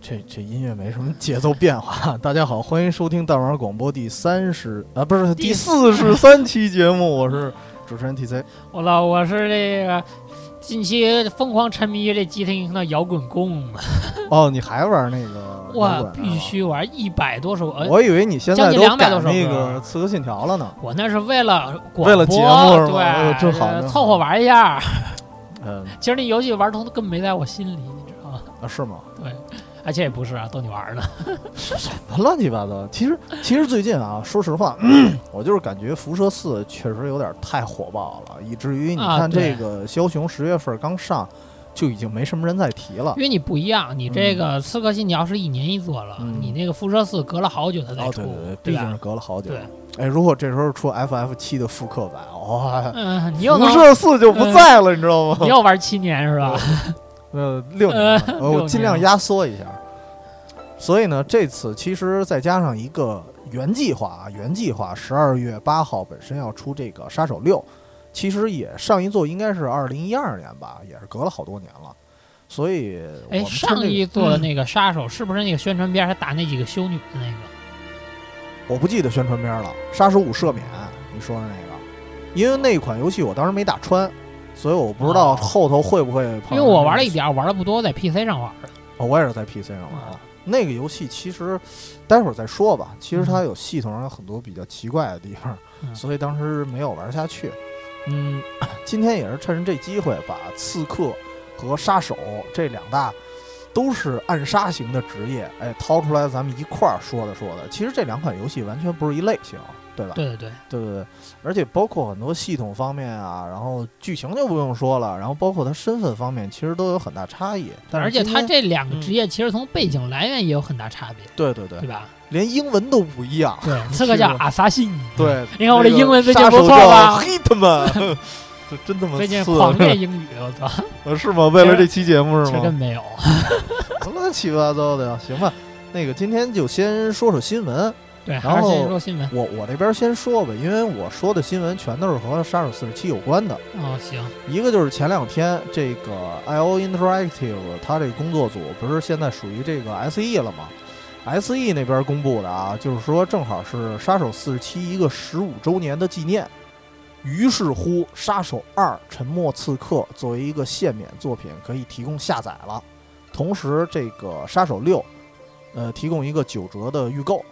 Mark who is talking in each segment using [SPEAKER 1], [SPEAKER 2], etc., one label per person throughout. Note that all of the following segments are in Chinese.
[SPEAKER 1] 这这音乐没什么节奏变化。啊大家好，欢迎收听蛋玩广播第三十啊，不是第四十三期节目，我是主持人 TC。
[SPEAKER 2] 我老我是这个近期疯狂沉迷于这吉他英雄的摇滚弓，
[SPEAKER 1] 哦，你还玩那个？摇
[SPEAKER 2] 我
[SPEAKER 1] 滚啊
[SPEAKER 2] 必！须玩一百多首。呃
[SPEAKER 1] 我以为你现在
[SPEAKER 2] 将近
[SPEAKER 1] 都
[SPEAKER 2] 200
[SPEAKER 1] 改
[SPEAKER 2] 多首
[SPEAKER 1] 那
[SPEAKER 2] 歌
[SPEAKER 1] 个《刺客信条》了呢。
[SPEAKER 2] 我那是为了广播
[SPEAKER 1] 为了节目是吧
[SPEAKER 2] 对，
[SPEAKER 1] 哎呦真好
[SPEAKER 2] 呃
[SPEAKER 1] 真好
[SPEAKER 2] 凑合玩一下。
[SPEAKER 1] 嗯，
[SPEAKER 2] 其实那游戏玩通根本没在我心里，你知道吗？
[SPEAKER 1] 啊是吗？
[SPEAKER 2] 而且也不是啊，逗你玩呢。
[SPEAKER 1] 乱七八糟。其实其实最近啊，说实话， 我就是感觉《辐射四》确实有点太火爆了，以至于你
[SPEAKER 2] 啊
[SPEAKER 1] 看
[SPEAKER 2] 对
[SPEAKER 1] 这个《枭雄》十月份刚上，就已经没什么人在提了
[SPEAKER 2] 因。为你不一样，你这个《刺客信条》是一年一做了，
[SPEAKER 1] 嗯
[SPEAKER 2] 你那个《辐射四》隔了好久它才
[SPEAKER 1] 哦，
[SPEAKER 2] 出，
[SPEAKER 1] 对对对，
[SPEAKER 2] 对
[SPEAKER 1] 毕竟是
[SPEAKER 2] 吧？
[SPEAKER 1] 隔了好久
[SPEAKER 2] 对。
[SPEAKER 1] 哎，如果这时候出 FF 七的复刻版，哇，
[SPEAKER 2] 嗯，你又能
[SPEAKER 1] 辐射四就不在了，你知道
[SPEAKER 2] 你
[SPEAKER 1] 吗？
[SPEAKER 2] 又玩七年是吧？
[SPEAKER 1] 呃，六年
[SPEAKER 2] 呃
[SPEAKER 1] 了，呃我
[SPEAKER 2] 六
[SPEAKER 1] 尽
[SPEAKER 2] 年
[SPEAKER 1] 量
[SPEAKER 2] 了
[SPEAKER 1] 压缩一下。所以呢，这次其实再加上一个原计划啊，原计划十二月八号本身要出这个《杀手六》，其实也上一座应该是二零一二年吧，也是隔了好多年了。所以我
[SPEAKER 2] 哎，
[SPEAKER 1] 们趁
[SPEAKER 2] 上
[SPEAKER 1] 这个嗯
[SPEAKER 2] 一做的那个杀手是不是那个宣传片还打那几个修女的那个？
[SPEAKER 1] 我不记得宣传片了，《杀手五赦免》，你说的那个，因为那款游戏我当时没打穿，所以我不知道
[SPEAKER 2] 哦
[SPEAKER 1] 后头会不会
[SPEAKER 2] 因
[SPEAKER 1] 碰上
[SPEAKER 2] 为我玩了
[SPEAKER 1] 这
[SPEAKER 2] 一
[SPEAKER 1] 个
[SPEAKER 2] 点儿，玩的不多，在 PC 上玩的。
[SPEAKER 1] 哦，我也是在 PC 上玩的。
[SPEAKER 2] 嗯
[SPEAKER 1] 那个游戏其实，待会儿再说吧。其实它有系统上有很多比较奇怪的地方，
[SPEAKER 2] 嗯
[SPEAKER 1] 所以当时没有玩下去。
[SPEAKER 2] 嗯，
[SPEAKER 1] 今天也是趁着这机会，把刺客和杀手这两大都是暗杀型的职业，哎，掏出来咱们一块儿说的说的。其实这两款游戏完全不是一类型，对吧？
[SPEAKER 2] 对对对，
[SPEAKER 1] 对对对，而且包括很多系统方面啊，然后剧情就不用说了，然后包括它身份方面，其实都有很大差异。但是
[SPEAKER 2] 而且
[SPEAKER 1] 今
[SPEAKER 2] 它
[SPEAKER 1] 天
[SPEAKER 2] 这两个
[SPEAKER 1] 嗯
[SPEAKER 2] 职业其实从背景来源也有很大差别，
[SPEAKER 1] 对对对
[SPEAKER 2] 对，吧？
[SPEAKER 1] 连英文都不一样。
[SPEAKER 2] 对，刺客叫阿萨辛。，
[SPEAKER 1] 对，
[SPEAKER 2] 嗯你看我这
[SPEAKER 1] 那个
[SPEAKER 2] 英文最近
[SPEAKER 1] 杀手
[SPEAKER 2] 不错吧
[SPEAKER 1] 叫？Hitman，这 真他妈
[SPEAKER 2] 最近
[SPEAKER 1] 次
[SPEAKER 2] 狂练英语，我操，
[SPEAKER 1] 呃 是吗？为了这期节目是
[SPEAKER 2] 其实根
[SPEAKER 1] 吗？
[SPEAKER 2] 没 有。
[SPEAKER 1] 乱七八糟的呀，行吧。那个今天就先说说新闻，
[SPEAKER 2] 对，
[SPEAKER 1] 然后
[SPEAKER 2] 还是先说新闻。
[SPEAKER 1] 我我这边先说吧，因为我说的新闻全都是和《杀手四十七》有关的。
[SPEAKER 2] 哦，行，
[SPEAKER 1] 一个就是前两天这个 IO Interactive 它这个工作组不是现在属于这个 SE 了吗？SE 那边公布的啊，就是说正好是《杀手四十七》一个十五周年的纪念，于是乎，《杀手二：沉默刺客》作为一个限免作品可以提供下载了，同时这个《杀手六》呃提供一个九折的预购。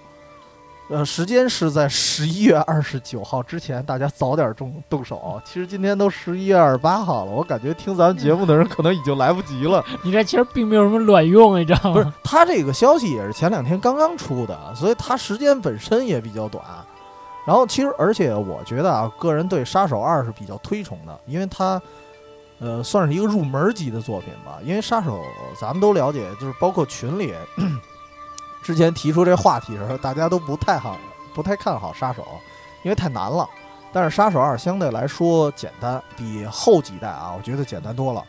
[SPEAKER 1] 呃，时间是在十一月二十九号之前，大家早点动动手。其实今天都十一月二十八号了，我感觉听咱们节目的人可能已经来不及了。
[SPEAKER 2] 你这其实并没有什么卵用，你知 道
[SPEAKER 1] 不是
[SPEAKER 2] 吗？，
[SPEAKER 1] 他这个消息也是前两天刚刚出的，所以他时间本身也比较短。然后其实，而且我觉得啊，个人对《杀手二》是比较推崇的，因为它，呃，算是一个入门级的作品吧。因为《杀手》咱们都了解，就是包括群里 之前提出这话题的时候，大家都不太好，不太看好《杀手》，因为太难了。但是《杀手二》相对来说简单，比后几代啊，我觉得简单多了。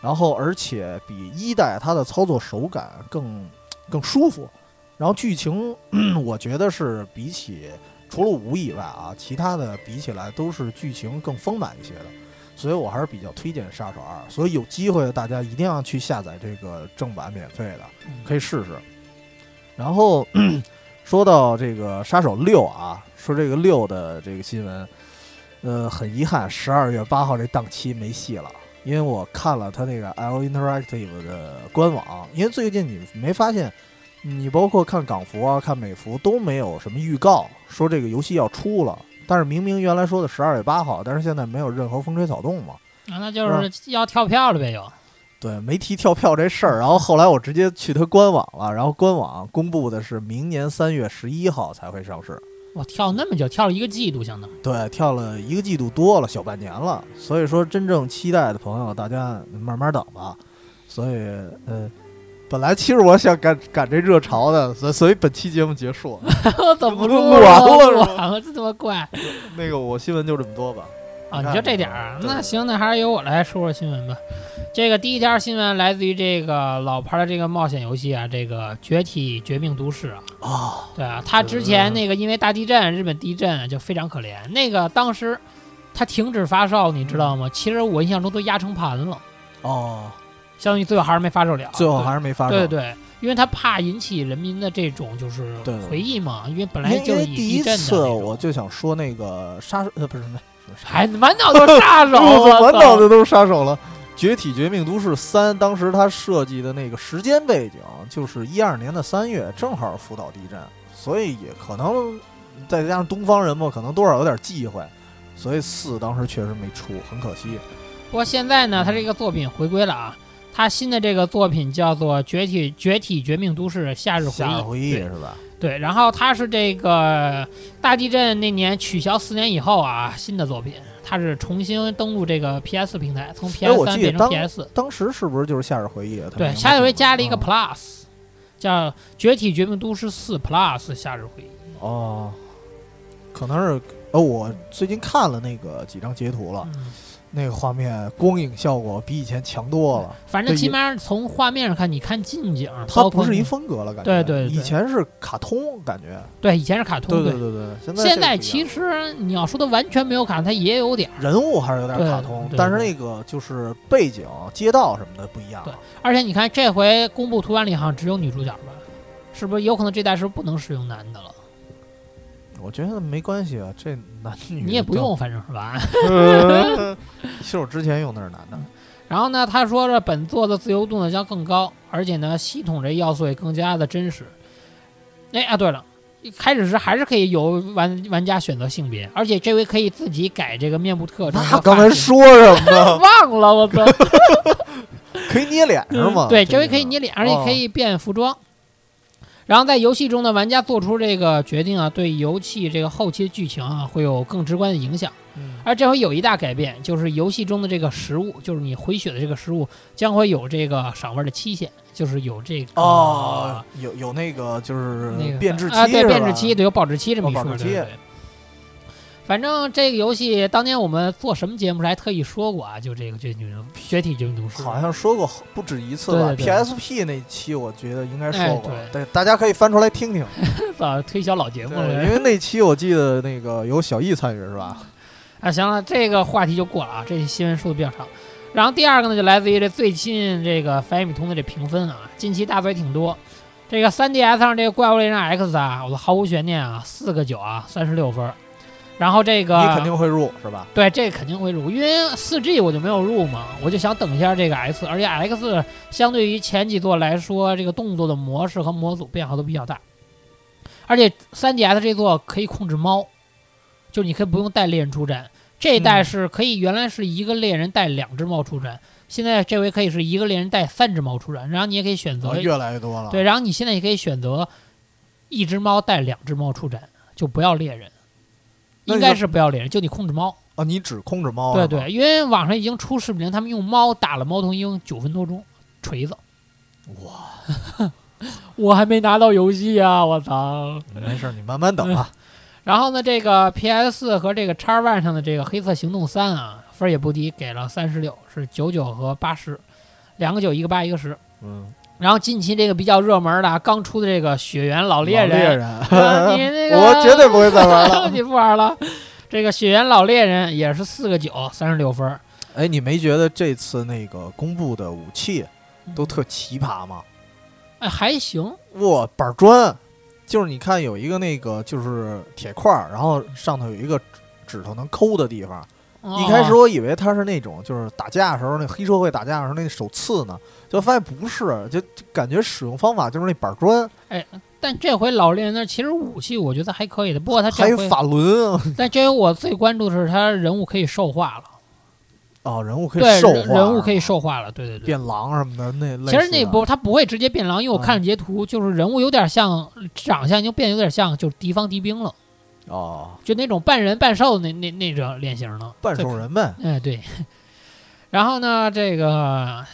[SPEAKER 1] 然后而且比一代它的操作手感更更舒服，然后剧情 我觉得是比起除了五以外啊，其他的比起来都是剧情更丰满一些的，所以我还是比较推荐《杀手二》，所以有机会的大家一定要去下载这个正版免费的。
[SPEAKER 2] 嗯
[SPEAKER 1] 可以试试。然后 说到这个杀手六啊，说这个六的这个新闻，呃，很遗憾，十二月八号这档期没戏了，因为我看了他那个 L Interactive 的官网，因为最近你没发现，你包括看港服啊、看美服都没有什么预告说这个游戏要出了，但是明明原来说的十二月八号，但是现在没有任何风吹草动嘛。
[SPEAKER 2] 啊那就是要跳票了呗，又。
[SPEAKER 1] 对，没提跳票这事儿。然后后来我直接去他官网了，然后官网公布的是明年三月十一号才会上市。
[SPEAKER 2] 我跳那么久，跳了一个季度，相当于。
[SPEAKER 1] 对，跳了一个季度多了，小半年了。所以说，真正期待的朋友，大家慢慢等吧。所以，呃，本来其实我想赶赶这热潮的，所以所以本期节目结束了。
[SPEAKER 2] 我怎么
[SPEAKER 1] 录完了是吧
[SPEAKER 2] 录完了，这他妈怪。
[SPEAKER 1] 那个我新闻就这么多吧。
[SPEAKER 2] 啊，
[SPEAKER 1] 你
[SPEAKER 2] 你
[SPEAKER 1] 看
[SPEAKER 2] 就
[SPEAKER 1] 这
[SPEAKER 2] 这点
[SPEAKER 1] 个
[SPEAKER 2] 儿，
[SPEAKER 1] 对
[SPEAKER 2] 那
[SPEAKER 1] 对
[SPEAKER 2] 行，那还是由我来说说新闻吧。这个第一条新闻来自于这个老牌的这个冒险游戏啊，这个《崛起：绝命都市》啊，
[SPEAKER 1] 啊、
[SPEAKER 2] 对啊，它之前那个因为大地震，日本地震就非常可怜，那个当时它停止发售，你知道吗？其实我印象中都压成盘了，
[SPEAKER 1] 哦，
[SPEAKER 2] 相当于最后还是没发售了。
[SPEAKER 1] 最后还是没发售。
[SPEAKER 2] 啊对对对，因为他怕引起人民的这种就是
[SPEAKER 1] 对对对
[SPEAKER 2] 回忆嘛，因为本来
[SPEAKER 1] 因为因
[SPEAKER 2] 就是
[SPEAKER 1] 为第
[SPEAKER 2] 以地
[SPEAKER 1] 一
[SPEAKER 2] 震的
[SPEAKER 1] 次
[SPEAKER 2] 那种
[SPEAKER 1] 我就想说那个杀手呃不是不是不是杀
[SPEAKER 2] 还满脑子杀 手，啊
[SPEAKER 1] 我操
[SPEAKER 2] 我
[SPEAKER 1] 满脑
[SPEAKER 2] 操
[SPEAKER 1] 袋都是杀手了。《绝体绝命毒师三》当时他设计的那个时间背景就是一二年的三月，正好福岛地震，所以也可能再加上东方人嘛，可能多少有点忌讳，所以四当时确实没出，很可惜。
[SPEAKER 2] 不过现在呢，他这个作品回归了啊，他新的这个作品叫做《绝体绝体绝命都市夏日回忆
[SPEAKER 1] 夏》日回忆
[SPEAKER 2] 对
[SPEAKER 1] 是吧？
[SPEAKER 2] 对，然后他是这个大地震那年取消四年以后啊，新的作品，他是重新登陆这个 PS 平台，从
[SPEAKER 1] 哎
[SPEAKER 2] PS
[SPEAKER 1] 我
[SPEAKER 2] 三
[SPEAKER 1] 记得
[SPEAKER 2] 变成
[SPEAKER 1] 当
[SPEAKER 2] PS。
[SPEAKER 1] 当时是不是就是《夏日回忆》啊？他
[SPEAKER 2] 对，
[SPEAKER 1] 名字
[SPEAKER 2] 夏日回
[SPEAKER 1] 就
[SPEAKER 2] 加了一个
[SPEAKER 1] 嗯
[SPEAKER 2] Plus，叫《绝体绝命都市四 Plus 夏日回忆》。
[SPEAKER 1] 哦，可能是呃，我最近看了那个几张截图了，
[SPEAKER 2] 嗯，
[SPEAKER 1] 那个画面光影效果比以前强多了。
[SPEAKER 2] 反正
[SPEAKER 1] 对
[SPEAKER 2] 起
[SPEAKER 1] 也
[SPEAKER 2] 码从画面上看，你看近景，
[SPEAKER 1] 它
[SPEAKER 2] 包
[SPEAKER 1] 不
[SPEAKER 2] 括
[SPEAKER 1] 是一
[SPEAKER 2] 你
[SPEAKER 1] 风格了，感觉。
[SPEAKER 2] 对对对
[SPEAKER 1] 以前是卡通感觉。
[SPEAKER 2] 对，以前是卡通，
[SPEAKER 1] 对对对，现在
[SPEAKER 2] 现在
[SPEAKER 1] 其
[SPEAKER 2] 其实你要说它完全没有卡，它也有点儿，
[SPEAKER 1] 人物还是有点卡通，
[SPEAKER 2] 对对对
[SPEAKER 1] 但是那个就是背景、街道什么的不一样了。啊
[SPEAKER 2] 而且你看这回公布图案里好像只有女主角吧？是不是有可能这代是不能使用男的了？
[SPEAKER 1] 我觉得没关系啊，这男女
[SPEAKER 2] 你也不 用，反正是吧？
[SPEAKER 1] 用。其实我之前用的是男 的，
[SPEAKER 2] 然后呢，他说这本作的自由度呢将更高，而且呢系统这要素也更加的真实。哎啊，对了，一开始时还是可以由玩玩家选择性别，而且这回可以自己改这个面部特征和
[SPEAKER 1] 那
[SPEAKER 2] 发型。
[SPEAKER 1] 刚才说什么 呢？
[SPEAKER 2] 忘了，我操！
[SPEAKER 1] 可以捏脸是吗？
[SPEAKER 2] 嗯对，
[SPEAKER 1] 这
[SPEAKER 2] 这
[SPEAKER 1] 个哦
[SPEAKER 2] 回可以捏脸，而且可以变服装。然后在游戏中呢，玩家做出这个决定啊，对游戏这个后期剧情啊会有更直观的影响。
[SPEAKER 1] 嗯
[SPEAKER 2] 而这回有一大改变，就是游戏中的这个食物，就是你回血的这个食物，将会有这个赏味的期限，就是有这个
[SPEAKER 1] 哦，有有那个就是
[SPEAKER 2] 那个
[SPEAKER 1] 变质期
[SPEAKER 2] 啊，对，
[SPEAKER 1] 是吧哦
[SPEAKER 2] 变质期，对，有保质期这么一说，
[SPEAKER 1] 有保质期
[SPEAKER 2] 对对对反正这个游戏当年我们做什么节目时还特意说过啊，就这个绝体绝体绝命毒师，
[SPEAKER 1] 好像说过不止一次吧
[SPEAKER 2] 对对对
[SPEAKER 1] ？PSP 那期我觉得应该
[SPEAKER 2] 哎
[SPEAKER 1] 说过
[SPEAKER 2] 对，
[SPEAKER 1] 对，大家可以翻出来听听。
[SPEAKER 2] 早推销老节目了
[SPEAKER 1] 对，。因为那期我记得那个有小易参与是吧？
[SPEAKER 2] 啊，行了，这个话题就过了啊，这新闻说的比较长。然后第二个呢，就来自于这最近这个百米通的这评分啊，近期大作也挺多。这个 3DS 上这个《怪物猎人 X》啊，我都毫无悬念啊，四个九啊，三十六分儿。然后这个
[SPEAKER 1] 你肯定会入是吧？
[SPEAKER 2] 对，这个肯定会入，因为四 G 我就没有入嘛，我就想等一下这个 X，而且 X 相对于前几座来说，这个动作的模式和模组变化都比较大，而且 3DS 这座可以控制猫，就你可以不用带猎人出战，这一代
[SPEAKER 1] 嗯
[SPEAKER 2] 是可以原来是一个猎人带两只猫出战，现在这回可以是一个猎人带三只猫出战，然后你也可以选择
[SPEAKER 1] 啊越来越多了。
[SPEAKER 2] 对，然后你现在也可以选择一只猫带两只猫出战，就不要猎人，
[SPEAKER 1] 那
[SPEAKER 2] 应
[SPEAKER 1] 你
[SPEAKER 2] 该
[SPEAKER 1] 就是
[SPEAKER 2] 不要猎人，就你控制猫。
[SPEAKER 1] 啊，你只控制猫
[SPEAKER 2] 对
[SPEAKER 1] 是吗，
[SPEAKER 2] 对，因为网上已经出视频，他们用猫打了猫头鹰九分多钟，锤子。
[SPEAKER 1] 哇，
[SPEAKER 2] 我还没拿到游戏啊，我操！
[SPEAKER 1] 没事，你慢慢等啊 吧。
[SPEAKER 2] 然后呢，这个 PS 和这个 X One 上的这个《黑色行动三》啊，分儿也不低，给了三十六，是九九和八十，两个九，一个八，一个十。
[SPEAKER 1] 嗯，
[SPEAKER 2] 然后近期这个比较热门的啊，刚出的这个《血缘老猎人》
[SPEAKER 1] 猎
[SPEAKER 2] 啊，
[SPEAKER 1] 人，
[SPEAKER 2] 你那 个
[SPEAKER 1] 我绝对不会再玩 了。
[SPEAKER 2] 你不玩了。这个《血缘老猎人》也是四个九，三十六分儿，
[SPEAKER 1] 哎，你没觉得这次那个公布的武器都特奇葩吗？
[SPEAKER 2] 哎还行，
[SPEAKER 1] 哇，板砖，就是你看有一个那个就是铁块儿，然后上头有一个指指头能抠的地方。一开始
[SPEAKER 2] 哦
[SPEAKER 1] 我以为他是那种就是打架的时候那黑社会打架的时候那手刺呢，就发现不是，就就感觉使用方法就是那板砖，
[SPEAKER 2] 但这回老猎人那儿其实武器我觉得还可以的，不过他
[SPEAKER 1] 还
[SPEAKER 2] 这
[SPEAKER 1] 有
[SPEAKER 2] 回，
[SPEAKER 1] 法轮啊，
[SPEAKER 2] 但这回我最关注的是他人物可以兽化了，
[SPEAKER 1] 哦，人物可
[SPEAKER 2] 对，
[SPEAKER 1] 以兽
[SPEAKER 2] 人
[SPEAKER 1] 化，
[SPEAKER 2] 人物可以兽化了，对对对。
[SPEAKER 1] 变狼什么的那类似
[SPEAKER 2] 其
[SPEAKER 1] 的。嗯
[SPEAKER 2] 实那不，他不会直接变狼，因为我看了截图，就是人物有点像长相，就变得有点像就是敌方敌兵了，
[SPEAKER 1] 哦，
[SPEAKER 2] 就那种半人半兽的那那那种脸型了。
[SPEAKER 1] 半兽人呗，
[SPEAKER 2] 哎，对。 然后呢，这个，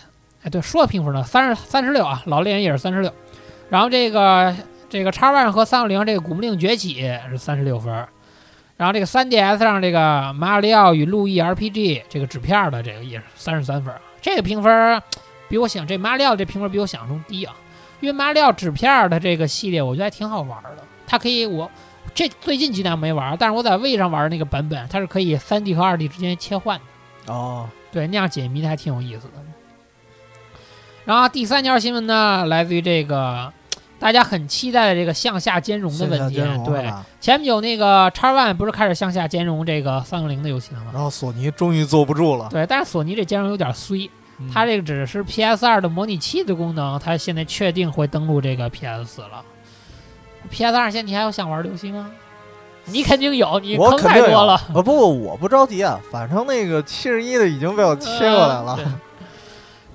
[SPEAKER 2] 哎，对，说评分呢，三十三十六啊，老猎人也是三十六。然后这个这个叉 One 和三六零这个古墓令崛起是三十六分儿。然后这个 3DS 上这个马里奥与路易 RPG 这个纸片儿的这个也是三十三分儿，啊这个评分儿比我想这马里奥这评分比我想象中低啊，因为马里奥纸片儿的这个系列我觉得还挺好玩儿的，它可以我这最近几年没玩儿，但是我在位上玩儿那个版本，它是可以 3D 和 2D 之间切换的。
[SPEAKER 1] 哦，
[SPEAKER 2] 对，那样解谜的还挺有意思的。然后第三条新闻呢，来自于这个大家很期待的这个向下兼容的
[SPEAKER 1] 线下
[SPEAKER 2] 文
[SPEAKER 1] 兼
[SPEAKER 2] 件。
[SPEAKER 1] 容
[SPEAKER 2] 对，
[SPEAKER 1] 啊，
[SPEAKER 2] 前不久那个 X One 不是开始向下兼容这个三六零的游戏了吗？
[SPEAKER 1] 然后索尼终于坐不住了，嗯
[SPEAKER 2] 对，但是索尼这兼容有点衰，它这个只是 PS 二的模拟器的功能，它现在确定会登录这个 PS 四了。PS 二现在你还有想玩的游戏吗？你肯定有，你
[SPEAKER 1] 我
[SPEAKER 2] 坑
[SPEAKER 1] 肯
[SPEAKER 2] 太
[SPEAKER 1] 定
[SPEAKER 2] 多
[SPEAKER 1] 有
[SPEAKER 2] 了。
[SPEAKER 1] 呃，不过我不着急啊，反正那个七十一的已经被我切过来 了
[SPEAKER 2] 呃。对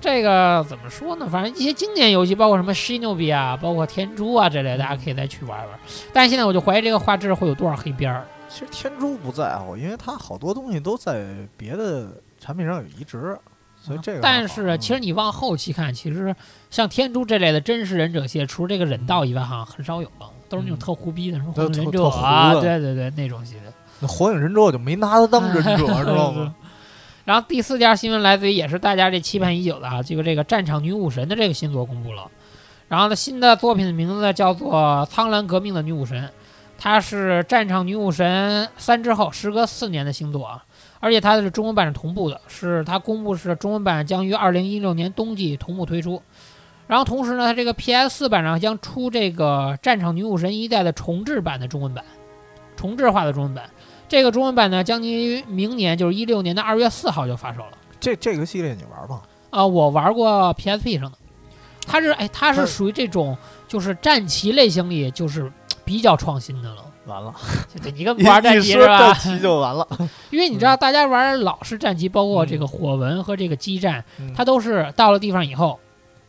[SPEAKER 2] 这个怎么说呢？反正一些经典游戏，包括什么《犀牛比》啊，包括《天珠》啊这类，大家可以再去玩玩。但是现在我就怀疑这个画质会有多少黑边儿。
[SPEAKER 1] 其实天珠不在乎，因为它好多东西都在别的产品上有移植，所以这个还好。嗯
[SPEAKER 2] 但是啊其
[SPEAKER 1] 实
[SPEAKER 2] 实你往后期看，其实像《天珠》这类的真实忍者系列，除了这个忍道以外，好像很少有了，都
[SPEAKER 1] 嗯
[SPEAKER 2] 是那种特胡逼的，什么
[SPEAKER 1] 都
[SPEAKER 2] 火影忍
[SPEAKER 1] 特
[SPEAKER 2] 者
[SPEAKER 1] 特
[SPEAKER 2] 啊，
[SPEAKER 1] 胡的
[SPEAKER 2] 对对对，那种系列。
[SPEAKER 1] 那火影忍者我就没拿它当忍 者，知道吗？
[SPEAKER 2] 然后第四条新闻来自于也是大家这期盼已久的啊，这个这个战场女武神的这个新作公布了。然后呢，新的作品的名字呢叫做《苍蓝革命的女武神》，它是《战场女武神三》之后时隔四年的新作啊，而且它是中文版是同步的，是它公布是中文版将于二零一六年冬季同步推出。然后同时呢，它这个 PS 四版上将出这个《战场女武神一代》的重制版的中文版，重制化的中文版。这个中文版呢，将于明年，就是一六年的二月四号就发售了。
[SPEAKER 1] 这这个系列你玩吗？
[SPEAKER 2] 啊、我玩过 PSP 上的，它是哎，它是
[SPEAKER 1] 它
[SPEAKER 2] 属于这种就是战棋类型里就是嘖比较创新的了。
[SPEAKER 1] 完了，
[SPEAKER 2] 就 对你跟
[SPEAKER 1] 一
[SPEAKER 2] 不玩战
[SPEAKER 1] 一
[SPEAKER 2] 棋
[SPEAKER 1] 说
[SPEAKER 2] 是吧？嗯
[SPEAKER 1] 棋就完了。
[SPEAKER 2] 因为你知道，大家玩老式战棋，包括这个火纹和这个激战，
[SPEAKER 1] 嗯
[SPEAKER 2] 它都是到了地方以后，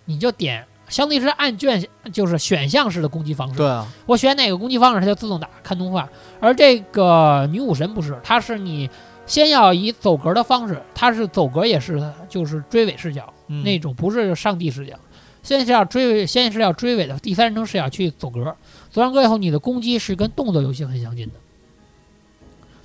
[SPEAKER 2] 你就点，相当于是按卷，就是选项式的攻击方式。
[SPEAKER 1] 对啊，
[SPEAKER 2] 我选哪个攻击方式，它就自动打看动画。而这个女武神不是，它是你先要以走格的方式，它是走格也是就是追尾视角、
[SPEAKER 1] 嗯
[SPEAKER 2] 那种，不是上帝视角。先是要追尾，先是要追尾的第三人称视角去走格，走上格以后，你的攻击是跟动作游戏很相近的，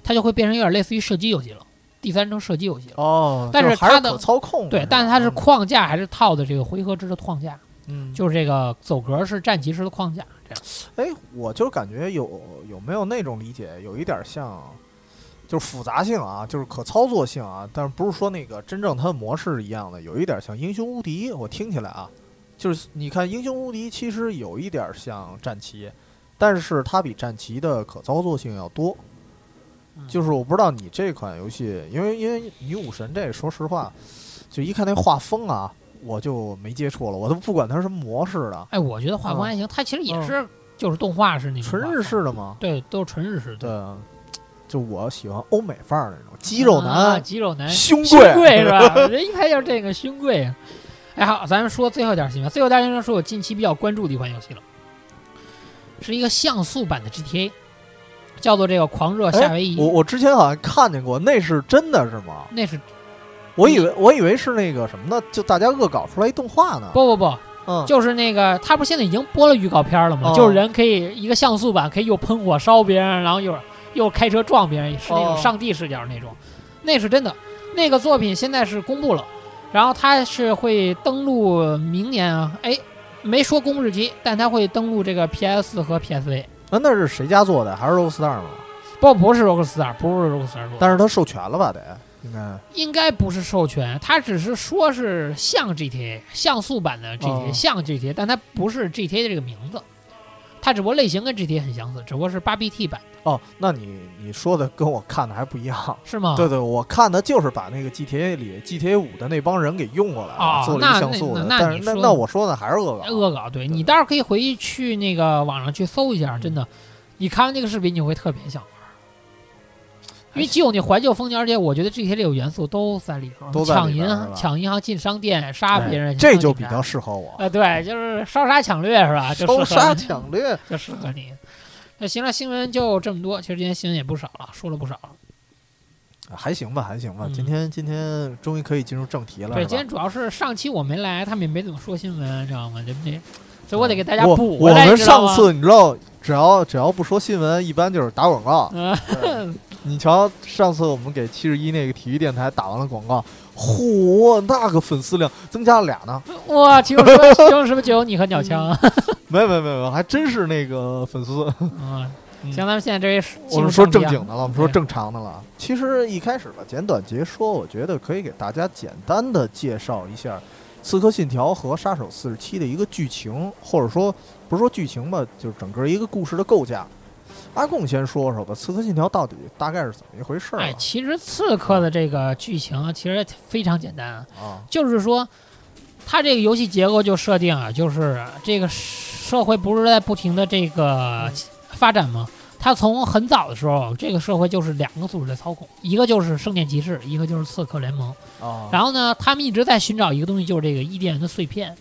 [SPEAKER 2] 它就会变成有点类似于射击游戏了，第三人称射击游戏了。
[SPEAKER 1] 哦，
[SPEAKER 2] 但
[SPEAKER 1] 就是还
[SPEAKER 2] 它
[SPEAKER 1] 是
[SPEAKER 2] 的
[SPEAKER 1] 可操控。
[SPEAKER 2] 对，但是它是框架还是套的这个回合制的框架，
[SPEAKER 1] 嗯，
[SPEAKER 2] 就是这个走格是战旗式的框架，这样。
[SPEAKER 1] 哎，我就感觉有有没有那种理解，有一点像，就是复杂性啊，就是可操作性啊，但是不是说那个真正它的模式一样的，有一点像英雄无敌。我听起来啊，就是你看英雄无敌其实有一点像战旗，但是它比战旗的可操作性要多。就是我不知道你这款游戏，因为因为女武神这，说实话，就一看那画风啊，我就没接触了，我都不管它是什么模式的，
[SPEAKER 2] 哎，我觉得画风还行，它其实也是就是动画式那种
[SPEAKER 1] 嗯
[SPEAKER 2] 画
[SPEAKER 1] 纯
[SPEAKER 2] 风，
[SPEAKER 1] 日式的吗？
[SPEAKER 2] 对，都是纯日式
[SPEAKER 1] 对
[SPEAKER 2] 的，
[SPEAKER 1] 啊，就我喜欢欧美范儿那种肌肉
[SPEAKER 2] 啊
[SPEAKER 1] 男、
[SPEAKER 2] 肌肉男，
[SPEAKER 1] 胸
[SPEAKER 2] 胸
[SPEAKER 1] 贵，
[SPEAKER 2] 贵是吧？人一看就是这个胸贵啊。哎，好，咱们说最后一条新闻，最后一条新闻是我近期比较关注的一款游戏了，是一个像素版的 GTA，叫做这个《狂热夏威夷
[SPEAKER 1] 哎我》，我之前好像看见过，那是真的是吗？
[SPEAKER 2] 那是
[SPEAKER 1] 我
[SPEAKER 2] 嗯
[SPEAKER 1] 以为我以为是那个什么呢，就大家恶搞出来一动画呢。
[SPEAKER 2] 不不不，
[SPEAKER 1] 嗯，
[SPEAKER 2] 就是那个，它不是现在已经播了预告片了吗？
[SPEAKER 1] 哦
[SPEAKER 2] 就是人可以一个像素版，可以又喷火烧别人，然后又又开车撞别人，是那种
[SPEAKER 1] 哦
[SPEAKER 2] 上帝视角那种，那是真的。那个作品现在是公布了，然后它是会登录明年啊，哎，没说公布日期，但它会登录这个 PS 和 PSV。
[SPEAKER 1] 那那是谁家做的？还是 Rockstar 吗？
[SPEAKER 2] 不，不是 Rockstar，不是 Rockstar，
[SPEAKER 1] 但
[SPEAKER 2] 是
[SPEAKER 1] 是他授权了吧？得应该
[SPEAKER 2] 应该不是授权，它只是说是像 GTA 像素版的 GTA，、
[SPEAKER 1] 哦
[SPEAKER 2] 像 GTA，但它不是 GTA 的这个名字，它只不过类型跟 GTA 很相似，只不过是 8BT 版，
[SPEAKER 1] 哦，那你你说的跟我看的还不一样。
[SPEAKER 2] 是吗？
[SPEAKER 1] 对对，我看的就是把那个 GTA 里 GTA 五的那帮人给用过来了，
[SPEAKER 2] 哦
[SPEAKER 1] 做了
[SPEAKER 2] 那
[SPEAKER 1] 一像素的。
[SPEAKER 2] 那那
[SPEAKER 1] 但是
[SPEAKER 2] 你
[SPEAKER 1] 那
[SPEAKER 2] 说
[SPEAKER 1] 那我说的还是恶搞。
[SPEAKER 2] 哎恶搞，对
[SPEAKER 1] 对
[SPEAKER 2] 你到时候可以回去去那个网上去搜一下，
[SPEAKER 1] 嗯哎
[SPEAKER 2] 真的，你看完那个视频你会特别想玩，因
[SPEAKER 1] 还
[SPEAKER 2] 为
[SPEAKER 1] 行
[SPEAKER 2] 既有那怀旧风情，而且我觉得 GTA 这有元素都在里头，
[SPEAKER 1] 都在
[SPEAKER 2] 抢
[SPEAKER 1] 里
[SPEAKER 2] 银
[SPEAKER 1] 边儿
[SPEAKER 2] 行
[SPEAKER 1] 是吧哎
[SPEAKER 2] 抢银行进商店杀别人，
[SPEAKER 1] 这
[SPEAKER 2] 抢
[SPEAKER 1] 就
[SPEAKER 2] 警
[SPEAKER 1] 比
[SPEAKER 2] 察
[SPEAKER 1] 较适合我。
[SPEAKER 2] 呃，对，就是烧杀抢掠是吧？就
[SPEAKER 1] 烧
[SPEAKER 2] 适合
[SPEAKER 1] 杀抢掠，
[SPEAKER 2] 就适合你。那行了，新闻就这么多。其实今天新闻也不少了，说了不少了。
[SPEAKER 1] 还行吧，还行吧。
[SPEAKER 2] 嗯
[SPEAKER 1] 今天今天终于可以进入正题了，
[SPEAKER 2] 对，
[SPEAKER 1] 是吧
[SPEAKER 2] 今天主要是上期我没来，他们也没怎么说新闻，知道吗？对不对？所以我得给大家
[SPEAKER 1] 嗯我
[SPEAKER 2] 补
[SPEAKER 1] 我
[SPEAKER 2] 回来
[SPEAKER 1] 们
[SPEAKER 2] 知道啊
[SPEAKER 1] 上
[SPEAKER 2] 吗
[SPEAKER 1] 次你知道，只要只要不说新闻，一般就是打广告。
[SPEAKER 2] 嗯
[SPEAKER 1] 对你瞧，上次我们给七十一那个体育电台打完了广告，嚯，那个粉丝量增加了俩呢。
[SPEAKER 2] 哇，其中什么其中什么就有你和鸟枪。
[SPEAKER 1] 没有没有没有没有，还真是那个粉丝。
[SPEAKER 2] 嗯，行，咱们现在这位是
[SPEAKER 1] 我们说正
[SPEAKER 2] 进入
[SPEAKER 1] 经
[SPEAKER 2] 题
[SPEAKER 1] 的
[SPEAKER 2] 啊
[SPEAKER 1] 了，我们说正常的了。其实一开始吧，简短截说，我觉得可以给大家简单的介绍一下刺客信条》和《杀手四十七》的一个剧情，或者说不是说剧情吧，就是整个一个故事的构架。阿贡先说说吧，《刺客信条》到底大概是怎么一回事儿啊
[SPEAKER 2] 哎，
[SPEAKER 1] 吧
[SPEAKER 2] 其实刺客的这个剧情啊其实非常简单啊，
[SPEAKER 1] 啊？
[SPEAKER 2] 就是说，它这个游戏结构就设定啊，就是这个社会不是在不停的这个发展吗？它从很早的时候，这个社会就是两个组织在操控，一个就是圣殿骑士，一个就是刺客联盟。
[SPEAKER 1] 啊，
[SPEAKER 2] 然后呢，他们一直在寻找一个东西，就是这个伊甸园的碎片。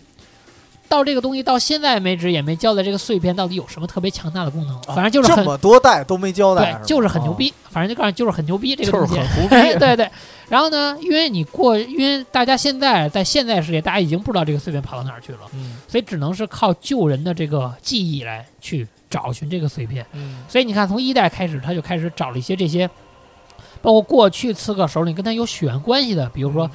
[SPEAKER 2] 到这个东西到现在为止也没交代这个碎片到底有什么特别强大的功能，反正就是
[SPEAKER 1] 哦这
[SPEAKER 2] 很
[SPEAKER 1] 么多代都没交代，
[SPEAKER 2] 对，就是很
[SPEAKER 1] 吧
[SPEAKER 2] 牛，逼，反正就告诉你就是很牛逼这
[SPEAKER 1] 啊
[SPEAKER 2] 个
[SPEAKER 1] 就
[SPEAKER 2] 东
[SPEAKER 1] 是
[SPEAKER 2] 西
[SPEAKER 1] 很。胡
[SPEAKER 2] 哎，
[SPEAKER 1] 逼。
[SPEAKER 2] 对对。然后呢，因为你过，因为大家现在在现在世界，大家已经不知道这个碎片跑到哪儿去了，
[SPEAKER 1] 嗯
[SPEAKER 2] 所以只能是靠救人的这个记忆来去找寻这个碎片。
[SPEAKER 1] 嗯
[SPEAKER 2] 所以你看，从一代开始，他就开始找了一些这些，包括过去刺客手里跟他有血缘关系的，比如说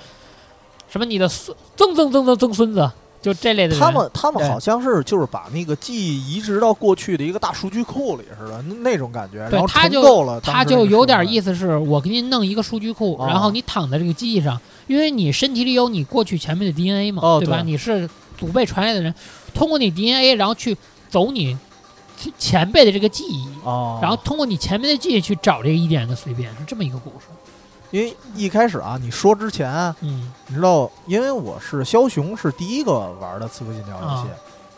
[SPEAKER 2] 什么你的孙曾曾曾曾曾孙子，就这类的人。
[SPEAKER 1] 他们他们
[SPEAKER 2] 对
[SPEAKER 1] 好像是就是把那个记忆移植到过去的一个大数据库里似的，那那种感觉。
[SPEAKER 2] 对
[SPEAKER 1] 然后
[SPEAKER 2] 他
[SPEAKER 1] 重
[SPEAKER 2] 就
[SPEAKER 1] 构了当时
[SPEAKER 2] 他
[SPEAKER 1] 那个时代，
[SPEAKER 2] 就有点意思是，我给你弄一个数据库，
[SPEAKER 1] 哦
[SPEAKER 2] 然后你躺在这个记忆上，因为你身体里有你过去前面的 DNA 嘛，
[SPEAKER 1] 哦
[SPEAKER 2] 对吧？
[SPEAKER 1] 对
[SPEAKER 2] 你是祖辈传来的人，通过你 DNA，然后去走你前前辈的这个记忆，
[SPEAKER 1] 哦。
[SPEAKER 2] 然后通过你前辈的记忆去找这个一点的随便，是这么一个故事。
[SPEAKER 1] 因为一开始啊，你说之前啊
[SPEAKER 2] 嗯，
[SPEAKER 1] 你知道，因为我是枭雄是第一个玩的《刺客信条》游戏，
[SPEAKER 2] 啊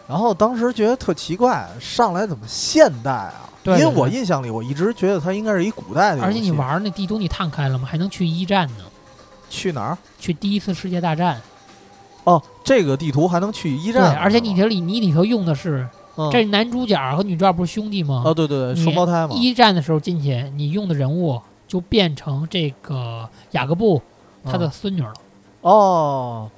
[SPEAKER 1] 然后当时觉得特奇怪，上来怎么现代啊？
[SPEAKER 2] 对对
[SPEAKER 1] 因为我
[SPEAKER 2] 对
[SPEAKER 1] 印象里，我一直觉得它应该是一古代的游戏。
[SPEAKER 2] 而且你玩那帝都，你探开了吗？还能去一战呢，
[SPEAKER 1] 去哪儿？
[SPEAKER 2] 去第一次世界大战。
[SPEAKER 1] 哦，这个地图还能去一
[SPEAKER 2] 对，
[SPEAKER 1] 战，
[SPEAKER 2] 而且你
[SPEAKER 1] 是吧
[SPEAKER 2] 这里你里头用的是，
[SPEAKER 1] 嗯
[SPEAKER 2] 这男主角和女主角不是兄弟吗？
[SPEAKER 1] 哦，对对对，
[SPEAKER 2] 你
[SPEAKER 1] 双胞胎嘛，
[SPEAKER 2] 一战的时候进去，你用的人物就变成这个雅各布他的
[SPEAKER 1] 嗯
[SPEAKER 2] 孙女了。
[SPEAKER 1] 哦，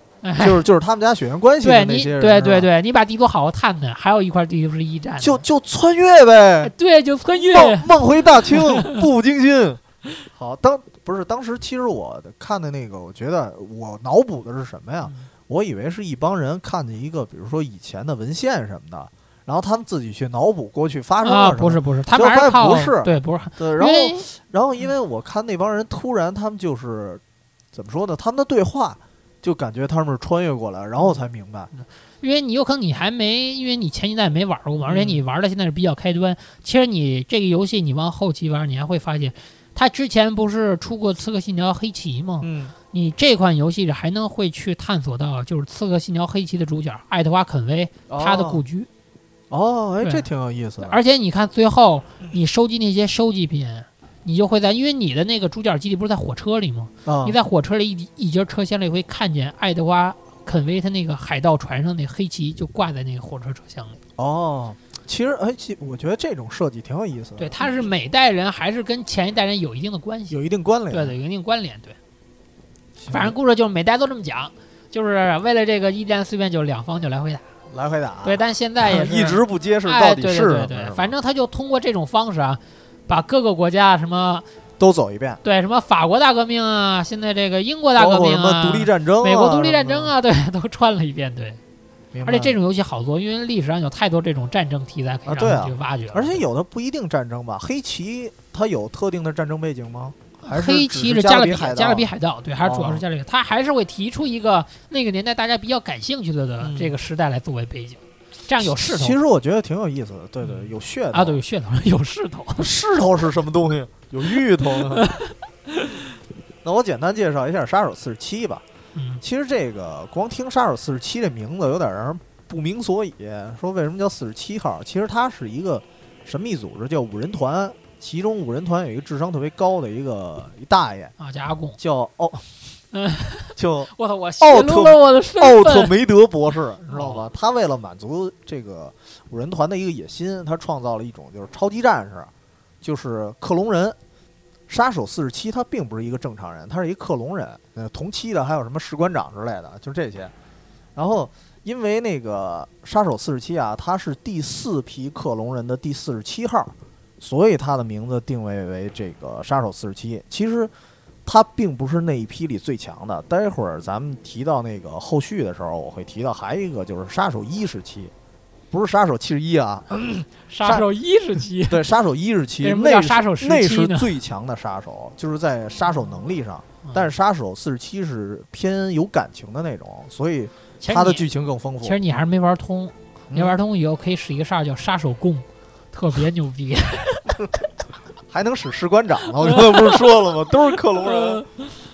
[SPEAKER 2] 哎，
[SPEAKER 1] 就是就是他们家血缘关系的
[SPEAKER 2] 对
[SPEAKER 1] 那
[SPEAKER 2] 你，
[SPEAKER 1] 些人，
[SPEAKER 2] 对
[SPEAKER 1] 是吧
[SPEAKER 2] 对，对，你把地图好好探探，还有一块地图是一战的，
[SPEAKER 1] 就就穿越呗
[SPEAKER 2] 哎， 对，就穿越，
[SPEAKER 1] 梦梦回大清，步步惊心。 好，当不是当时，其实我看的那个，我觉得我脑补的是什么呀？
[SPEAKER 2] 嗯
[SPEAKER 1] 我以为是一帮人看见一个，比如说以前的文献什么的，然后他们自己去脑补过去发生了
[SPEAKER 2] 啊，
[SPEAKER 1] 什么。
[SPEAKER 2] 不是不是，他
[SPEAKER 1] 结
[SPEAKER 2] 们
[SPEAKER 1] 果
[SPEAKER 2] 还是
[SPEAKER 1] 发现
[SPEAKER 2] 靠
[SPEAKER 1] 不是
[SPEAKER 2] 对，不是，
[SPEAKER 1] 对，然后
[SPEAKER 2] 因为嗯
[SPEAKER 1] 然后因为我看那帮人突然他们就是怎么说呢？他们的对话就感觉他们是穿越过来，然后我才明白。
[SPEAKER 2] 因为你有可能你还没，因为你前几代没玩过
[SPEAKER 1] 嗯
[SPEAKER 2] 嘛，而且你玩的现在是比较开端。其实你这个游戏你往后期玩，你还会发现，它之前不是出过《刺客信条：黑旗》吗？
[SPEAKER 1] 嗯，
[SPEAKER 2] 你这款游戏里还能会去探索到，就是《刺客信条：黑旗》的主角爱德华·肯威他的故居。
[SPEAKER 1] 哦，哎，
[SPEAKER 2] 哦对
[SPEAKER 1] 这挺有意思的。
[SPEAKER 2] 而且你看，最后你收集那些收集品，你就会在，因为你的那个主角基地不是在火车里吗？
[SPEAKER 1] 啊
[SPEAKER 2] 你在火车里一一节车厢里会看见爱德华·肯威他那个海盗船上那黑旗就挂在那个火车车厢里。
[SPEAKER 1] 哦，其实哎，其我觉得这种设计挺有意思的。
[SPEAKER 2] 对，它是每代人还是跟前一代人有一定的关系，嗯
[SPEAKER 1] 有一定关联。
[SPEAKER 2] 对的，有一定关联。对，
[SPEAKER 1] 行
[SPEAKER 2] 反正故事就是每代都这么讲，就是为了这个一战四变，就两方就来回打。
[SPEAKER 1] 来回打，啊
[SPEAKER 2] 对，但现在也 是
[SPEAKER 1] 一直不揭示
[SPEAKER 2] 哎
[SPEAKER 1] 到底是什
[SPEAKER 2] 对
[SPEAKER 1] 么
[SPEAKER 2] 对对
[SPEAKER 1] 是
[SPEAKER 2] 对，
[SPEAKER 1] 吧
[SPEAKER 2] 反正他就通过这种方式啊，把各个国家什么
[SPEAKER 1] 都走一遍，
[SPEAKER 2] 对什么法国大革命啊，现在这个英国大
[SPEAKER 1] 包
[SPEAKER 2] 革
[SPEAKER 1] 括
[SPEAKER 2] 命
[SPEAKER 1] 什么
[SPEAKER 2] 啊，
[SPEAKER 1] 独立战争啊、
[SPEAKER 2] 美国独立战争
[SPEAKER 1] 啊，
[SPEAKER 2] 啊，对， 都串了一遍。对，
[SPEAKER 1] 明白
[SPEAKER 2] 而且这种游戏好做，因为历史上有太多这种战争题材可
[SPEAKER 1] 啊
[SPEAKER 2] 以
[SPEAKER 1] 对啊
[SPEAKER 2] 让你去挖掘了。
[SPEAKER 1] 而且有的不一定战争吧，黑旗它有特定的战争背景吗？还是
[SPEAKER 2] 黑
[SPEAKER 1] 只
[SPEAKER 2] 骑
[SPEAKER 1] 是
[SPEAKER 2] 加
[SPEAKER 1] 勒
[SPEAKER 2] 比
[SPEAKER 1] 海盗
[SPEAKER 2] 加勒比海盗，对，还是主要
[SPEAKER 1] 哦
[SPEAKER 2] 是加勒比，他还是会提出一个那个年代大家比较感兴趣的的
[SPEAKER 1] 嗯
[SPEAKER 2] 这个时代来作为背景，这样有势
[SPEAKER 1] 其
[SPEAKER 2] 头
[SPEAKER 1] 实我觉得挺有意思的，对对，
[SPEAKER 2] 嗯
[SPEAKER 1] 有噱头
[SPEAKER 2] 啊，对，有，噱头，有势头。
[SPEAKER 1] 势头是什么东西？有芋头呢。 那我简单介绍一下《杀手四十七》吧。
[SPEAKER 2] 嗯，
[SPEAKER 1] 其实这个光听“杀手四十七”这名字有点让人不明所以，说为什么叫四十七号？其实它是一个神秘组织，叫五人团，其中五人团有一个智商特别高的一个一大爷，
[SPEAKER 2] 啊，加阿贡，
[SPEAKER 1] 叫奥
[SPEAKER 2] 嗯，
[SPEAKER 1] 叫
[SPEAKER 2] 我操，我
[SPEAKER 1] 奥
[SPEAKER 2] 透
[SPEAKER 1] 哦特
[SPEAKER 2] 露了我的身
[SPEAKER 1] 奥特
[SPEAKER 2] 份。哦
[SPEAKER 1] 梅德博士，你知道吗？他为了满足这个五人团的一个野心，他创造了一种就是超级战士，就是克隆人。杀手四十七他并不是一个正常人，他是一克隆人。呃，同期的还有什么士官长之类的，就这些。然后因为那个杀手四十七啊，他是第四批克隆人的第四十七号，所以他的名字定位为这个杀手四十七。其实他并不是那一批里最强的。待会儿咱们提到那个后续的时候，我会提到还有一个就是杀手一时期，不是杀手七十一啊，
[SPEAKER 2] 杀手一十七，
[SPEAKER 1] 对，杀手一十
[SPEAKER 2] 为
[SPEAKER 1] 七，
[SPEAKER 2] 什么叫
[SPEAKER 1] 那是
[SPEAKER 2] 杀手十
[SPEAKER 1] 那
[SPEAKER 2] 七
[SPEAKER 1] 是
[SPEAKER 2] 呢？
[SPEAKER 1] 最强的杀手，就是在杀手能力上。但
[SPEAKER 2] 是
[SPEAKER 1] 是杀手四十七是偏有感情的那种，所以它的剧情更丰富
[SPEAKER 2] 其。实你还是没玩通，没
[SPEAKER 1] 嗯
[SPEAKER 2] 玩通以后可以使一个杀手叫杀手弓，特别牛 逼。
[SPEAKER 1] 还能使士官长呢，我刚才不是说了吗？都是克隆人。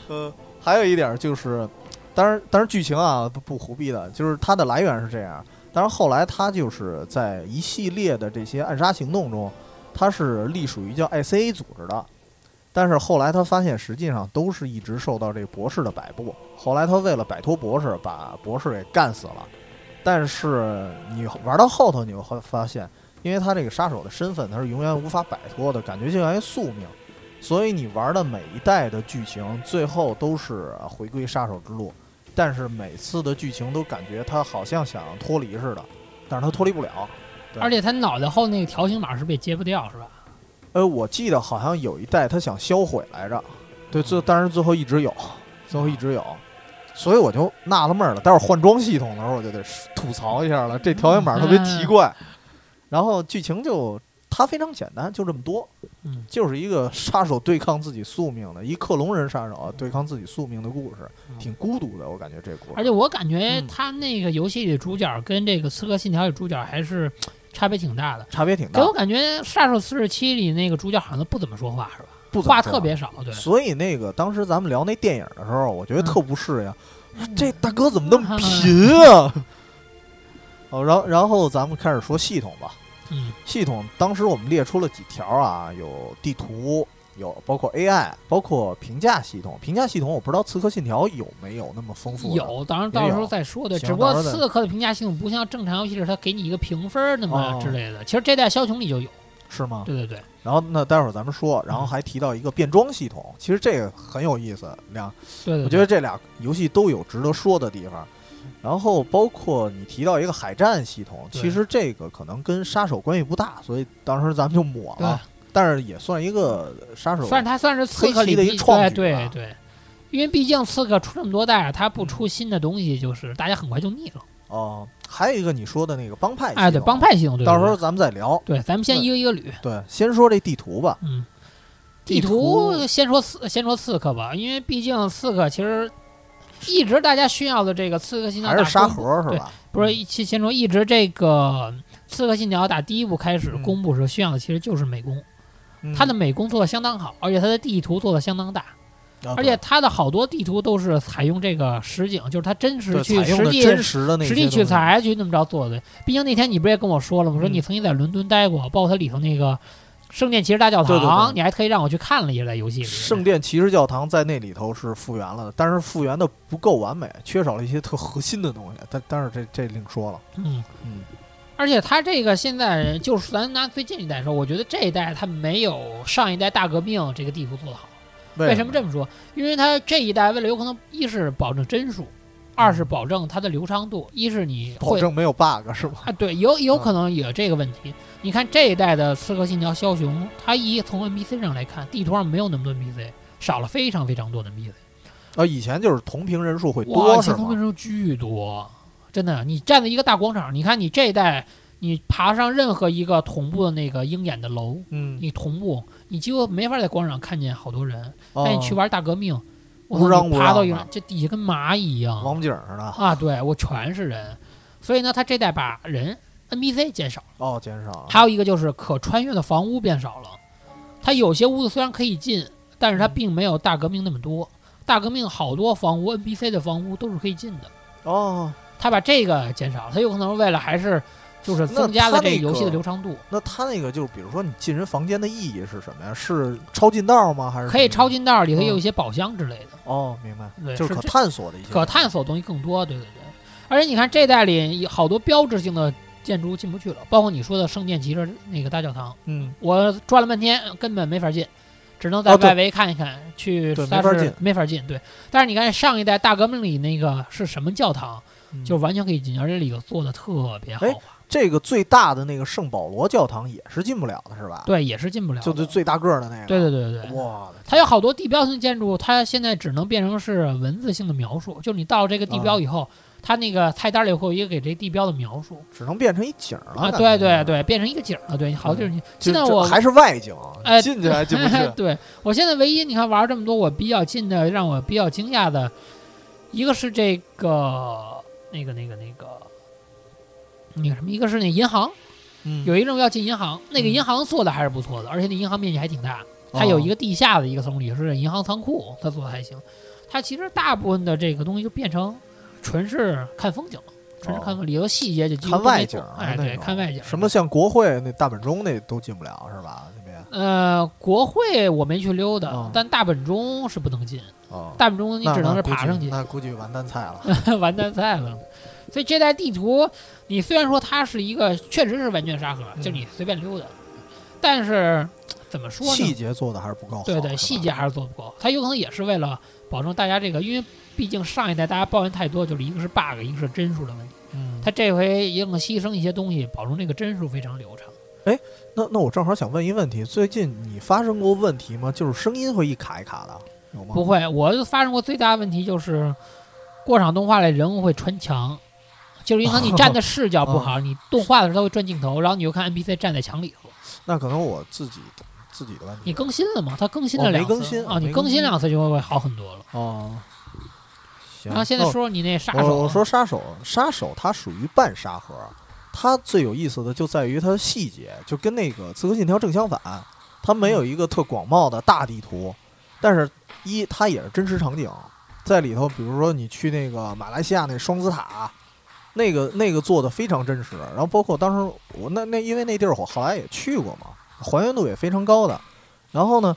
[SPEAKER 1] 嗯，还有一点就是，当然，当然剧情啊不不胡逼的，就是它的来源是这样。当然后来它就是在一系列的这些暗杀行动中，它是隶属于叫 ICA 组织的。但是后来他发现，实际上都是一直受到这博士的摆布。后来他为了摆脱博士，把博士给干死了。但是你玩到后头，你会发现，因为他这个杀手的身份，他是永远无法摆脱的，感觉就像一宿命。所以你玩的每一代的剧情，最后都是回归杀手之路，但是每次的剧情都感觉他好像想脱离似的，但是他脱离不了。对
[SPEAKER 2] 而且他脑袋后那个条形码是不是也揭不掉是吧？
[SPEAKER 1] 呃，我记得好像有一代他想销毁来着，对，最但是最后一直有，最后一直有，所以我就纳了闷儿了。待会儿换装系统的时候，我就得吐槽一下了，这条形码特
[SPEAKER 2] 嗯
[SPEAKER 1] 别奇怪。然后剧情就它非常简单，就这么多，
[SPEAKER 2] 嗯，
[SPEAKER 1] 就是一个杀手对抗自己宿命的，一克隆人杀手啊对抗自己宿命的故事，
[SPEAKER 2] 嗯
[SPEAKER 1] 挺孤独的。我感觉这故事，
[SPEAKER 2] 而且我感觉
[SPEAKER 1] 嗯
[SPEAKER 2] 他那个游戏里的主角跟这个《刺客信条》里的主角还是差别挺大的。
[SPEAKER 1] 差别挺
[SPEAKER 2] 给
[SPEAKER 1] 大
[SPEAKER 2] 我，感觉《杀手四十七》里那个主角好像都不怎么说话是吧？
[SPEAKER 1] 不怎么
[SPEAKER 2] 话
[SPEAKER 1] 说
[SPEAKER 2] 特别少，对。嗯
[SPEAKER 1] 所以那个当时咱们聊那电影的时候，我觉得特不适应，我说这大哥怎么那么贫啊？
[SPEAKER 2] 嗯
[SPEAKER 1] 哦，然后然后咱们开始说系统吧。
[SPEAKER 2] 嗯，
[SPEAKER 1] 系统当时我们列出了几条啊，有地图，有包括 AI，包括评价系统。评价系统我不知道《刺客信条》有没有那么丰富的。
[SPEAKER 2] 有，当然到时候再说对。
[SPEAKER 1] 行
[SPEAKER 2] 只不过
[SPEAKER 1] 到时候再
[SPEAKER 2] 刺客的评价系统不像正常游戏是它给你一个评分儿那么
[SPEAKER 1] 哦
[SPEAKER 2] 之类的，其实这代枭雄里就有。
[SPEAKER 1] 是吗？
[SPEAKER 2] 对对嗯对，
[SPEAKER 1] 然后那待会儿咱们说，然后还提到一个变装系统，其实这个很有意思。两
[SPEAKER 2] 对对对。
[SPEAKER 1] 我觉得这俩游戏都有值得说的地方。然后包括你提到一个海战系统，
[SPEAKER 2] 对
[SPEAKER 1] 其实这个可能跟杀手关系不大，所以当时咱们就抹了。但是也算一个杀手，
[SPEAKER 2] 算是它算是刺客
[SPEAKER 1] 黑棋
[SPEAKER 2] 里
[SPEAKER 1] 的一
[SPEAKER 2] 必
[SPEAKER 1] 创举
[SPEAKER 2] 对对
[SPEAKER 1] 吧
[SPEAKER 2] 对，因为毕竟刺客出这么多代，它不出新的东西，就是大家很快就腻了。
[SPEAKER 1] 哦、还有一个你说的那个帮派系统，
[SPEAKER 2] 哎，对，帮派系统，对，
[SPEAKER 1] 到时
[SPEAKER 2] 对
[SPEAKER 1] 候咱们再聊。
[SPEAKER 2] 对，咱们先一个一个捋。
[SPEAKER 1] 对，先说这地图吧。
[SPEAKER 2] 嗯，
[SPEAKER 1] 地
[SPEAKER 2] 地图
[SPEAKER 1] 图
[SPEAKER 2] 先说刺，先说刺客吧，因为毕竟刺客其实一直大家需要的这个刺客信条
[SPEAKER 1] 还是
[SPEAKER 2] 打
[SPEAKER 1] 沙
[SPEAKER 2] 公布，
[SPEAKER 1] 盒是吧？
[SPEAKER 2] 不是先先说一直这个刺客信条打第一部开始
[SPEAKER 1] 嗯
[SPEAKER 2] 公布时需要的其实就是美工，
[SPEAKER 1] 嗯
[SPEAKER 2] 它的美工做的相当好，而且它的地图做的相当大，
[SPEAKER 1] 啊
[SPEAKER 2] 而且它的好多地图都是采用这个实景，就是它真实
[SPEAKER 1] 对
[SPEAKER 2] 去
[SPEAKER 1] 采用
[SPEAKER 2] 实
[SPEAKER 1] 的
[SPEAKER 2] 地
[SPEAKER 1] 真实的那
[SPEAKER 2] 实
[SPEAKER 1] 些
[SPEAKER 2] 地取
[SPEAKER 1] 东西，
[SPEAKER 2] 材去那么着做的。毕竟那天你不是也跟我说了吗？说你
[SPEAKER 1] 嗯
[SPEAKER 2] 曾经在伦敦待过，包括它里头那个圣殿骑士大教堂，
[SPEAKER 1] 对对对
[SPEAKER 2] 你还特意让我去看了一下，在游戏里。
[SPEAKER 1] 圣殿骑士教堂在那里头是复原了的，但是复原的不够完美，缺少了一些特核心的东西。但但是这这另说了，
[SPEAKER 2] 嗯
[SPEAKER 1] 嗯，
[SPEAKER 2] 而且它这个现在就是咱拿最近一代说，我觉得这一代它没有上一代大革命这个地图做得好。为什么这么说？因为它这一代为了有可能，一是保证帧数，二是保证它的流畅度，一是你
[SPEAKER 1] 嗯保
[SPEAKER 2] 会
[SPEAKER 1] 证没有 bug 是吗？
[SPEAKER 2] 啊，对，有有
[SPEAKER 1] 嗯
[SPEAKER 2] 可能有这个问题。你看这一代的《刺客信条：枭雄》，它一从 NPC 上来看，地图上没有那么多 NPC，少了非常非常多的 NPC。
[SPEAKER 1] 啊，以前就是同屏人数会
[SPEAKER 2] 哇，
[SPEAKER 1] 多
[SPEAKER 2] 这
[SPEAKER 1] 是
[SPEAKER 2] 通
[SPEAKER 1] 吗
[SPEAKER 2] 讯？数巨多，真的。你站在一个大广场，你看你这一代，你爬上任何一个同步的那个鹰眼的楼，
[SPEAKER 1] 嗯，
[SPEAKER 2] 你同步，你几乎没法在广场看见好多人。
[SPEAKER 1] 哦
[SPEAKER 2] 但你去玩大革命，我
[SPEAKER 1] 乌
[SPEAKER 2] 操
[SPEAKER 1] 嚷
[SPEAKER 2] 你
[SPEAKER 1] 乌
[SPEAKER 2] 爬
[SPEAKER 1] 嚷
[SPEAKER 2] 到一个
[SPEAKER 1] 的
[SPEAKER 2] 这底下跟蚂蚁一样，
[SPEAKER 1] 王府井似的，
[SPEAKER 2] 啊，对我全是人。所以呢，他这代把人 NPC 减少了。
[SPEAKER 1] 哦，减少了。
[SPEAKER 2] 还有一个就是可穿越的房屋变少了，它有些屋子虽然可以进，但是它
[SPEAKER 1] 嗯
[SPEAKER 2] 并没有大革命那么多。大革命好多房屋 NPC 的房屋都是可以进的，
[SPEAKER 1] 哦，
[SPEAKER 2] 它把这个减少了，它有可能为了还是就是
[SPEAKER 1] 那
[SPEAKER 2] 增加了
[SPEAKER 1] 它
[SPEAKER 2] 这个
[SPEAKER 1] 那
[SPEAKER 2] 游戏的
[SPEAKER 1] 个
[SPEAKER 2] 流畅度，
[SPEAKER 1] 那他那个就是，比如说你进人房间的意义是什么呀？是抄近道吗？还是
[SPEAKER 2] 可以
[SPEAKER 1] 什么
[SPEAKER 2] 抄
[SPEAKER 1] 呀？
[SPEAKER 2] 近道，里头也有一些宝箱之类的，
[SPEAKER 1] 哦，明白，
[SPEAKER 2] 对，
[SPEAKER 1] 嗯就是可
[SPEAKER 2] 这
[SPEAKER 1] 探索的一些
[SPEAKER 2] 可探
[SPEAKER 1] 东西。
[SPEAKER 2] 索的东西更多，对对对。而且你看这代里有好多标志性的建筑进不去了，包括你说的圣殿骑士那个大教堂，
[SPEAKER 1] 嗯，
[SPEAKER 2] 我转了半天，呃根本没法进，只能在
[SPEAKER 1] 哦对
[SPEAKER 2] 外围看一看，去
[SPEAKER 1] 对没
[SPEAKER 2] 但
[SPEAKER 1] 法
[SPEAKER 2] 是
[SPEAKER 1] 进
[SPEAKER 2] 没法进。对，但是你看上一代大革命里那个是什么教堂，
[SPEAKER 1] 嗯
[SPEAKER 2] 就完全可以进，而且里头做的特别豪
[SPEAKER 1] 哎
[SPEAKER 2] 华。
[SPEAKER 1] 这个最大的那个圣保罗教堂也是进不了的，是吧？，
[SPEAKER 2] 对，也是进不了的。
[SPEAKER 1] 就就最大个儿的那个。
[SPEAKER 2] 对对对对对。
[SPEAKER 1] 哇，我的
[SPEAKER 2] 它有好
[SPEAKER 1] 嗯
[SPEAKER 2] 多地标性建筑，它现在只能变成是文字性的描述，就是你到这个地标以后，它那个菜单里会有一个给这地标的描述
[SPEAKER 1] 只能变成一景儿了。
[SPEAKER 2] 啊，
[SPEAKER 1] 感觉
[SPEAKER 2] 对对
[SPEAKER 1] 是，
[SPEAKER 2] 对，变成一个景儿了。对，好地儿你
[SPEAKER 1] 就
[SPEAKER 2] 现在
[SPEAKER 1] 就
[SPEAKER 2] 我
[SPEAKER 1] 还是外景，
[SPEAKER 2] 哎
[SPEAKER 1] 进去还进 不去。
[SPEAKER 2] 对我现在唯一你看玩这么多，我比较近的，让我比较惊讶的，一个是这个那个那个那个那个什么，一个是那银行，
[SPEAKER 1] 嗯，
[SPEAKER 2] 有一任务要进银行，那个
[SPEAKER 1] 嗯哦
[SPEAKER 2] 银行做的还是不错的，而且那银行面积还挺大，它有一
[SPEAKER 1] 个
[SPEAKER 2] 个地下的一个层里是银行仓库，它做的还行。它其实大部分的这个东西就变成纯是看风景了，纯是看风景，里头细节就几乎
[SPEAKER 1] 哦看
[SPEAKER 2] 都没
[SPEAKER 1] 外景
[SPEAKER 2] 动
[SPEAKER 1] 儿，啊
[SPEAKER 2] 哎，
[SPEAKER 1] 那
[SPEAKER 2] 对，
[SPEAKER 1] 种
[SPEAKER 2] 看外景儿
[SPEAKER 1] 什么像国会那大本钟那都进不了是吧？那边
[SPEAKER 2] 呃，国会我没去溜达，
[SPEAKER 1] 嗯
[SPEAKER 2] 但大本钟是不能进，
[SPEAKER 1] 哦，
[SPEAKER 2] 大本钟你
[SPEAKER 1] 那
[SPEAKER 2] 只能
[SPEAKER 1] 那
[SPEAKER 2] 是
[SPEAKER 1] 估
[SPEAKER 2] 爬
[SPEAKER 1] 计
[SPEAKER 2] 上去，
[SPEAKER 1] 那估计完蛋菜了。
[SPEAKER 2] 完蛋赛了。所以这代地图，你虽然说它是一个确实是完全沙盒，
[SPEAKER 1] 嗯
[SPEAKER 2] 就你随便溜达，但是怎么说
[SPEAKER 1] 细
[SPEAKER 2] 呢？
[SPEAKER 1] 节做的还是不够好。
[SPEAKER 2] 对
[SPEAKER 1] 是
[SPEAKER 2] 对，
[SPEAKER 1] 吧
[SPEAKER 2] 细节还是做不够。它有可能也是为了保证大家这个，因为毕竟上一代大家抱怨太多，就是一个是 bug，一个是帧数的问题。
[SPEAKER 1] 嗯，
[SPEAKER 2] 它这回也可能牺牲一些东西，保证这个帧数非常流畅。
[SPEAKER 1] 那那我正好想问一问题，最近你发生过问题吗？就是声音会一卡一卡的，有吗？
[SPEAKER 2] 不会，我就发生过最大的问题就是，过场动画里人物会穿墙，就是因为你站的视角不
[SPEAKER 1] 哦
[SPEAKER 2] 好，你动画的时候它会转镜头，然后你又看 NPC 站在墙里头。
[SPEAKER 1] 那可能我自己自己的问题。
[SPEAKER 2] 你更新了吗？它更新
[SPEAKER 1] 我
[SPEAKER 2] 了
[SPEAKER 1] 哦没
[SPEAKER 2] 两次
[SPEAKER 1] 更新
[SPEAKER 2] 啊，
[SPEAKER 1] 没
[SPEAKER 2] 你
[SPEAKER 1] 更
[SPEAKER 2] 更
[SPEAKER 1] 新
[SPEAKER 2] 新两次就会好很多了。
[SPEAKER 1] 哦，行。
[SPEAKER 2] 然后现在
[SPEAKER 1] 那
[SPEAKER 2] 说说你那杀
[SPEAKER 1] 我
[SPEAKER 2] 手，啊
[SPEAKER 1] 我说杀手，杀手它属于半沙盒，它最有意思的就在于它的细节，就跟那个《刺客信条》正相反，它没有一个特广袤的大地图，但是一它也是真实场景，在里头，比如说你去那个马来西亚那双子塔，那个那个做的非常真实，然后包括当时我那那因为那地儿我后来也去过嘛，还原度也非常高的，然后呢。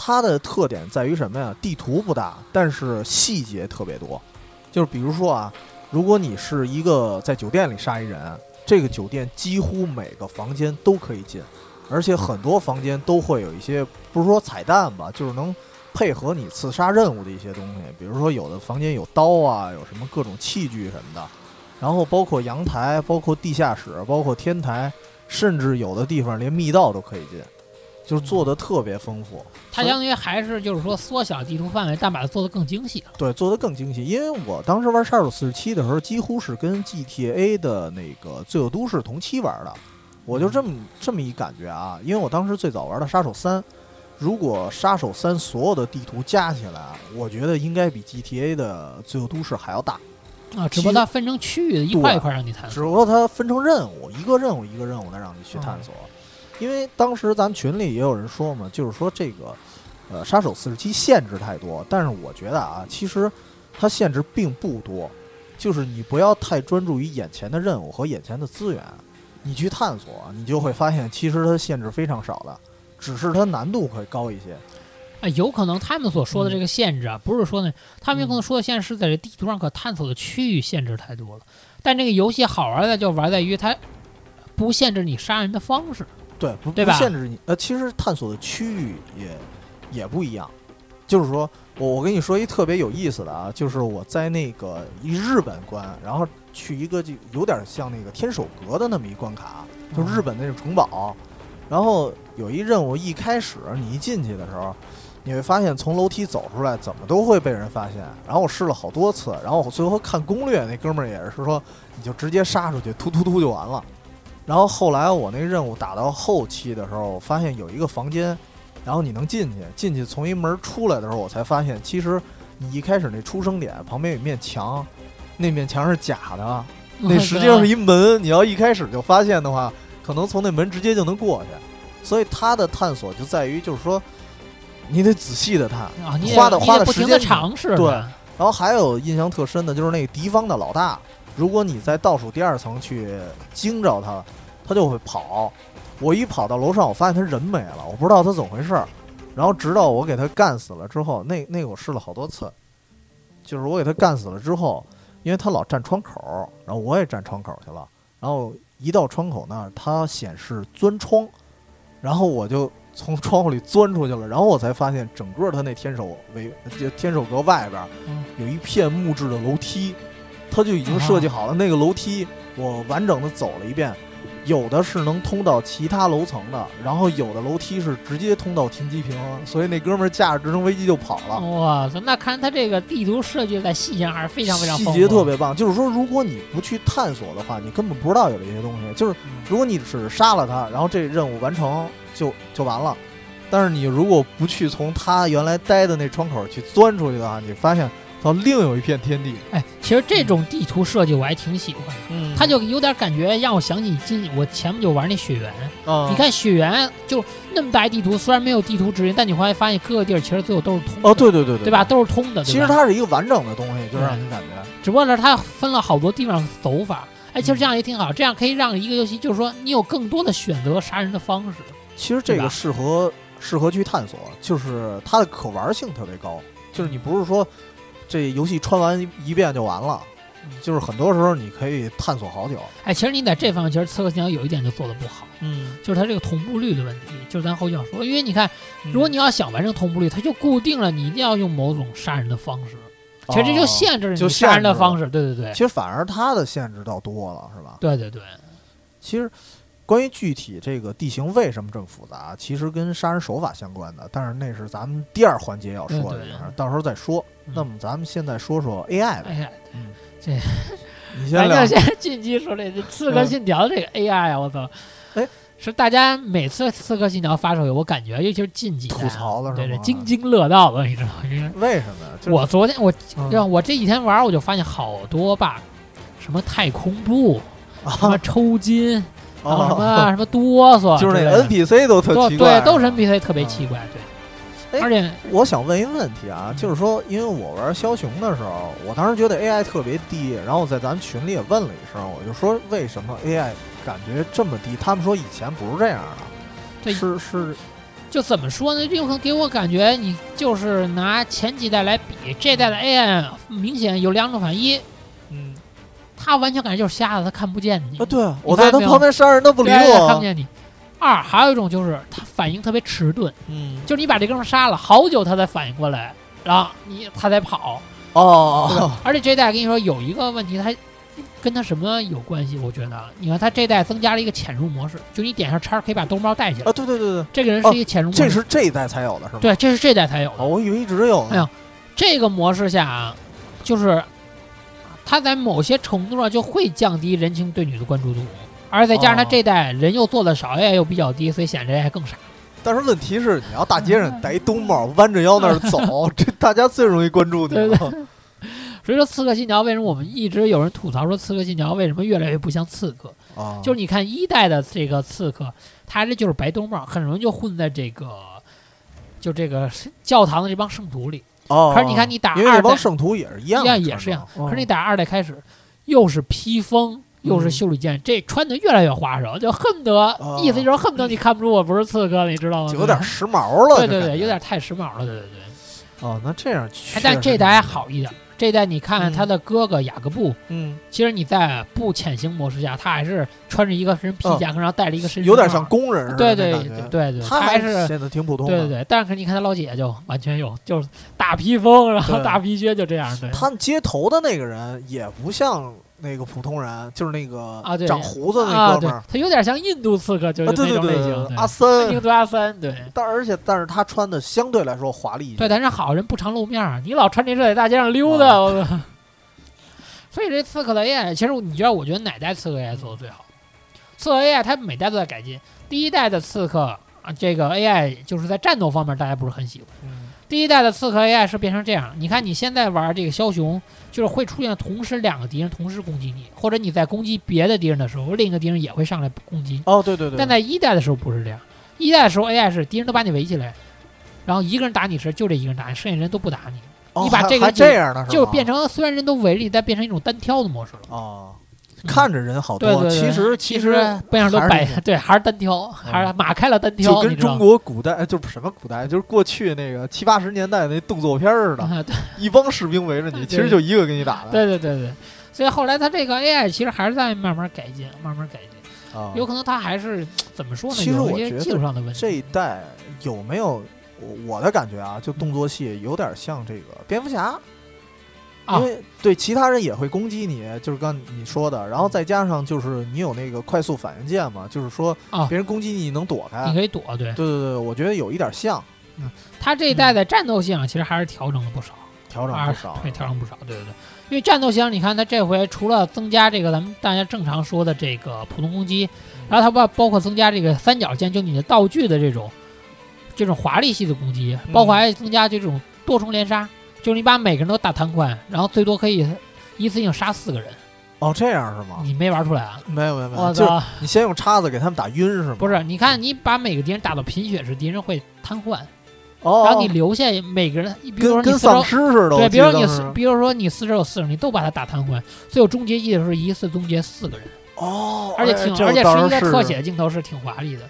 [SPEAKER 1] 它的特点在于什么呀？地图不大，但是细节特别多。就是比如说啊，如果你是一个在酒店里杀一人，这个酒店几乎每个房间都可以进，而且很多房间都会有一些不是说彩蛋吧，就是能配合你刺杀任务的一些东西，比如说有的房间有刀啊，有什么各种器具什么的，然后包括阳台，包括地下室，包括天台，甚至有的地方连密道都可以进，就是做的特别丰富。
[SPEAKER 2] 它相当于还是就是说缩小地图范围，但把它做得更精细了。
[SPEAKER 1] 对，做得更精细。因为我当时玩《杀手四十七》的时候，几乎是跟 GTA 的那个《罪恶都市》同期玩的，我就这么这么一感觉啊。因为我当时最早玩的《杀手三》，如果《杀手三》所有的地图加起来，啊我觉得应该比 GTA 的《罪恶都市》还要大。
[SPEAKER 2] 啊，只不过它分成区域，一块一块让你探
[SPEAKER 1] 只
[SPEAKER 2] 索。
[SPEAKER 1] 不过它分成任务，一个任务一个任务的让你去探索。
[SPEAKER 2] 嗯
[SPEAKER 1] 因为当时咱们群里也有人说嘛，就是说这个，呃，杀手四十七限制太多，但是我觉得啊，其实它限制并不多，就是你不要太专注于眼前的任务和眼前的资源，你去探索，啊你就会发现其实它限制非常少的，只是它难度会高一些。
[SPEAKER 2] 哎，有可能他们所
[SPEAKER 1] 嗯
[SPEAKER 2] 说的这个限制啊，不是说呢，他们有可能说的限制是在这地图上可探索的区域限制太多了。但这个游戏好玩的就玩在于它不限制你杀人的方式。
[SPEAKER 1] 对，不
[SPEAKER 2] 对
[SPEAKER 1] 不
[SPEAKER 2] 吧
[SPEAKER 1] 限制你。呃，其实探索的区域也也不一样。就是说我我跟你说一特别有意思的啊，就是我在那个一日本关，然后去一个就有点像那个天守阁的那么一关卡，就日本那种城堡。然后有一任务，一开始你一进去的时候，你会发现从楼梯走出来怎么都会被人发现。然后我试了好多次，然后我最后看攻略，那哥们儿也是说你就直接杀出去，突突突就完了。然后后来我那任务打到后期的时候，我发现有一个房间，然后你能进去，进去从一门出来的时候，我才发现其实你一开始那出生点旁边有一面墙，那面墙是假的，那实际上是一门，你要一开始就发现的话，可能从那门直接就能过去。所以它的探索就在于，就是说，你得仔细的探。
[SPEAKER 2] 啊，你得
[SPEAKER 1] 花的
[SPEAKER 2] 你
[SPEAKER 1] 花
[SPEAKER 2] 得
[SPEAKER 1] 的
[SPEAKER 2] 不
[SPEAKER 1] 时
[SPEAKER 2] 停
[SPEAKER 1] 间
[SPEAKER 2] 的
[SPEAKER 1] 是
[SPEAKER 2] 尝试
[SPEAKER 1] 对
[SPEAKER 2] 的，
[SPEAKER 1] 然后还有印象特深的就是那个敌方的老大，如果你在倒数第二层去惊着他，他就会跑。我一跑到楼上，我发现他人没了，我不知道他怎么回事儿。然后直到我给他干死了之后，那那个我试了好多次，就是我给他干死了之后，因为他老站窗口，然后我也站窗口去了，然后一到窗口那儿，它显示钻窗，然后我就从窗户里钻出去了，然后我才发现整个他那天守围就天守阁外边儿
[SPEAKER 2] 嗯
[SPEAKER 1] 有一片木质的楼梯，他就已经设计好了那个楼梯，我完整的走了一遍，有的是能通到其他楼层的，然后有的楼梯是直接通到停机坪，所以那哥们儿驾着直升飞机就跑了。
[SPEAKER 2] 哇塞，那看他这个地图设计在细节还哦是非常非常
[SPEAKER 1] 细
[SPEAKER 2] 丰
[SPEAKER 1] 节
[SPEAKER 2] 富
[SPEAKER 1] 特
[SPEAKER 2] 的，
[SPEAKER 1] 别棒，就是说，如果你不去探索的话，你根本不知道有这些东西。就是
[SPEAKER 2] 嗯
[SPEAKER 1] 如果你只是杀了他，然后这任务完成就就完了，但是你如果不去从他原来待的那窗口去钻出去的话，你发现到另有一片天地。
[SPEAKER 2] 哎，其实这种地图设计我还挺喜欢的，
[SPEAKER 1] 嗯
[SPEAKER 2] 它就有点感觉让我想起今我前不久玩那雪原，
[SPEAKER 1] 嗯
[SPEAKER 2] 你看雪原就那么大一地图，虽然没有地图指引，但你会发现各个地儿其实最后都是通的
[SPEAKER 1] 哦，对对对对
[SPEAKER 2] 对吧？？都是通的，
[SPEAKER 1] 其实
[SPEAKER 2] 它
[SPEAKER 1] 它是一个完整的东西，
[SPEAKER 2] 嗯
[SPEAKER 1] 就让你感觉
[SPEAKER 2] 只不过是它分了好多地方走法。哎，
[SPEAKER 1] 嗯
[SPEAKER 2] 其实这样也挺好，这样可以让一个游戏就是说你有更多的选择杀人的方式。
[SPEAKER 1] 其实这
[SPEAKER 2] 对
[SPEAKER 1] 个
[SPEAKER 2] 吧
[SPEAKER 1] 适合适合去探索，就是它的可玩性特别高，
[SPEAKER 2] 嗯
[SPEAKER 1] 就是你不是说这游戏穿完一遍就完了。
[SPEAKER 2] 嗯
[SPEAKER 1] 就是很多时候你可以探索好久，
[SPEAKER 2] 哎，其实你在这方面，其实《刺客信条》有一点就做的不好，
[SPEAKER 1] 嗯，
[SPEAKER 2] 就是它这个同步率的问题。就是咱后续要说，因为你看，如果你要想完成同步率，它就固定了你一定要用某种杀人的方式，其实这就
[SPEAKER 1] 哦
[SPEAKER 2] 限制了
[SPEAKER 1] 就
[SPEAKER 2] 你杀人的
[SPEAKER 1] 限制了
[SPEAKER 2] 方式。对对对
[SPEAKER 1] 其，实反而它的限制倒多了，是吧？
[SPEAKER 2] 对对对，
[SPEAKER 1] 其实关于具体这个地形为什么这么复杂，其实跟杀人手法相关的，但是那是咱们第二环节要说的
[SPEAKER 2] 对
[SPEAKER 1] 地
[SPEAKER 2] 对
[SPEAKER 1] 方，到时候再说。
[SPEAKER 2] 嗯
[SPEAKER 1] 那么咱们现在说说 AI
[SPEAKER 2] 哎
[SPEAKER 1] 呗，
[SPEAKER 2] 呀，
[SPEAKER 1] 你
[SPEAKER 2] 咱
[SPEAKER 1] 先聊嗯
[SPEAKER 2] 就。先 进击说这《刺客信条》这个 AI 啊，我操！
[SPEAKER 1] 哎，
[SPEAKER 2] 是大家每次《刺客信条》发售，我感觉尤其是近几年
[SPEAKER 1] 吐槽了是
[SPEAKER 2] 对对，
[SPEAKER 1] 吗
[SPEAKER 2] 津津乐道的，你知道吗？因为
[SPEAKER 1] 为什么呀？就是
[SPEAKER 2] 我昨天我
[SPEAKER 1] 嗯
[SPEAKER 2] 让我这几天玩，我就发现好多 bug，什么太空步，什么 抽筋，然后什么
[SPEAKER 1] 啊，
[SPEAKER 2] 什么哆嗦 之
[SPEAKER 1] 就是
[SPEAKER 2] 类
[SPEAKER 1] 那
[SPEAKER 2] 的，
[SPEAKER 1] NPC 都特
[SPEAKER 2] 都
[SPEAKER 1] 奇怪，
[SPEAKER 2] 对，都是
[SPEAKER 1] 吧
[SPEAKER 2] NPC 特别
[SPEAKER 1] 嗯
[SPEAKER 2] 奇怪，对，
[SPEAKER 1] 哎
[SPEAKER 2] 而且
[SPEAKER 1] 我想问一问题啊
[SPEAKER 2] 嗯，
[SPEAKER 1] 就是说，因为我玩枭雄的时候，我当时觉得 AI 特别低，然后我在咱们群里也问了一声，我就说为什么 AI 感觉这么低？他们说以前不是这样的，
[SPEAKER 2] 对
[SPEAKER 1] 是是，
[SPEAKER 2] 就怎么说呢？就很给我感觉，你就是拿前几代来比，这代的 AI 明显有两种反应，一
[SPEAKER 1] 嗯
[SPEAKER 2] 他完全感觉就是瞎子，他看不见你
[SPEAKER 1] 啊，对啊，
[SPEAKER 2] 你
[SPEAKER 1] 我
[SPEAKER 2] 发
[SPEAKER 1] 在
[SPEAKER 2] 现
[SPEAKER 1] 他
[SPEAKER 2] 没有
[SPEAKER 1] 旁边杀人都不理
[SPEAKER 2] 对对看不
[SPEAKER 1] 我，
[SPEAKER 2] 见你。二还有一种就是他反应特别迟钝，
[SPEAKER 1] 嗯，
[SPEAKER 2] 就是你把这哥们儿杀了，好久他才反应过来，然后你他才跑。
[SPEAKER 1] 哦
[SPEAKER 2] 对吧啊
[SPEAKER 1] 哦，
[SPEAKER 2] 而且这代跟你说有一个问题，它跟他什么有关系？我觉得啊，你看他这代增加了一个潜入模式，就你点上叉儿可以把兜猫带起来。
[SPEAKER 1] 啊，对对对对，
[SPEAKER 2] 这个人是一个潜入模式，
[SPEAKER 1] 这是这一代才有的是吗？
[SPEAKER 2] 嗯对，这是这代才有的
[SPEAKER 1] 哦，。我以为一直有
[SPEAKER 2] 哎呀
[SPEAKER 1] 呢。
[SPEAKER 2] 这个模式下啊，就是它在某些程度上就会降低人情对你的关注度，而再加上它
[SPEAKER 1] 哦
[SPEAKER 2] 这代人又做的少，AI 又比较低，所以显得 AI 更傻。
[SPEAKER 1] 但是问题是，你要大街上戴一兜帽，弯着腰那儿 走，这大家最容易关注你
[SPEAKER 2] 对
[SPEAKER 1] 了。
[SPEAKER 2] 所以说，《刺客信条》为什么我们一直有人吐槽说，《刺客信条》为什么越来越不像刺客？
[SPEAKER 1] 啊，
[SPEAKER 2] 就是你看一代的这个刺客，他这就是白兜帽，很容易就混在这个就这个教堂的这帮圣徒里。
[SPEAKER 1] 哦，
[SPEAKER 2] 可是你看你打
[SPEAKER 1] 因为
[SPEAKER 2] 二
[SPEAKER 1] 这帮
[SPEAKER 2] 代
[SPEAKER 1] 圣徒也是一样的穿着，
[SPEAKER 2] 一样也是一样
[SPEAKER 1] 哦。
[SPEAKER 2] 可是你打二代开始，又是披风，又是袖里剑，这穿的越来越花哨，就恨不得、
[SPEAKER 1] 嗯哦
[SPEAKER 2] 意思就是恨不得你看不出我不是刺客了，你知道吗？
[SPEAKER 1] 就有点时髦了，
[SPEAKER 2] 哦对
[SPEAKER 1] 就
[SPEAKER 2] 对
[SPEAKER 1] 感
[SPEAKER 2] 对，
[SPEAKER 1] 觉
[SPEAKER 2] 有点太时髦了，对对对。
[SPEAKER 1] 哦，那这样
[SPEAKER 2] 哎
[SPEAKER 1] 确，
[SPEAKER 2] 但
[SPEAKER 1] 实
[SPEAKER 2] 这代还，好一点，这代你看
[SPEAKER 1] 嗯
[SPEAKER 2] 他的哥哥雅各布，
[SPEAKER 1] 嗯，
[SPEAKER 2] 其实你在不潜行模式下，他还是穿着一个身皮夹克，然后戴了一个
[SPEAKER 1] 嗯
[SPEAKER 2] 身
[SPEAKER 1] 有点
[SPEAKER 2] 上
[SPEAKER 1] 像工人似的，
[SPEAKER 2] 对对对
[SPEAKER 1] 对，
[SPEAKER 2] 对对，
[SPEAKER 1] 他
[SPEAKER 2] 还是。
[SPEAKER 1] 显得挺普通
[SPEAKER 2] 对对
[SPEAKER 1] 的。
[SPEAKER 2] 对，但是你看他老姐就完全有，就是大披风，然后
[SPEAKER 1] 对
[SPEAKER 2] 大皮靴，就这样。对，
[SPEAKER 1] 他们街头的那个人也不像那个普通人，就是那个
[SPEAKER 2] 啊对
[SPEAKER 1] 长胡子那哥们儿
[SPEAKER 2] 啊，，对，他有点像印度刺客，就是
[SPEAKER 1] 啊，对
[SPEAKER 2] 那
[SPEAKER 1] 对
[SPEAKER 2] 种类
[SPEAKER 1] 对
[SPEAKER 2] 型，
[SPEAKER 1] 对，
[SPEAKER 2] 对
[SPEAKER 1] 阿
[SPEAKER 2] 印
[SPEAKER 1] 森。
[SPEAKER 2] 度阿三，对。
[SPEAKER 1] 但而且，但是他穿的相对来说华丽一些。
[SPEAKER 2] 对，但是好人不常露面儿，你老穿这事在大街上溜达，我操！所以这刺客的 AI，其实你知道，我觉得哪代刺客 AI 做的最好？刺客 AI 它每代都在改进。第一代的刺客啊，这个 AI 就是在战斗方面大家不是很喜欢。
[SPEAKER 1] 嗯
[SPEAKER 2] 第一代的刺客 AI 是变成这样，你看你现在玩这个枭雄，就是会出现同时两个敌人同时攻击你，或者你在攻击别的敌人的时候，另一个敌人也会上来攻击你。
[SPEAKER 1] 哦，对对对，
[SPEAKER 2] 但在一代的时候不是这样，一代的时候 AI 是敌人都把你围起来，然后一个人打你时就这一个人打你，剩下人都不打你，
[SPEAKER 1] 哦
[SPEAKER 2] 你把
[SPEAKER 1] 还
[SPEAKER 2] 这个
[SPEAKER 1] 还这样呢，是
[SPEAKER 2] 就
[SPEAKER 1] 吗
[SPEAKER 2] 变成虽然人都围着你，但变成一种单挑的模式了。
[SPEAKER 1] 哦，看着人好
[SPEAKER 2] 对嗯对
[SPEAKER 1] 多，
[SPEAKER 2] 对，
[SPEAKER 1] 其实
[SPEAKER 2] 其
[SPEAKER 1] 实
[SPEAKER 2] 背上都
[SPEAKER 1] 还
[SPEAKER 2] 摆
[SPEAKER 1] 是那，
[SPEAKER 2] 对，还是单挑，还是马开了单挑，
[SPEAKER 1] 就跟
[SPEAKER 2] 你知道
[SPEAKER 1] 中
[SPEAKER 2] 吗
[SPEAKER 1] 国古代，哎就是什么古代，就是过去那个七八十年代那动作片儿似的，
[SPEAKER 2] 啊对
[SPEAKER 1] 一帮士兵围着你，
[SPEAKER 2] 对
[SPEAKER 1] 其实就一个给你打的。
[SPEAKER 2] 对对对对，所以后来他这个 AI 其实还是在慢慢改进，慢慢改进，
[SPEAKER 1] 啊，
[SPEAKER 2] 有可能他还是怎么说呢？
[SPEAKER 1] 其实
[SPEAKER 2] 有
[SPEAKER 1] 我
[SPEAKER 2] 一些
[SPEAKER 1] 觉
[SPEAKER 2] 技
[SPEAKER 1] 得
[SPEAKER 2] 术上的问题。
[SPEAKER 1] 这一代有没有我我的感觉啊，就动作戏有点像这个蝙蝠侠，
[SPEAKER 2] 啊
[SPEAKER 1] 因为对其他人也会攻击你，就是刚你说的，然后再加上就是你有那个快速反应键嘛，就是说
[SPEAKER 2] 啊
[SPEAKER 1] 别人攻击你你能躲开。
[SPEAKER 2] 你可以躲。
[SPEAKER 1] 对
[SPEAKER 2] 对，
[SPEAKER 1] 嗯对对，我觉得有一点像，
[SPEAKER 2] 它这一代在战斗性上其实还是调整了不少，
[SPEAKER 1] 调整
[SPEAKER 2] 啊
[SPEAKER 1] 不少，
[SPEAKER 2] 对，调整不少，对对对。因为战斗性，你看它这回除了增加这个咱们大家正常说的这个普通攻击，
[SPEAKER 1] 嗯
[SPEAKER 2] 然后它把包括增加这个三角剑，就你的道具的这种这种华丽系的攻击，
[SPEAKER 1] 嗯
[SPEAKER 2] 包括还增加这种多重连杀，就是你把每个人都打瘫痪，然后最多可以一次性杀四个人，
[SPEAKER 1] 哦，这样是吗？
[SPEAKER 2] 你没玩出来啊？
[SPEAKER 1] 没有没有没有，
[SPEAKER 2] 我
[SPEAKER 1] 就是
[SPEAKER 2] 操！
[SPEAKER 1] 你先用叉子给他们打晕是吗？
[SPEAKER 2] 不是，你看你把每个敌人打到贫血时，敌人会瘫痪，
[SPEAKER 1] 哦，
[SPEAKER 2] 然后你留下每个人，比如说
[SPEAKER 1] 跟
[SPEAKER 2] 你
[SPEAKER 1] 跟
[SPEAKER 2] 四周
[SPEAKER 1] 丧尸似的，
[SPEAKER 2] 对，
[SPEAKER 1] 我
[SPEAKER 2] 比
[SPEAKER 1] 记
[SPEAKER 2] 如
[SPEAKER 1] 得
[SPEAKER 2] 说你
[SPEAKER 1] 当时
[SPEAKER 2] 四，比如说你四十有四十，你都把他打瘫痪。最后终结技的时候，一次终结四个人，
[SPEAKER 1] 哦，
[SPEAKER 2] 而且
[SPEAKER 1] 哎
[SPEAKER 2] 挺，
[SPEAKER 1] 这
[SPEAKER 2] 而且
[SPEAKER 1] 我当
[SPEAKER 2] 是一个
[SPEAKER 1] 时
[SPEAKER 2] 特写的镜头，是挺华丽的。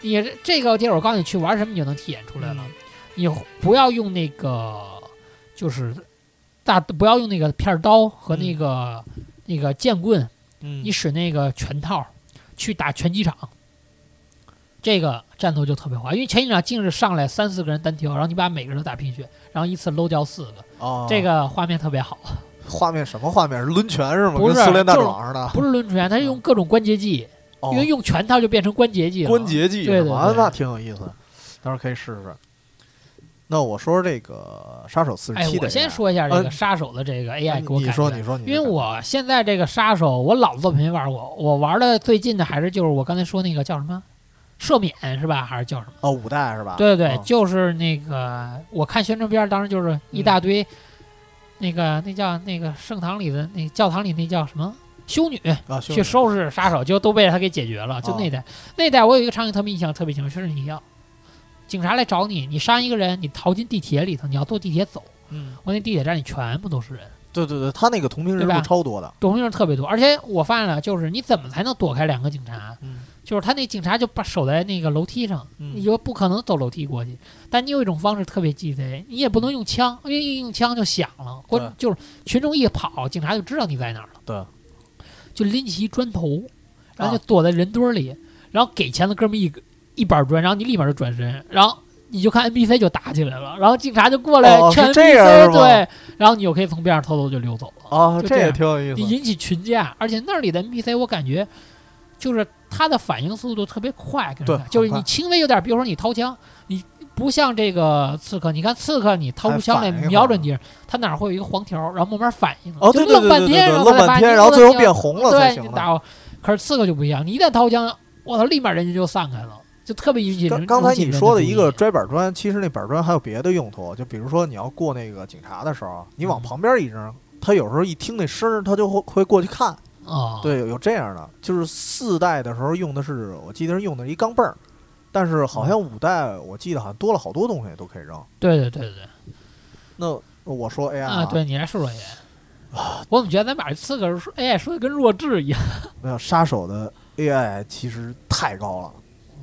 [SPEAKER 2] 你这这个地儿，我告诉你去玩什么，你就能体验出来
[SPEAKER 1] 嗯
[SPEAKER 2] 了。你不要用那个，就是大不要用那个片儿刀和那个、那个剑棍，
[SPEAKER 1] 嗯
[SPEAKER 2] 你使那个拳套去打拳击场，这个战斗就特别滑，因为拳击场净是上来三四个人单挑，然后你把每个人都打贫血，然后一次搂掉四个，
[SPEAKER 1] 哦，
[SPEAKER 2] 这个画面特别好，
[SPEAKER 1] 画面什么画面？是抡拳是吗？
[SPEAKER 2] 不是
[SPEAKER 1] 跟苏联大
[SPEAKER 2] 就是
[SPEAKER 1] 壮似的，
[SPEAKER 2] 不是抡拳，它是用各种关节技，
[SPEAKER 1] 哦
[SPEAKER 2] 因为用拳套就变成关节技了。
[SPEAKER 1] 关节技
[SPEAKER 2] 对
[SPEAKER 1] 是
[SPEAKER 2] 对
[SPEAKER 1] 吗？啊
[SPEAKER 2] 对
[SPEAKER 1] 那挺有意思，到时候可以试试。那我说这个杀手四十
[SPEAKER 2] 哎
[SPEAKER 1] 七，的，
[SPEAKER 2] 我先，说一下这个
[SPEAKER 1] 嗯
[SPEAKER 2] 杀手的这个
[SPEAKER 1] 哎
[SPEAKER 2] AI 给我
[SPEAKER 1] 你
[SPEAKER 2] 感
[SPEAKER 1] 说
[SPEAKER 2] 觉
[SPEAKER 1] 你说你的感觉，
[SPEAKER 2] 因为我现在这个杀手，我老的作品没玩过，我玩的最近的还是就是我刚才说那个叫什么，赦免是吧？还是叫什么？
[SPEAKER 1] 哦五代是吧？
[SPEAKER 2] 对对对，
[SPEAKER 1] 嗯
[SPEAKER 2] 就是那个我看宣传片儿，当时就是一大堆，那个那叫那个圣堂里的那教堂里那叫什么修女
[SPEAKER 1] 啊，兄
[SPEAKER 2] 去
[SPEAKER 1] 弟
[SPEAKER 2] 收拾杀手，就都被他给解决了。就那代、那代，我有一个场景特别印象特别清楚，就是你要警察来找你，你杀一个人，你逃进地铁里头，你要坐地铁走，
[SPEAKER 1] 嗯，
[SPEAKER 2] 我那地铁站里全部都是人，
[SPEAKER 1] 对对对，他那个同名人
[SPEAKER 2] 对吧
[SPEAKER 1] 物超多的，
[SPEAKER 2] 东西特别多。而且我发现了，就是你怎么才能躲开两个警察？
[SPEAKER 1] 嗯
[SPEAKER 2] 就是他那警察就把守在那个楼梯上。你
[SPEAKER 1] 嗯，
[SPEAKER 2] 就不可能走楼梯过去。但你有一种方式特别鸡贼，你也不能用枪，因为一用枪就响了，
[SPEAKER 1] 对
[SPEAKER 2] 观就是群众一跑，警察就知道你在哪儿了。
[SPEAKER 1] 对，啊
[SPEAKER 2] 就拎起一砖头，然后就躲在人堆儿里，然后给钱的哥们一个一板砖，然后你立马就转身，然后。你就看 NPC 就打起来了，然后警察就过来
[SPEAKER 1] 哦
[SPEAKER 2] 劝
[SPEAKER 1] 是这样
[SPEAKER 2] NPC，、
[SPEAKER 1] 是吗
[SPEAKER 2] 对，然后你就可以从边上偷偷就溜走了。
[SPEAKER 1] 哦，
[SPEAKER 2] 就
[SPEAKER 1] 这
[SPEAKER 2] 这
[SPEAKER 1] 也挺有
[SPEAKER 2] 样
[SPEAKER 1] 意
[SPEAKER 2] 你
[SPEAKER 1] 思，
[SPEAKER 2] 引起群架，而且那里的 NPC 我感觉就是他的反应速度特别快，跟人
[SPEAKER 1] 对
[SPEAKER 2] 家就是
[SPEAKER 1] 很快
[SPEAKER 2] 你轻微有点，比如说你掏枪，你不像这个刺客，你看刺客你掏出
[SPEAKER 1] 还
[SPEAKER 2] 枪来
[SPEAKER 1] 反应一会儿
[SPEAKER 2] 瞄准敌人，他哪会有一个黄条，然后慢慢反应，
[SPEAKER 1] 哦，对
[SPEAKER 2] 就
[SPEAKER 1] 对
[SPEAKER 2] 愣
[SPEAKER 1] 对
[SPEAKER 2] 半
[SPEAKER 1] 对对
[SPEAKER 2] 天，
[SPEAKER 1] 对，
[SPEAKER 2] 然后
[SPEAKER 1] 愣
[SPEAKER 2] 才
[SPEAKER 1] 半
[SPEAKER 2] 发
[SPEAKER 1] 天，
[SPEAKER 2] 现
[SPEAKER 1] 然后
[SPEAKER 2] 你
[SPEAKER 1] 最后
[SPEAKER 2] 掏
[SPEAKER 1] 变红了才
[SPEAKER 2] 对，
[SPEAKER 1] 行
[SPEAKER 2] 你
[SPEAKER 1] 的。
[SPEAKER 2] 打我。可是刺客就不一样，你一旦掏枪，我操，立马人家就散开了，就特别引起
[SPEAKER 1] 刚
[SPEAKER 2] 人。
[SPEAKER 1] 刚才
[SPEAKER 2] 引起
[SPEAKER 1] 你
[SPEAKER 2] 人
[SPEAKER 1] 说的
[SPEAKER 2] 注
[SPEAKER 1] 一
[SPEAKER 2] 意
[SPEAKER 1] 个拽板砖，其实那板砖还有别的用途，就比如说你要过那个警察的时候，你往
[SPEAKER 2] 嗯
[SPEAKER 1] 旁边一扔，他有时候一听那声儿，他就会会过去看。
[SPEAKER 2] 啊，
[SPEAKER 1] 对，有有这样的，就是四代的时候用的是，我记得是用的是一钢镚儿，但是好像五代我记得好像多了好多东西都可以扔。
[SPEAKER 2] 对对对对对
[SPEAKER 1] 那我说哎 AI
[SPEAKER 2] 啊，对你来说说也。
[SPEAKER 1] 啊
[SPEAKER 2] 我怎么觉得咱把这刺客说 AI 说的跟弱智一样？
[SPEAKER 1] 没有杀手的 AI 其实太高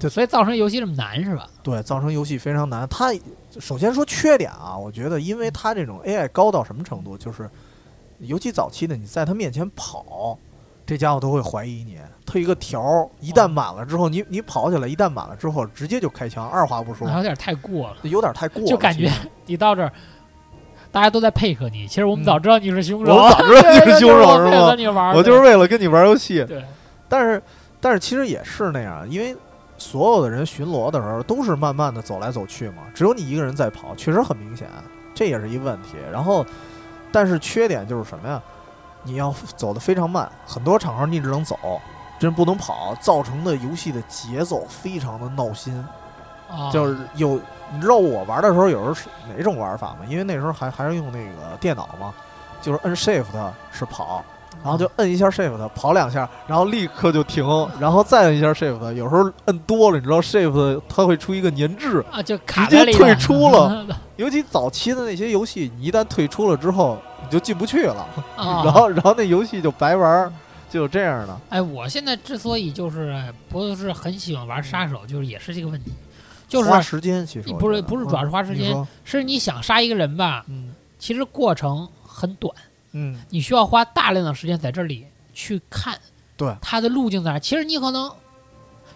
[SPEAKER 1] 了，
[SPEAKER 2] 所以造成游戏这么难是吧？
[SPEAKER 1] 对，造成游戏非常难。它首先说缺点啊，我觉得因为它这种 AI 高到什么程度，就是尤其早期的你在它面前跑，这家伙都会怀疑你。它有一个条儿一
[SPEAKER 2] 哦
[SPEAKER 1] 旦满了之后，你你跑起来，一旦满了之后，直接就开枪，二话不说
[SPEAKER 2] 那，有点太过了，
[SPEAKER 1] 有点太过了，
[SPEAKER 2] 啊就感
[SPEAKER 1] 其实
[SPEAKER 2] 觉 你到这儿，大家都在配合你。其实我们
[SPEAKER 1] 嗯
[SPEAKER 2] 早知道你是凶手，
[SPEAKER 1] 我早知道你是凶手是
[SPEAKER 2] 配合
[SPEAKER 1] 吗？
[SPEAKER 2] 你玩儿的，
[SPEAKER 1] 我就是为了跟你玩游戏。
[SPEAKER 2] 对，
[SPEAKER 1] 但是，但是其实也是那样，因为所有的人巡逻的时候都是慢慢的走来走去嘛，只有你一个人在跑，确实很明显，这也是一问题。然后，但是缺点就是什么呀？你要走得非常慢，很多场合你只能走，真不能跑，造成的游戏的节奏非常的闹心。
[SPEAKER 2] 啊
[SPEAKER 1] 就是有，你知道我玩的时候有时候是哪种玩法吗？因为那时候还还是用那个电脑嘛，就是摁 Shift 是跑，然后就摁一下 Shift 跑两下，然后立刻就停，然后再摁一下 Shift。有时候摁多了，你知道 Shift 它会出一个粘滞，
[SPEAKER 2] 啊，就卡
[SPEAKER 1] 直接
[SPEAKER 2] 在里头
[SPEAKER 1] 退出了，尤其早期的那些游戏，你一旦退出了之后，你就进不去了，
[SPEAKER 2] 啊。
[SPEAKER 1] 然后然后那游戏就白玩儿，就有这样的。
[SPEAKER 2] 哎，我现在之所以就是不是很喜欢玩杀手，就是也是这个问题，就是
[SPEAKER 1] 花时间，其实我
[SPEAKER 2] 不是
[SPEAKER 1] 觉得
[SPEAKER 2] 不是主要是花时
[SPEAKER 1] 你
[SPEAKER 2] 间
[SPEAKER 1] 说
[SPEAKER 2] 是你想杀一个人吧，
[SPEAKER 1] 嗯
[SPEAKER 2] 其实过程很短。
[SPEAKER 1] 嗯，
[SPEAKER 2] 你需要花大量的时间在这里去看，
[SPEAKER 1] 对
[SPEAKER 2] 它的路径在哪儿。其实你
[SPEAKER 1] 嗯
[SPEAKER 2] 可能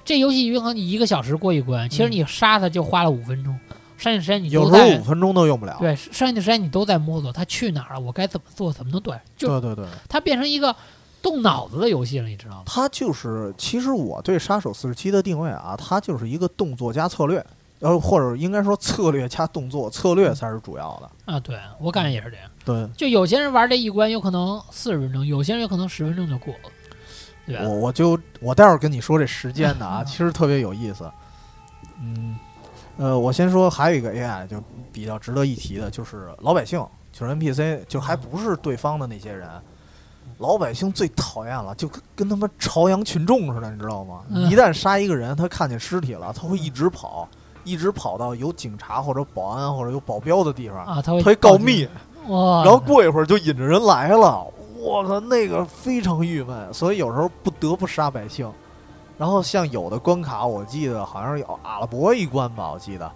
[SPEAKER 2] 这游戏有可能你一个小时过一关，其实你杀它就花了五分钟，剩下时间你
[SPEAKER 1] 有
[SPEAKER 2] 都
[SPEAKER 1] 时候五
[SPEAKER 2] 在
[SPEAKER 1] 分钟都用不了。
[SPEAKER 2] 对剩下的时间你都在摸索，他去哪儿了，我该怎么做，怎么能对，就
[SPEAKER 1] 对对对，
[SPEAKER 2] 它变成一个动脑子的游戏了，你知道吗？
[SPEAKER 1] 它就是其实我对《杀手四十七》的定位啊，它就是一个动作加策略，呃，或者应该说策略加动作，策
[SPEAKER 2] 嗯
[SPEAKER 1] 略才是主要的。
[SPEAKER 2] 啊，对我感觉也是这样。
[SPEAKER 1] 对
[SPEAKER 2] 就有些人玩这一关有可能四十分钟，有些人有可能十分钟就过了，对吧
[SPEAKER 1] 我？我就我待会儿跟你说这时间的啊，
[SPEAKER 2] 嗯
[SPEAKER 1] 其实特别有意思。嗯，呃，我先说还有一个 AI 就比较值得一提的，就是老百姓，就是 NPC，就还不是对方的那些人。老百姓最讨厌了，就跟跟他妈朝阳群众似的，你知道吗？
[SPEAKER 2] 嗯
[SPEAKER 1] 一旦杀一个人，他看见尸体了，他会一直跑，一直跑到有警察或者保安或者有保镖的地方，
[SPEAKER 2] 啊，他
[SPEAKER 1] 他
[SPEAKER 2] 会
[SPEAKER 1] 会告密。
[SPEAKER 2] 哇，
[SPEAKER 1] 然后过一会儿就引着人来了，我操，那个非常郁闷，所以有时候不得不杀百姓。然后像有的关卡，我记得好像有阿拉伯一关吧，我记得，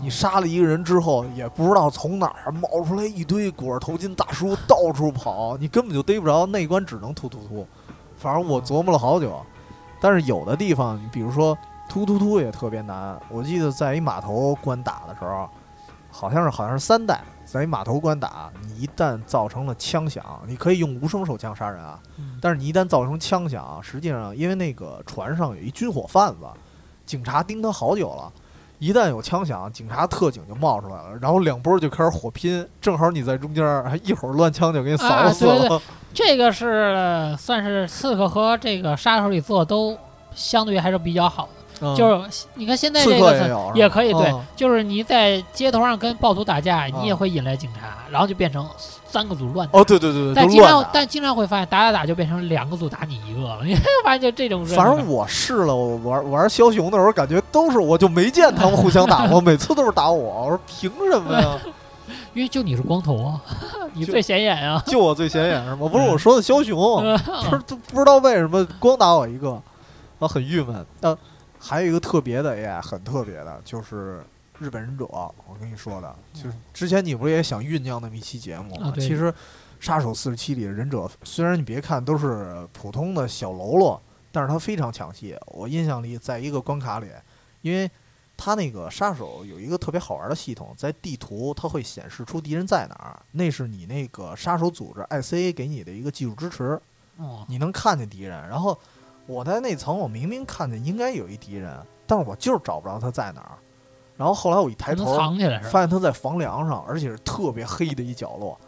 [SPEAKER 1] 你杀了一个人之后，也不知道从哪儿冒出来一堆裹着头巾大叔到处跑，你根本就逮不着，那一关只能突突突。反正我琢磨了好久，但是有的地方，比如说突突突也特别难。我记得在一码头关打的时候，好像是好像是三代，在一码头关打，你一旦造成了枪响，你可以用无声手枪杀人啊。
[SPEAKER 2] 嗯
[SPEAKER 1] 但是你一旦造成枪响，实际上因为那个船上有一军火贩子，警察盯他好久了。一旦有枪响，警察特警就冒出来了，然后两波就开始火拼，正好你在中间，还一会儿乱枪就给你扫
[SPEAKER 2] 啊
[SPEAKER 1] 死
[SPEAKER 2] 对
[SPEAKER 1] 了。
[SPEAKER 2] 这个是呃算是刺客和这个杀手里做的都相对还是比较好的，
[SPEAKER 1] 嗯
[SPEAKER 2] 就是你看现在
[SPEAKER 1] 刺
[SPEAKER 2] 这
[SPEAKER 1] 客
[SPEAKER 2] 个
[SPEAKER 1] 也
[SPEAKER 2] 是
[SPEAKER 1] 有，
[SPEAKER 2] 也可以对
[SPEAKER 1] 嗯，
[SPEAKER 2] 就是你在街头上跟暴徒打架，
[SPEAKER 1] 嗯
[SPEAKER 2] 你也会引来警察，然后就变成三个组乱打。
[SPEAKER 1] 哦，对对对对，
[SPEAKER 2] 但
[SPEAKER 1] 就
[SPEAKER 2] 经
[SPEAKER 1] 乱
[SPEAKER 2] 常
[SPEAKER 1] 打
[SPEAKER 2] 但经常会发现打打打就变成两个组打你一个了，你发现就这种事儿。
[SPEAKER 1] 反正我试了，我玩玩枭雄的时候，感觉都是我就没见他们互相打 过，每次都是打我。我说凭什么呀？
[SPEAKER 2] 因为就你是光头啊， 你
[SPEAKER 1] 就
[SPEAKER 2] 最显眼啊。
[SPEAKER 1] 就我最显眼是吗？不是我说的枭 雄，
[SPEAKER 2] 嗯
[SPEAKER 1] 不是都不知道为什么光打我一个，啊，很郁闷。但还有一个特别的 AI，很特别的，就是日本忍者。我跟你说的，就是之前你不是也想酝酿那么一期节目吗？
[SPEAKER 2] 啊对
[SPEAKER 1] 其实《杀手四十七》里的忍者，虽然你别看都是普通的小喽啰，但是它非常抢戏。我印象里，在一个关卡里，因为它那个杀手有一个特别好玩的系统，在地图它会显示出敌人在哪儿，那是你那个杀手组织 ICA 给你的一个技术支持。
[SPEAKER 2] 哦，
[SPEAKER 1] 你能看见敌人。然后我在那层，我明明看见应该有一敌人，但是我就是找不着他在哪儿。然后后来我一抬
[SPEAKER 2] 能
[SPEAKER 1] 头，
[SPEAKER 2] 藏起来是吧？
[SPEAKER 1] 发现他在房梁上，而且是特别黑的一角落。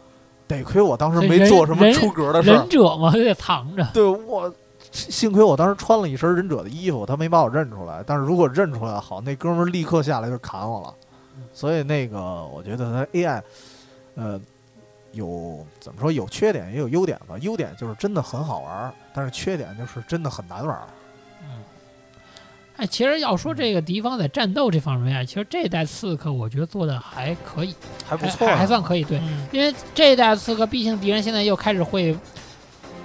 [SPEAKER 1] 得亏我当时
[SPEAKER 2] 这
[SPEAKER 1] 没
[SPEAKER 2] 人
[SPEAKER 1] 做什么
[SPEAKER 2] 哎人
[SPEAKER 1] 出格的事儿
[SPEAKER 2] 忍，者嘛，就得藏着。
[SPEAKER 1] 对我。幸亏我当时穿了一身忍者的衣服，他没把我认出来。但是如果认出来，好，那哥们儿立刻下来就砍我了。
[SPEAKER 2] 嗯
[SPEAKER 1] 所以那个，我觉得他 AI，呃，有怎么说有缺点也有优点吧。优点就是真的很好玩儿，但是缺点就是真的很难玩儿。
[SPEAKER 2] 嗯，哎，其实要说这个敌方在战斗这方面啊，其实这一代刺客我觉得做的还可以，
[SPEAKER 1] 还不
[SPEAKER 2] 还
[SPEAKER 1] 错、啊
[SPEAKER 2] 还还算可以。对，
[SPEAKER 1] 嗯
[SPEAKER 2] 因为这一代刺客，毕竟敌人现在又开始会，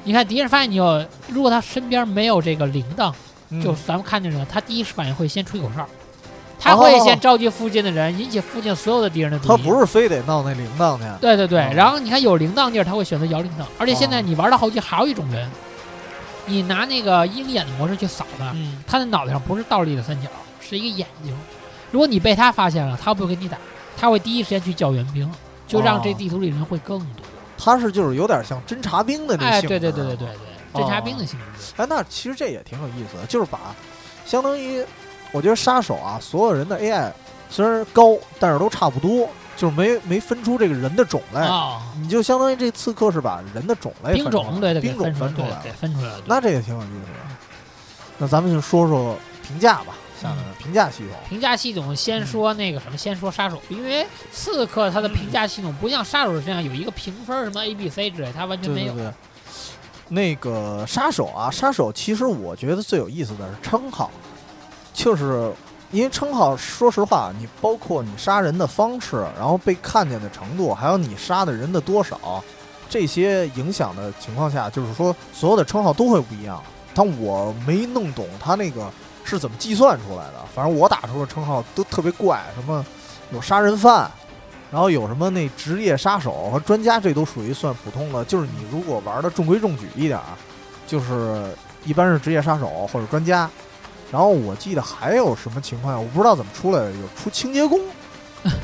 [SPEAKER 2] 你看敌人发现你有，如果他身边没有这个铃铛，
[SPEAKER 1] 嗯
[SPEAKER 2] 就是咱们看见了，他第一反应会先吹口哨，
[SPEAKER 1] 哦
[SPEAKER 2] 他会先召集附近的人，引起附近所有的敌人的注意。
[SPEAKER 1] 他不是非得闹那铃铛去，
[SPEAKER 2] 对对对，
[SPEAKER 1] 哦
[SPEAKER 2] 然后你看有铃铛地儿，他会选择摇铃铛。而且现在
[SPEAKER 1] 哦
[SPEAKER 2] 你玩到后期还有一种人，你拿那个鹰眼的模式去扫他，
[SPEAKER 1] 嗯，
[SPEAKER 2] 他的脑袋上不是倒立的三角，是一个眼睛。如果你被他发现了，他不会跟你打，他会第一时间去叫援兵，就让这
[SPEAKER 1] 哦
[SPEAKER 2] 地图里人会更多。
[SPEAKER 1] 他是就是有点像侦察兵的那
[SPEAKER 2] 哎，
[SPEAKER 1] 性
[SPEAKER 2] 对对
[SPEAKER 1] 质
[SPEAKER 2] 对对对
[SPEAKER 1] 哦
[SPEAKER 2] 对，侦察兵的性质。
[SPEAKER 1] 哎，那其实这也挺有意思的，就是把相当于，我觉得杀手啊，所有人的 AI 虽然高，但是都差不多，就是没没分出这个人的种类。
[SPEAKER 2] 哦，
[SPEAKER 1] 你就相当于这刺客是把人的种类
[SPEAKER 2] 兵
[SPEAKER 1] 分出来
[SPEAKER 2] 种对对，给
[SPEAKER 1] 哎兵种
[SPEAKER 2] 分出来
[SPEAKER 1] 出来
[SPEAKER 2] 对，
[SPEAKER 1] 了
[SPEAKER 2] 对，分出来了。对
[SPEAKER 1] 那这也挺有意思的。那咱们就说说评价吧，下面
[SPEAKER 2] 嗯
[SPEAKER 1] 的评价系统。
[SPEAKER 2] 评价系统先说那个什么，先说杀手，因为刺客他的评价系统不像杀手这样有一个评分儿什么 A B C 之类，他完全
[SPEAKER 1] 对
[SPEAKER 2] 没
[SPEAKER 1] 对
[SPEAKER 2] 有。
[SPEAKER 1] 对，那个杀手啊，杀手其实我觉得最有意思的是称号，就是因为称号，说实话，你包括你杀人的方式，然后被看见的程度，还有你杀的人的多少，这些影响的情况下，就是说所有的称号都会不一样。但我没弄懂他那个是怎么计算出来的，反正我打出的称号都特别怪，什么有杀人犯，然后有什么那职业杀手和专家，这都属于算普通的。就是你如果玩的中规中矩一点儿，就是一般是职业杀手或者专家。然后我记得还有什么情况，我不知道怎么出来的，有出清洁工，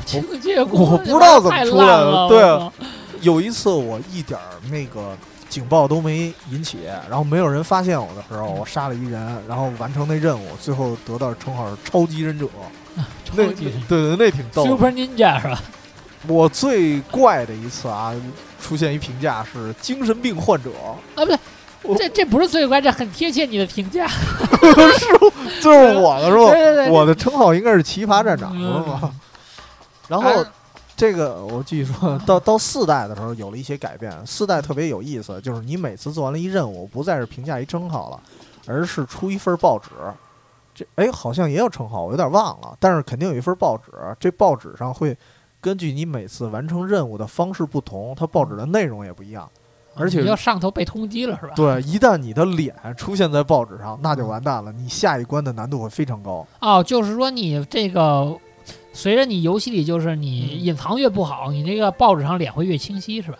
[SPEAKER 2] 这 个这个功
[SPEAKER 1] 我
[SPEAKER 2] 夫
[SPEAKER 1] 不知道怎么
[SPEAKER 2] 太
[SPEAKER 1] 出
[SPEAKER 2] 烂
[SPEAKER 1] 来的
[SPEAKER 2] 了，
[SPEAKER 1] 对
[SPEAKER 2] 我操
[SPEAKER 1] 有一次我一点儿那个警报都没引起，然后没有人发现我的时候，我杀了一人，然后完成那任务，最后得到称号是超级忍者。那
[SPEAKER 2] 超级神
[SPEAKER 1] 对对，那挺逗的。
[SPEAKER 2] Super Ninja 是吧？
[SPEAKER 1] 我最怪的一次啊，出现一评价是精神病患者，
[SPEAKER 2] 啊，不对
[SPEAKER 1] 我，
[SPEAKER 2] 这这不是最关键，这很贴切你的评价。
[SPEAKER 1] 就是我的是
[SPEAKER 2] 对
[SPEAKER 1] 吧？
[SPEAKER 2] 对对，
[SPEAKER 1] 我的称号应该是奇葩站长，不是吗
[SPEAKER 2] 嗯？
[SPEAKER 1] 然后
[SPEAKER 2] 啊
[SPEAKER 1] 这个我继续说，到到四代的时候有了一些改变。四代特别有意思，就是你每次做完了一任务，不再是评价一称号了，而是出一份报纸。这哎，好像也有称号，我有点忘了，但是肯定有一份报纸。这报纸上会根据你每次完成任务的方式不同，它报纸的内容也不一样。而且
[SPEAKER 2] 你要上头被通缉了是吧？
[SPEAKER 1] 对，一旦你的脸出现在报纸上，那就完蛋了，你下一关的难度会非常高。
[SPEAKER 2] 哦，就是说你这个随着你游戏里就是你
[SPEAKER 1] 嗯
[SPEAKER 2] 隐藏越不好，你这个报纸上脸会越清晰是吧？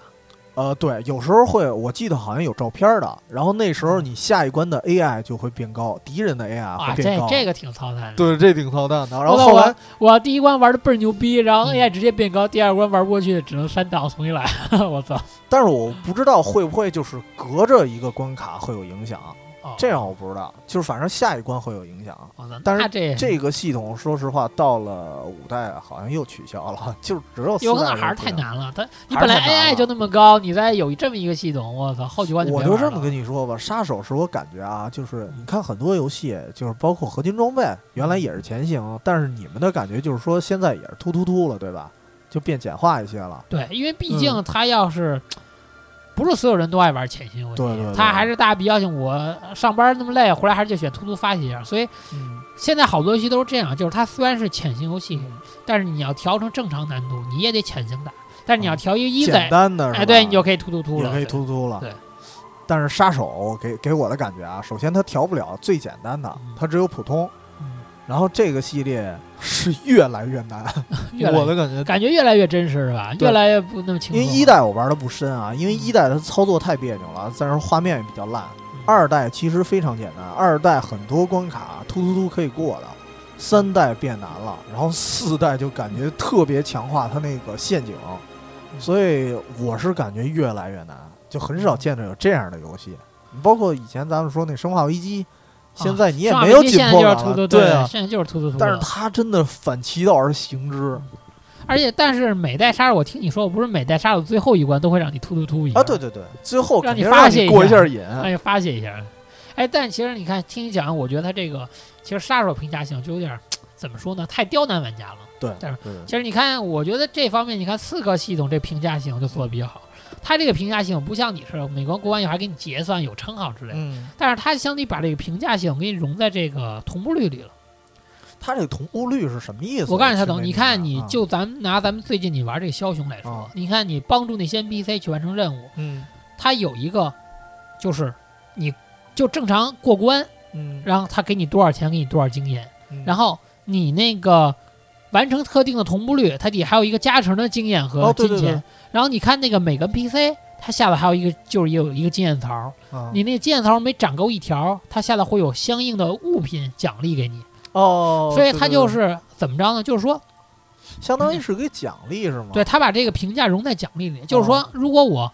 [SPEAKER 1] 呃，对，有时候会，我记得好像有照片儿的。然后那时
[SPEAKER 2] 嗯
[SPEAKER 1] 候你下一关的 AI 就会变高，敌人的 AI
[SPEAKER 2] 啊，
[SPEAKER 1] 会变
[SPEAKER 2] 这
[SPEAKER 1] 高。
[SPEAKER 2] 这个挺操 蛋的。
[SPEAKER 1] 对，这挺操蛋的。然后
[SPEAKER 2] 我
[SPEAKER 1] 后来，
[SPEAKER 2] 我第一关玩的倍儿牛逼，然后
[SPEAKER 1] 嗯
[SPEAKER 2] AI 直接变高，第二关玩不过去，只能删档重新来。 我操！
[SPEAKER 1] 但是我不知道会不会就是隔着一个关卡会有影响，
[SPEAKER 2] 哦
[SPEAKER 1] 这样我不知道。就是反正下一关会有影响。
[SPEAKER 2] 我操！
[SPEAKER 1] 但是
[SPEAKER 2] 那这
[SPEAKER 1] 这个系统说实话，到了五代好像又取消了，就只有四代
[SPEAKER 2] 有可能还是
[SPEAKER 1] 不
[SPEAKER 2] 太
[SPEAKER 1] 行。
[SPEAKER 2] 难了。它你
[SPEAKER 1] 还是
[SPEAKER 2] 本来
[SPEAKER 1] 太难
[SPEAKER 2] AI
[SPEAKER 1] 了
[SPEAKER 2] 就那么高，你再有这么一个系统，我操，后几关就
[SPEAKER 1] 我
[SPEAKER 2] 别
[SPEAKER 1] 就
[SPEAKER 2] 玩
[SPEAKER 1] 这
[SPEAKER 2] 了
[SPEAKER 1] 么跟你说吧，杀手是我感觉啊，就是你看很多游戏，就是包括合金装备，原来也是前行，但是你们的感觉就是说现在也是突突突了，对吧？就变简化一些了。
[SPEAKER 2] 对，因为
[SPEAKER 1] 嗯
[SPEAKER 2] 毕竟它要是、不是所有人都爱玩潜行游戏，
[SPEAKER 1] 对对对
[SPEAKER 2] 它还是大必要性。我上班那么累，回来还是就选突突发泄一下。所以
[SPEAKER 1] 嗯，
[SPEAKER 2] 现在好多游戏都是这样，就是它虽然是潜行游戏，但是你要调成正常难度，你也得潜行打。但是你要调一个一
[SPEAKER 1] 嗯简
[SPEAKER 2] 载，
[SPEAKER 1] 单的是吧
[SPEAKER 2] 哎，对你就可以突突突
[SPEAKER 1] 也
[SPEAKER 2] 了，
[SPEAKER 1] 可以突突突了。
[SPEAKER 2] 对
[SPEAKER 1] 但是杀手给给我的感觉啊，首先它调不了最简单的
[SPEAKER 2] 嗯，
[SPEAKER 1] 它只有普通。
[SPEAKER 2] 嗯
[SPEAKER 1] 然后这个系列是越来越难，
[SPEAKER 2] 越来
[SPEAKER 1] 我的
[SPEAKER 2] 越
[SPEAKER 1] 感觉
[SPEAKER 2] 感觉越来越真实是吧？
[SPEAKER 1] 对
[SPEAKER 2] 越来越不那么轻
[SPEAKER 1] 因
[SPEAKER 2] 松
[SPEAKER 1] 为
[SPEAKER 2] 了。嗯
[SPEAKER 1] 一代我玩的不深啊，因为一代它操作太别扭了，但是画面也比较烂。
[SPEAKER 2] 嗯
[SPEAKER 1] 二代其实非常简单，二代很多关卡突突突可以过的，三代变难了，然后四代就感觉特别强化它那个陷阱，所以我是感觉越来越难，就很少见着有这样的游戏。包括以前咱们说那《生化危机》，现在你也
[SPEAKER 2] 上
[SPEAKER 1] 没
[SPEAKER 2] 一
[SPEAKER 1] 有
[SPEAKER 2] 期
[SPEAKER 1] 紧
[SPEAKER 2] 现在
[SPEAKER 1] 迫
[SPEAKER 2] 就是
[SPEAKER 1] 感
[SPEAKER 2] 突突
[SPEAKER 1] 了，
[SPEAKER 2] 突
[SPEAKER 1] 对
[SPEAKER 2] 了，
[SPEAKER 1] 啊。
[SPEAKER 2] 现在就是突突突了。
[SPEAKER 1] 但是它真的反其道而行之
[SPEAKER 2] 而且但是每代杀手，我听你说，不是每代杀手最后一关都会让你突突突一下
[SPEAKER 1] 啊！对，对对，最后
[SPEAKER 2] 让
[SPEAKER 1] 肯
[SPEAKER 2] 你
[SPEAKER 1] 定
[SPEAKER 2] 发
[SPEAKER 1] 让
[SPEAKER 2] 泄
[SPEAKER 1] 你
[SPEAKER 2] 一
[SPEAKER 1] 过一
[SPEAKER 2] 下
[SPEAKER 1] 下瘾，
[SPEAKER 2] 哎，发泄一下。哎，但其实你看，听你讲，我觉得他这个其实杀手评价性就有点儿怎么说呢，太刁难玩家了。
[SPEAKER 1] 对，
[SPEAKER 2] 但是
[SPEAKER 1] 对对
[SPEAKER 2] 其实你看，我觉得这方面，你看刺客系统这评价性就做的比较好。它这个评价性不像你似的，美国国安也还给你结算有称号之类的，
[SPEAKER 1] 嗯。
[SPEAKER 2] 但是它相对把这个评价性给你融在这个同步率里了。
[SPEAKER 1] 他这个同步率是什么意思？
[SPEAKER 2] 我告诉你，
[SPEAKER 1] 他
[SPEAKER 2] 小等，你看，你
[SPEAKER 1] 啊
[SPEAKER 2] 就咱们拿咱们最近你玩这个枭雄来说
[SPEAKER 1] 啊，
[SPEAKER 2] 你看你帮助那些 NPC 去完成任务，
[SPEAKER 1] 嗯
[SPEAKER 2] 它有一个就是你就正常过关，
[SPEAKER 1] 嗯，
[SPEAKER 2] 然后他给你多少钱，给你多少经验，
[SPEAKER 1] 嗯
[SPEAKER 2] 然后你那个完成特定的同步率，它底下还有一个加成的经验和
[SPEAKER 1] 哦
[SPEAKER 2] 金
[SPEAKER 1] 对
[SPEAKER 2] 钱。
[SPEAKER 1] 对对
[SPEAKER 2] 然后你看那个每个 NPC，它下头还有一个就是也有一个经验槽，
[SPEAKER 1] 啊
[SPEAKER 2] 你那个经验槽每攒够一条，它下头会有相应的物品奖励给你，
[SPEAKER 1] 哦，
[SPEAKER 2] 所以
[SPEAKER 1] 对
[SPEAKER 2] 它
[SPEAKER 1] 对
[SPEAKER 2] 就
[SPEAKER 1] 对
[SPEAKER 2] 是怎么着呢？就是说，
[SPEAKER 1] 相当于是给奖励是吗？
[SPEAKER 2] 对，他把这个评价融在奖励里，就是
[SPEAKER 1] 啊
[SPEAKER 2] 说，如果我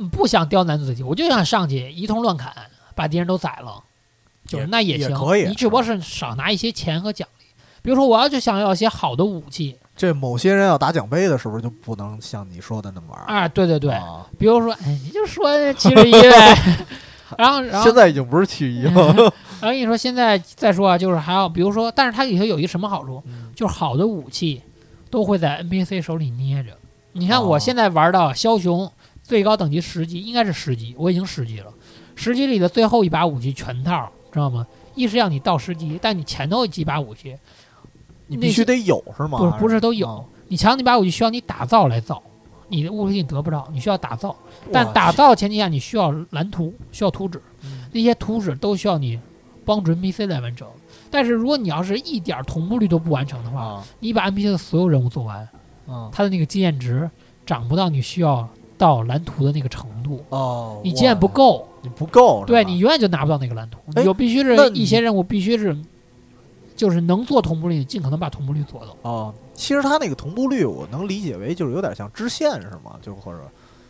[SPEAKER 2] 嗯不想刁难自己，我就想上去一通乱砍，把敌人都宰了，就是
[SPEAKER 1] 也
[SPEAKER 2] 那也
[SPEAKER 1] 也
[SPEAKER 2] 行。
[SPEAKER 1] 可以啊
[SPEAKER 2] 你只不过是少拿一些钱和奖励。比如说，我要就想要一些好的武器
[SPEAKER 1] 这某些人要打奖杯的，是不是就不能像你说的那么玩儿？
[SPEAKER 2] 啊，对对对，
[SPEAKER 1] 啊
[SPEAKER 2] 比如说，哎，你就说七十一呗。 然后，然后
[SPEAKER 1] 现在已经不是七一 了。
[SPEAKER 2] 嗯然后跟你说，现在再说啊，就是还有，比如说，但是它里头有一什么好处，
[SPEAKER 1] 嗯
[SPEAKER 2] 就是好的武器都会在 NPC 手里捏着。你看
[SPEAKER 1] 哦
[SPEAKER 2] 我现在玩到枭雄最高等级十级，应该是十级，我已经十级了。十级里的最后一把武器全套，知道吗？一是让你到十级，但你前头几把武器
[SPEAKER 1] 你必须得有是吗？
[SPEAKER 2] 不是不是都有
[SPEAKER 1] 哦，
[SPEAKER 2] 你前头那把武器需要你打造来造，你的物理你得不到，你需要打造。但
[SPEAKER 1] 哇
[SPEAKER 2] 打造前提下，你需要蓝图，需要图纸，
[SPEAKER 1] 嗯
[SPEAKER 2] 那些图纸都需要你帮助 NPC 来完成。但是如果你要是一点儿同步率都不完成的话，
[SPEAKER 1] 啊
[SPEAKER 2] 你把 NPC 的所有任务做完，
[SPEAKER 1] 啊
[SPEAKER 2] 它的那个经验值涨不到你需要到蓝图的那个程度，
[SPEAKER 1] 哦，
[SPEAKER 2] 你经验不
[SPEAKER 1] 哇，
[SPEAKER 2] 够，
[SPEAKER 1] 你不够是吧，
[SPEAKER 2] 对你永远就拿不到那个蓝图。
[SPEAKER 1] 哎
[SPEAKER 2] 你就必须
[SPEAKER 1] 那
[SPEAKER 2] 是
[SPEAKER 1] 你
[SPEAKER 2] 一些任务必须是就是能做同步率，尽可能把同步率做到
[SPEAKER 1] 哦，其实它那个同步率，我能理解为就是有点像支线是吗？就是或者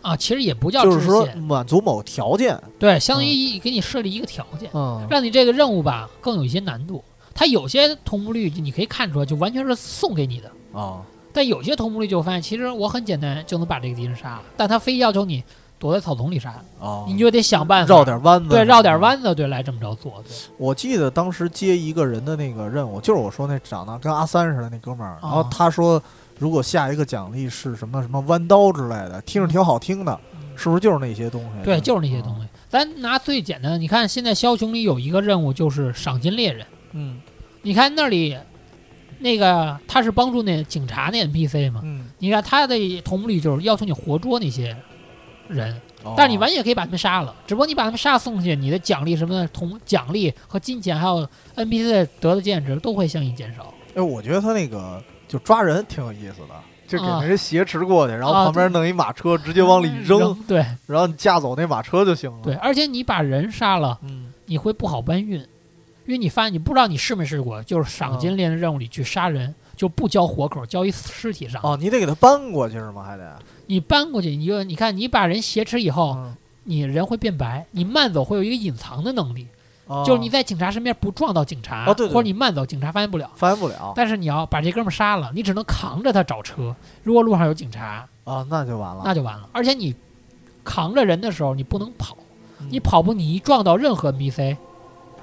[SPEAKER 2] 啊。其实也不叫
[SPEAKER 1] 就
[SPEAKER 2] 支
[SPEAKER 1] 是说嗯
[SPEAKER 2] 线，
[SPEAKER 1] 满足某条件，
[SPEAKER 2] 对，相当于给你设立一个条件，
[SPEAKER 1] 嗯
[SPEAKER 2] 让你这个任务吧更有一些难度。它有些同步率你可以看出来，就完全是送给你的。
[SPEAKER 1] 啊
[SPEAKER 2] 但有些同步率就发现，其实我很简单就能把这个敌人杀了，但他非要求你躲在草丛里杀，
[SPEAKER 1] 啊，
[SPEAKER 2] 你就得想办法
[SPEAKER 1] 绕点弯子，嗯
[SPEAKER 2] 对绕点。弯子，对来这么着做，对
[SPEAKER 1] 我记得当时接一个人的那个任务，就是我说那长得跟阿三似的那哥
[SPEAKER 2] 哦
[SPEAKER 1] 们儿，然后他说如果下一个奖励是什么什么弯刀之类的，听着挺好听的，
[SPEAKER 2] 嗯
[SPEAKER 1] 是不是就是哦那些东西？
[SPEAKER 2] 对，就是那些东西。咱拿最简单的，你看现在枭雄里有一个任务就是赏金猎人，
[SPEAKER 1] 嗯。
[SPEAKER 2] 你看那里那个他是帮助那警察那 NPC 嘛，
[SPEAKER 1] 嗯
[SPEAKER 2] 你看他的同步率就是要求你活捉那些人，
[SPEAKER 1] 嗯，
[SPEAKER 2] 但是你完全可以把他们杀了，只不过你把他们杀送出去，你的奖励什么的同奖励和金钱还有 NPC 的得的剑值都会相应减少。
[SPEAKER 1] 哎，我觉得他那个就抓人挺有意思的，就
[SPEAKER 2] 啊
[SPEAKER 1] 给人挟持过去，然后
[SPEAKER 2] 啊
[SPEAKER 1] 旁边弄一马车，直接往里扔，
[SPEAKER 2] 对
[SPEAKER 1] 然后你架走那马车就行了。
[SPEAKER 2] 对，，而且你把人杀了，
[SPEAKER 1] 嗯，
[SPEAKER 2] 你会不好搬运，因为你发现你不知道你试没试过，就是赏金猎人任务里去杀人，就不交活口，交一尸体上。
[SPEAKER 1] 嗯哦，你得给他搬过去是吗？还得，
[SPEAKER 2] 你搬过去，你就你看你把人挟持以后，
[SPEAKER 1] 嗯
[SPEAKER 2] 你人会变白，你慢走会有一个隐藏的能力，
[SPEAKER 1] 哦
[SPEAKER 2] 就是你在警察身边不撞到警察，
[SPEAKER 1] 哦对对对
[SPEAKER 2] 或者你慢走，警察发现不了。
[SPEAKER 1] 翻不了
[SPEAKER 2] 但是你要把这哥们儿杀了，你只能扛着他找车。如果路上有警察，
[SPEAKER 1] 啊，那就完了。
[SPEAKER 2] 那就完了。而且你扛着人的时候，你不能跑，
[SPEAKER 1] 嗯
[SPEAKER 2] 你跑步你一撞到任何 NPC，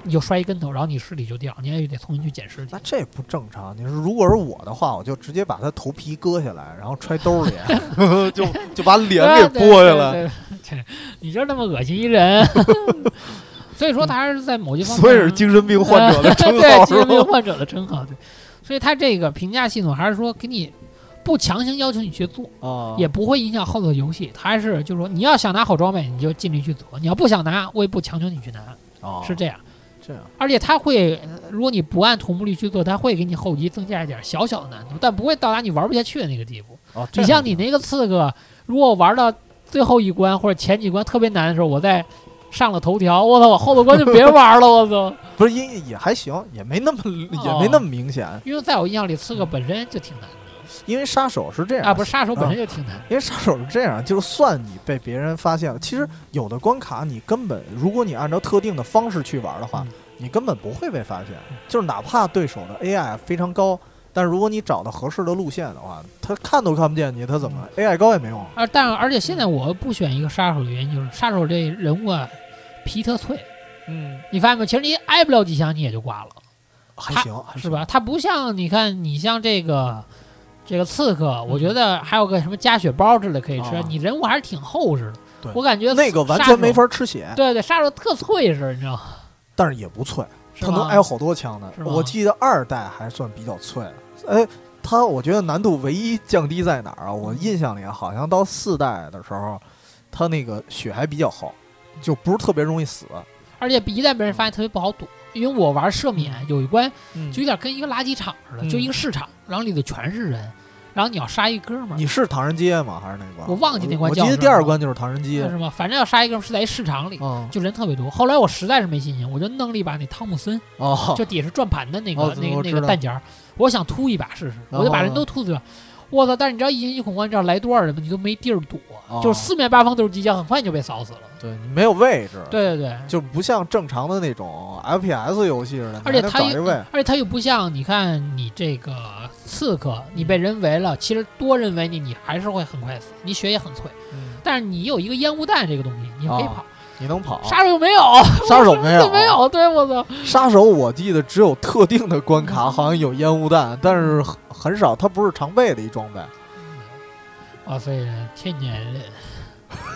[SPEAKER 2] 你就摔一跟头，然后你尸体就掉，你还得重新去捡尸 体
[SPEAKER 1] 那。这不正常。你说如果是我的话，我就直接把他头皮割下来，然后揣兜 里， 就就把脸
[SPEAKER 2] 对啊
[SPEAKER 1] 给剥下来。
[SPEAKER 2] 对对 对你就那么恶心一人。 所以说，他还是在某些方面，
[SPEAKER 1] 所以是精神病患者的称号
[SPEAKER 2] 对精
[SPEAKER 1] 是
[SPEAKER 2] 神病
[SPEAKER 1] 吗？
[SPEAKER 2] 患者的称号。对，所以他这个评价系统还是说给你不强行要求你去做，
[SPEAKER 1] 啊，
[SPEAKER 2] 也不会影响后头的游戏。他还是就是说，你要想拿好装备，你就尽力去做；你要不想拿，我也不强求你去拿，
[SPEAKER 1] 哦
[SPEAKER 2] 是这样。
[SPEAKER 1] 这样
[SPEAKER 2] 而且他会，呃如果你不按同步率去做，他会给你后期增加一点小小的难度，但不会到达你玩不下去的那个地步。
[SPEAKER 1] 哦。这
[SPEAKER 2] 你
[SPEAKER 1] 样啊
[SPEAKER 2] 像你那个刺客，如果我玩到最后一关或者前几关特别难的时候，我再上了头条，我操，我后头关就别玩了，我操！
[SPEAKER 1] 不是也也还行，也没那么
[SPEAKER 2] 哦
[SPEAKER 1] 也没那么明显，
[SPEAKER 2] 因为在我印象里，刺客本身就挺难
[SPEAKER 1] 因为杀手是这样
[SPEAKER 2] 啊，不是杀手本身就挺难。
[SPEAKER 1] 因为杀手是这样，就是算你被别人发现了，其实有的关卡你根本，如果你按照特定的方式去玩的话，
[SPEAKER 2] 嗯
[SPEAKER 1] 你根本不会被发现。就是哪怕对手的 AI 非常高，但如果你找到合适的路线的话，他看都看不见你，他怎么、AI
[SPEAKER 2] 嗯
[SPEAKER 1] 高也没用？啊
[SPEAKER 2] 而但而且现在我不选一个杀手的原因就是，杀手这人物啊，皮特脆，
[SPEAKER 1] 嗯，
[SPEAKER 2] 你发现没？其实你挨不了几枪你也就挂了。
[SPEAKER 1] 还
[SPEAKER 2] 他
[SPEAKER 1] 行，还
[SPEAKER 2] 是
[SPEAKER 1] 行
[SPEAKER 2] 吧？？它不像你看，你像这个这个刺客，
[SPEAKER 1] 嗯
[SPEAKER 2] 我觉得还有个什么加血包之类可以吃
[SPEAKER 1] 啊，
[SPEAKER 2] 你人物还是挺厚实的
[SPEAKER 1] 对。
[SPEAKER 2] 我感觉
[SPEAKER 1] 那个完
[SPEAKER 2] 杀
[SPEAKER 1] 全
[SPEAKER 2] 手
[SPEAKER 1] 没。法吃血，
[SPEAKER 2] 对对，杀手特脆实，你知道吗？
[SPEAKER 1] 但是也不脆，
[SPEAKER 2] 是
[SPEAKER 1] 他
[SPEAKER 2] 吗
[SPEAKER 1] 能挨好多枪呢
[SPEAKER 2] 是。吗
[SPEAKER 1] 我记得二代还算比较脆了，哎。它我觉得难度唯一降低在哪儿啊？我印象里好像到四代的时候，它那个血还比较厚，就不是特别容易死。
[SPEAKER 2] 而且一旦被人发现特别不好躲，因为我玩赦免有一关
[SPEAKER 1] 嗯
[SPEAKER 2] 就有点跟一个垃圾场似的，
[SPEAKER 1] 嗯
[SPEAKER 2] 就一个市场，然后里头全是人，然后你要杀一哥们儿，
[SPEAKER 1] 你是唐人街吗？还是那关？
[SPEAKER 2] 我忘记那关
[SPEAKER 1] 我
[SPEAKER 2] 叫
[SPEAKER 1] 记
[SPEAKER 2] 什
[SPEAKER 1] 得第
[SPEAKER 2] 么
[SPEAKER 1] 二关就是唐人街
[SPEAKER 2] 那。什么，反正要杀一哥们儿是在一市场里，
[SPEAKER 1] 嗯
[SPEAKER 2] 就人特别多。后来我实在是没信心，我就弄了一把那汤姆森，
[SPEAKER 1] 哦，
[SPEAKER 2] 就底下是转盘的那个、
[SPEAKER 1] 哦
[SPEAKER 2] 那个
[SPEAKER 1] 我
[SPEAKER 2] 那
[SPEAKER 1] 知
[SPEAKER 2] 个
[SPEAKER 1] 道
[SPEAKER 2] 弹夹儿，我想突一把试试，
[SPEAKER 1] 然
[SPEAKER 2] 我就把
[SPEAKER 1] 后
[SPEAKER 2] 人
[SPEAKER 1] 呢
[SPEAKER 2] 都突死了。我操！但是你知道一惊一恐慌，你知道来多少人吗？你都没地儿躲，
[SPEAKER 1] 哦
[SPEAKER 2] 就是四面八方都是机枪，很快你就被扫死了。
[SPEAKER 1] 对，你没有位置，，
[SPEAKER 2] 对对对，
[SPEAKER 1] 就不像正常的那种 FPS 游戏似的，
[SPEAKER 2] 而且
[SPEAKER 1] 你还
[SPEAKER 2] 他嗯
[SPEAKER 1] 能找一
[SPEAKER 2] 又
[SPEAKER 1] 位。
[SPEAKER 2] 而且他又不像你看你这个刺客，你被人围了，其实多人围你，你还是会很快死，你血也很脆。
[SPEAKER 1] 嗯
[SPEAKER 2] 但是你有一个烟雾弹这个东西，你可以
[SPEAKER 1] 哦
[SPEAKER 2] 跑。
[SPEAKER 1] 你能跑？
[SPEAKER 2] 杀手又没有，
[SPEAKER 1] 杀手没有，
[SPEAKER 2] 没。有，对我操，
[SPEAKER 1] 杀手我记得只有特定的关卡好像有烟雾弹，但是很很少，它不是常备的一装 备。
[SPEAKER 2] 哇塞，啊天年嘞。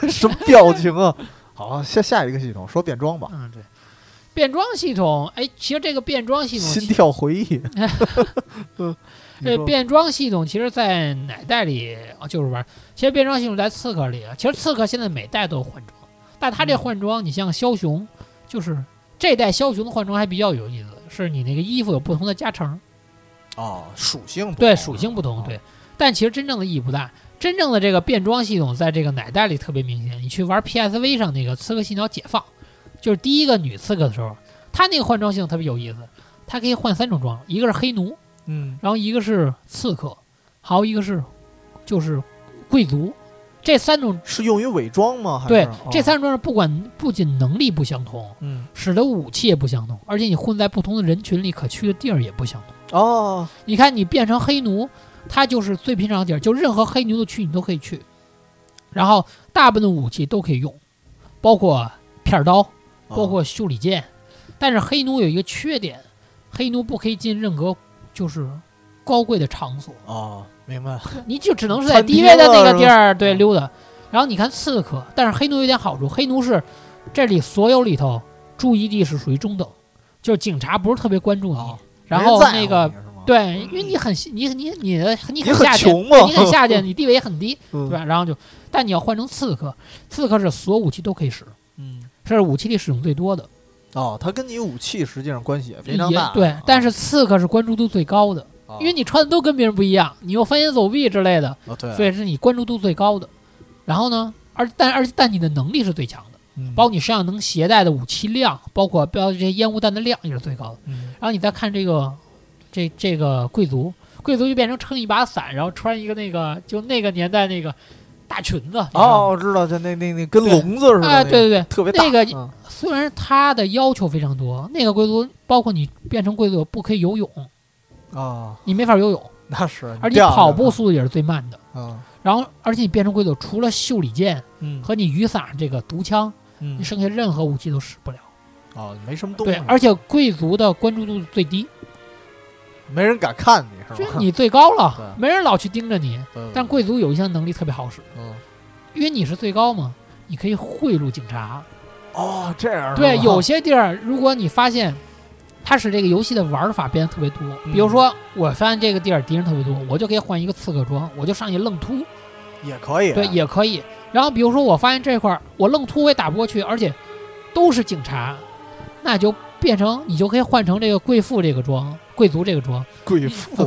[SPEAKER 1] 什么表情啊？好，下下一个系统说变装吧，
[SPEAKER 2] 嗯，对，变装系统，哎，其实这个变装系统
[SPEAKER 1] 心
[SPEAKER 2] 其，
[SPEAKER 1] 跳回忆。 嗯，你
[SPEAKER 2] 这
[SPEAKER 1] 说
[SPEAKER 2] 变装系统其实，在哪代里啊就是玩儿？其实变装系统在刺客里，啊，其实刺客现在每代都有换装，但他这
[SPEAKER 1] 嗯
[SPEAKER 2] 换装，你像枭雄，就是这代枭雄的换装还比较有意思，是你那个衣服有不同的加成，
[SPEAKER 1] 哦，属性不
[SPEAKER 2] 对，
[SPEAKER 1] 同
[SPEAKER 2] 属性不同，
[SPEAKER 1] 啊
[SPEAKER 2] 对，但其实真正的意义不大。真正的这个变装系统在这个哪代里特别明显，你去玩 PSV 上那个《刺客信条：解放》，就是第一个女刺客的时候，她那个换装系统特别有意思。它可以换三种装，一个是黑奴，
[SPEAKER 1] 嗯
[SPEAKER 2] 然后一个是刺客，还有一个是就是贵族，这三种
[SPEAKER 1] 是用于伪装吗？还是
[SPEAKER 2] 对
[SPEAKER 1] 哦
[SPEAKER 2] 这三种装是不管不仅能力不相同，
[SPEAKER 1] 嗯
[SPEAKER 2] 使得武器也不相同，而且你混在不同的人群里可去的地儿也不相同。
[SPEAKER 1] 哦
[SPEAKER 2] 你看你变成黑奴，他就是最平常的地儿，就任何黑奴的区你都可以去，然后大部分的武器都可以用，包括片儿刀，
[SPEAKER 1] 哦
[SPEAKER 2] 包括修理剑。但是黑奴有一个缺点，黑奴不可以进任何就是高贵的场所，
[SPEAKER 1] 哦，明白
[SPEAKER 2] 你就只能是在
[SPEAKER 1] 探
[SPEAKER 2] 低
[SPEAKER 1] 地
[SPEAKER 2] 位
[SPEAKER 1] 了
[SPEAKER 2] 的那
[SPEAKER 1] 是
[SPEAKER 2] 个
[SPEAKER 1] 吧
[SPEAKER 2] 地儿对
[SPEAKER 1] 嗯
[SPEAKER 2] 溜达。然后你看刺客，但是黑奴有点好处，黑奴是这里所有里头注意力是属于中等，就是警察不是特别关注你，
[SPEAKER 1] 哦
[SPEAKER 2] 然
[SPEAKER 1] 没人
[SPEAKER 2] 后
[SPEAKER 1] 在乎
[SPEAKER 2] 那个
[SPEAKER 1] 你是吗嗯
[SPEAKER 2] 对，因为你很你你你的你
[SPEAKER 1] 你
[SPEAKER 2] 很
[SPEAKER 1] 很
[SPEAKER 2] 下贱，
[SPEAKER 1] 穷嘛
[SPEAKER 2] 你很 下贱，你地位也很低，对
[SPEAKER 1] 嗯
[SPEAKER 2] 吧？然后就，但你要换成刺客，刺客是所有武器都可以使，
[SPEAKER 1] 嗯
[SPEAKER 2] 这是武器里使用最多的，
[SPEAKER 1] 哦，它跟你武器实际上关系也非
[SPEAKER 2] 也
[SPEAKER 1] 常大
[SPEAKER 2] 对
[SPEAKER 1] 啊。
[SPEAKER 2] 但是刺客是关注度最高的，
[SPEAKER 1] 哦
[SPEAKER 2] 因为你穿的都跟别人不一样，你又翻檐走壁之类的，
[SPEAKER 1] 哦对
[SPEAKER 2] 所以是你关注度最高的。然后呢，而但而但你的能力是最强的，
[SPEAKER 1] 嗯
[SPEAKER 2] 包括你身上能携带的武器量，包括包括这些烟雾弹的量也是最高的。
[SPEAKER 1] 嗯
[SPEAKER 2] 然后你再看这个，这这个贵族，贵族就变成撑一把伞，然后穿一个那个就那个年代那个大裙子。你知道
[SPEAKER 1] 哦，
[SPEAKER 2] 吗，
[SPEAKER 1] 我知道，就那那那跟
[SPEAKER 2] 对
[SPEAKER 1] 笼子似的，
[SPEAKER 2] 哎，
[SPEAKER 1] 那个
[SPEAKER 2] 对对对，
[SPEAKER 1] 特别大
[SPEAKER 2] 那个
[SPEAKER 1] 嗯
[SPEAKER 2] 虽然他的要求非常多，那个贵族包括你变成贵族不可以游泳，
[SPEAKER 1] 哦，
[SPEAKER 2] 你没法游泳，
[SPEAKER 1] 那是，
[SPEAKER 2] 而且
[SPEAKER 1] 掉下
[SPEAKER 2] 跑
[SPEAKER 1] 来
[SPEAKER 2] 步
[SPEAKER 1] 了
[SPEAKER 2] 速度也是最慢的。
[SPEAKER 1] 啊，
[SPEAKER 2] 然后，而且你变成贵族，除了袖里剑
[SPEAKER 1] 嗯
[SPEAKER 2] 和你雨伞这个毒枪，
[SPEAKER 1] 嗯
[SPEAKER 2] 你剩下任何武器都使不了。
[SPEAKER 1] 哦，没什么东西
[SPEAKER 2] 对，，而且贵族的关注度最低，
[SPEAKER 1] 没人敢看你是
[SPEAKER 2] 就
[SPEAKER 1] 吧嗯
[SPEAKER 2] 是？你最高了，
[SPEAKER 1] 哦 对
[SPEAKER 2] 没人老去盯着你。
[SPEAKER 1] 对
[SPEAKER 2] 但贵族有一项能力特别好使，
[SPEAKER 1] 嗯
[SPEAKER 2] 因为你是最高嘛，你可以贿赂警察。
[SPEAKER 1] 哦这样是
[SPEAKER 2] 对，
[SPEAKER 1] 吧
[SPEAKER 2] 有些地儿，如果你发现它使这个游戏的玩法变得特别多，
[SPEAKER 1] 嗯
[SPEAKER 2] 比如说我发现这个地儿敌人特别多，我就可以换一个刺客装，我就上去愣突，
[SPEAKER 1] 也可以
[SPEAKER 2] 对，也可以。然后比如说我发现这块儿我愣突我也打不过去，而且都是警察，那就变成你就可以换成这个贵妇这个装，贵族这个 装，
[SPEAKER 1] 贵妇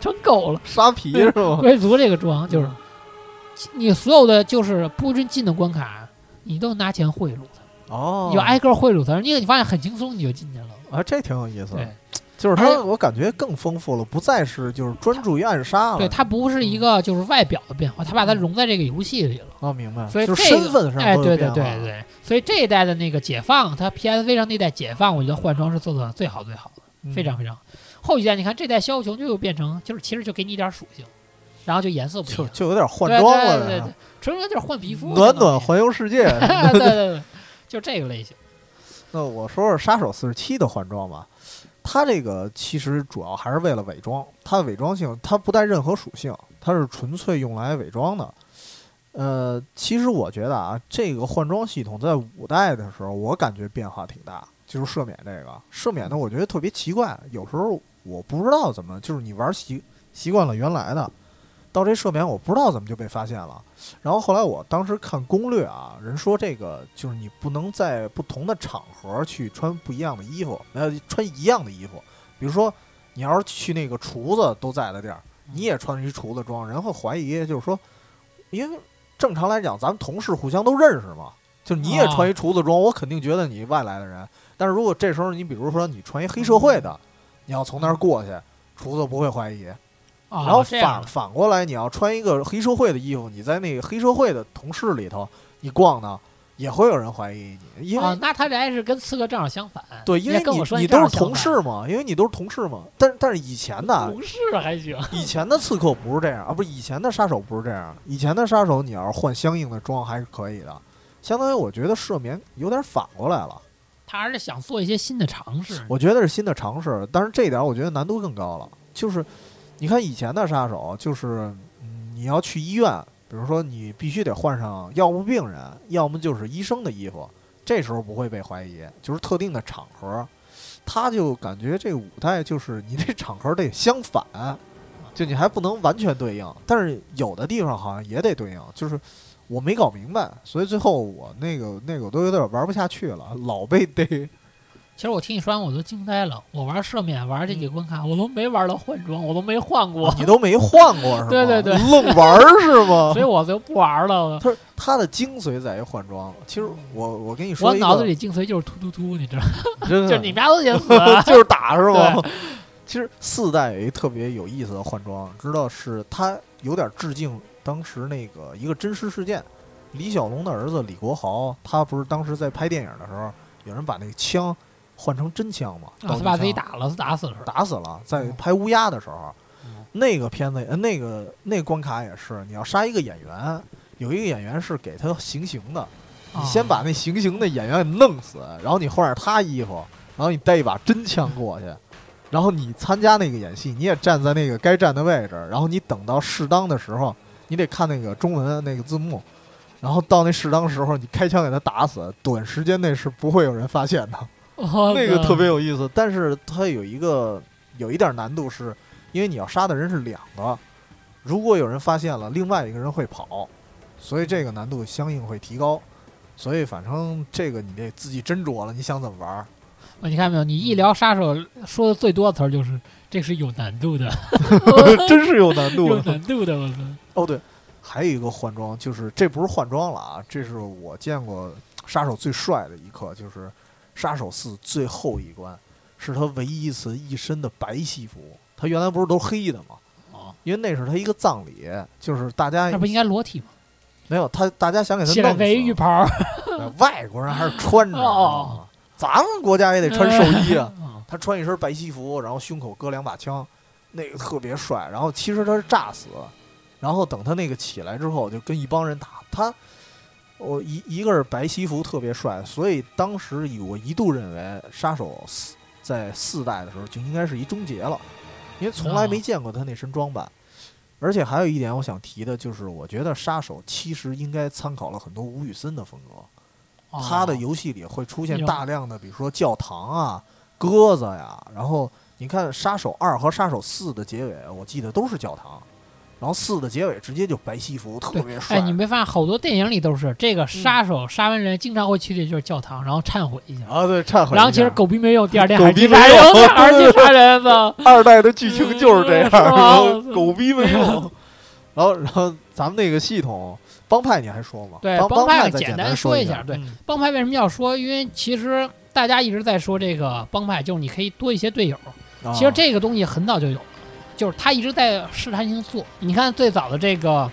[SPEAKER 2] 成狗了，
[SPEAKER 1] 沙皮是吧？
[SPEAKER 2] 贵族这个装就是
[SPEAKER 1] 嗯
[SPEAKER 2] 你所有的就是不准进的关卡，你都拿钱贿赂他。
[SPEAKER 1] 哦，
[SPEAKER 2] 你就挨个贿赂他，你你发现很轻松，你就进去了。
[SPEAKER 1] 啊，这挺有意思
[SPEAKER 2] 对
[SPEAKER 1] 的，就是
[SPEAKER 2] 而且
[SPEAKER 1] 它我感觉更丰富了，不再是就是专注于暗杀了，
[SPEAKER 2] 对，它不是
[SPEAKER 1] 嗯
[SPEAKER 2] 一个就是外表的变化，它把它融在这个游戏里了。
[SPEAKER 1] 哦明白，
[SPEAKER 2] 所以
[SPEAKER 1] 就是
[SPEAKER 2] 这个
[SPEAKER 1] 身份嗯上
[SPEAKER 2] 哎，
[SPEAKER 1] 都有
[SPEAKER 2] 对对
[SPEAKER 1] 变化
[SPEAKER 2] 对对，对，所以这一代的那个解放，它 PSV 上那代解放，我觉得换装是做的最好最好的，
[SPEAKER 1] 嗯
[SPEAKER 2] 非常非常好。后一代你看这代枭雄就又变成就是其实就给你一点属性，然后就颜色不一
[SPEAKER 1] 就
[SPEAKER 2] 样，
[SPEAKER 1] 就有点换装了
[SPEAKER 2] 对对对
[SPEAKER 1] 这
[SPEAKER 2] 对，纯纯就是换皮肤，
[SPEAKER 1] 暖
[SPEAKER 2] 相当
[SPEAKER 1] 暖
[SPEAKER 2] 于。
[SPEAKER 1] 环游世界。
[SPEAKER 2] 对对对，就这个类型。
[SPEAKER 1] 那我说说杀手四十七的换装吧，它这个其实主要还是为了伪装，它的伪装性它不带任何属性，它是纯粹用来伪装的。呃，其实我觉得啊，这个换装系统在五代的时候，我感觉变化挺大，就是赦免这个赦免的，我觉得特别奇怪，有时候我不知道怎么，就是你玩习习惯了原来的。到这赦免，我不知道怎么就被发现了。然后后来我当时看攻略啊，人说这个就是你不能在不同的场合去穿不一样的衣服，呃，穿一样的衣服。比如说，你要是去那个厨子都在的地儿，你也穿着一厨子装，人会怀疑，就是说，因为正常来讲，咱们同事互相都认识嘛，就是你也
[SPEAKER 2] 哦
[SPEAKER 1] 穿一厨子装，我肯定觉得你外来的人。但是如果这时候你比如说你穿一黑社会的，你要从那儿过去，厨子不会怀疑。
[SPEAKER 2] 啊，
[SPEAKER 1] 然后
[SPEAKER 2] 这样
[SPEAKER 1] 反
[SPEAKER 2] 的
[SPEAKER 1] 反过来，你要穿一个黑社会的衣服，你在那个黑社会的同事里头你逛呢，也会有人怀疑你，因为、
[SPEAKER 2] 啊，那他这还是跟刺客正好相反。
[SPEAKER 1] 对，因为
[SPEAKER 2] 跟我
[SPEAKER 1] 你
[SPEAKER 2] 说
[SPEAKER 1] 你
[SPEAKER 2] 正
[SPEAKER 1] 都
[SPEAKER 2] 好
[SPEAKER 1] 是同
[SPEAKER 2] 相
[SPEAKER 1] 事嘛，因为你都是同事嘛。但是但是以前
[SPEAKER 2] 反，
[SPEAKER 1] 的
[SPEAKER 2] 同事还行。
[SPEAKER 1] 以前的刺客不是这样啊，不是以前的杀手不是这样，以前的杀手你要是换相应的装还是可以的，相当于我觉得赦免有点反过来了。
[SPEAKER 2] 他还是想做一些新的尝试。
[SPEAKER 1] 我觉得是新的尝试，但是这一点我觉得难度更高了。就是你看以前的杀手，就是、嗯、你要去医院，比如说你必须得换上要么病人，要么就是医生的衣服，这时候不会被怀疑，就是特定的场合。他就感觉这五代就是你这场合得相反，就你还不能完全对应，但是有的地方好像也得对应，就是。我没 搞明白，所以最后我那个那个我都有点玩不下去了，老被逮
[SPEAKER 2] 其实我听你说完我都惊呆了，我玩赦免玩
[SPEAKER 1] 嗯
[SPEAKER 2] 这几个关卡，我都没玩到换装，我都没换过，
[SPEAKER 1] 啊你都没换过是吗？
[SPEAKER 2] 对对对，
[SPEAKER 1] 愣玩儿是吗
[SPEAKER 2] 所？以我就不玩了。
[SPEAKER 1] 他他的精髓在于换装。其实我我跟你说
[SPEAKER 2] 我
[SPEAKER 1] 一个，嗯
[SPEAKER 2] 脑 子里精髓就是突突突，你知道吗，
[SPEAKER 1] 真
[SPEAKER 2] 就
[SPEAKER 1] 的
[SPEAKER 2] 是你们家都得死。
[SPEAKER 1] 就是打是吗？ 其实四代有一特别有意思的换装，知道是它有点致敬当时那个一个真实事件，李小龙的儿子李国豪，他不是当时在拍电影的时候，有人把那个枪换成真枪嘛，刀
[SPEAKER 2] 啊他
[SPEAKER 1] 具
[SPEAKER 2] 把自己
[SPEAKER 1] 枪
[SPEAKER 2] 打了，打死了是吧？
[SPEAKER 1] 打死了，在
[SPEAKER 2] 嗯
[SPEAKER 1] 拍乌鸦的时候，
[SPEAKER 2] 嗯
[SPEAKER 1] 那个片子呃那个那关卡也是，你要杀一个演员，有一个演员是给他行刑的，
[SPEAKER 2] 哦啊
[SPEAKER 1] 你先把那行刑的演员给弄死，然后你换上他衣服，然后你带一把真枪过去，然后你参加那个演戏，你也站在那个该站的位置，然后你等到适当的时候，你得看那个中文那个字幕，然后到那适当时候你开枪给他打死，短时间内是不会有人发现的，
[SPEAKER 2] 哦
[SPEAKER 1] 那个特别有意思。但是它有一个有一点难度是，因为你要杀的人是两个，如果有人发现了，另外一个人会跑，所以这个难度相应会提高。所以反正这个你得自己斟酌了，你想怎么玩儿？
[SPEAKER 2] 哦你看没有？你一聊杀手，说的最多的词儿就是这是有难度的，
[SPEAKER 1] 真是有难度啊
[SPEAKER 2] 有。难度的，我操！
[SPEAKER 1] 哦，对，还有一个换装，就是这不是换装了啊，这是我见过杀手最帅的一刻，就是杀手四最后一关，是他唯一一次一身的白西服。他原来不是都黑的吗？
[SPEAKER 2] 哦，
[SPEAKER 1] 因为那是他一个葬礼，就是大家
[SPEAKER 2] 那不应该裸体吗？
[SPEAKER 1] 没有他，大家想给他
[SPEAKER 2] 起来
[SPEAKER 1] 弄
[SPEAKER 2] 围浴
[SPEAKER 1] 死，
[SPEAKER 2] 袍儿，
[SPEAKER 1] 哎外国人还是穿着的
[SPEAKER 2] 哦嗯
[SPEAKER 1] 啊，咱们国家也得穿寿衣啊。
[SPEAKER 2] 啊，
[SPEAKER 1] 他穿一身白西服，然后胸口搁两把枪，那个特别帅。然后其实他是炸死，然后等他那个起来之后，就跟一帮人打他。我一一个是白西服特别帅，所以当时我一度认为杀手四在四代的时候就应该是一终结了，因为从来没见过他那身装扮。而且还有一点我想提的就是，我觉得杀手其实应该参考了很多吴宇森的风格。
[SPEAKER 2] 哦
[SPEAKER 1] 它的游戏里会出现
[SPEAKER 2] 有
[SPEAKER 1] 大量的，比如说教堂啊、鸽子呀，然后你看《杀手二》和《杀手四》的结尾，我记得都是教堂，然后四的结尾直接就白西服，特别帅。
[SPEAKER 2] 哎，你没发现好多电影里都是这个杀手杀完人，经常会去的就是教堂，然后忏悔一下。
[SPEAKER 1] 啊，对，忏悔一下。
[SPEAKER 2] 然后其实狗逼没用，第二天
[SPEAKER 1] 狗
[SPEAKER 2] 还
[SPEAKER 1] 逼
[SPEAKER 2] 去
[SPEAKER 1] 没
[SPEAKER 2] 杀人，
[SPEAKER 1] 用
[SPEAKER 2] 还是去 杀人呢。
[SPEAKER 1] 二代的剧情就是这样，
[SPEAKER 2] 嗯 是吗
[SPEAKER 1] 然后狗逼没用。 然后，然后咱们那个系统帮派你还说吗？
[SPEAKER 2] 对
[SPEAKER 1] 帮
[SPEAKER 2] 帮派
[SPEAKER 1] 派再
[SPEAKER 2] 简单
[SPEAKER 1] 单
[SPEAKER 2] 说
[SPEAKER 1] 一
[SPEAKER 2] 一下对
[SPEAKER 1] 嗯
[SPEAKER 2] 帮派为什么要说？因为其实大家一直在说这个帮派，就是你可以多一些队友。
[SPEAKER 1] 啊
[SPEAKER 2] 其实这个东西很早就有，就是他一直在试探性做。你看最早的这个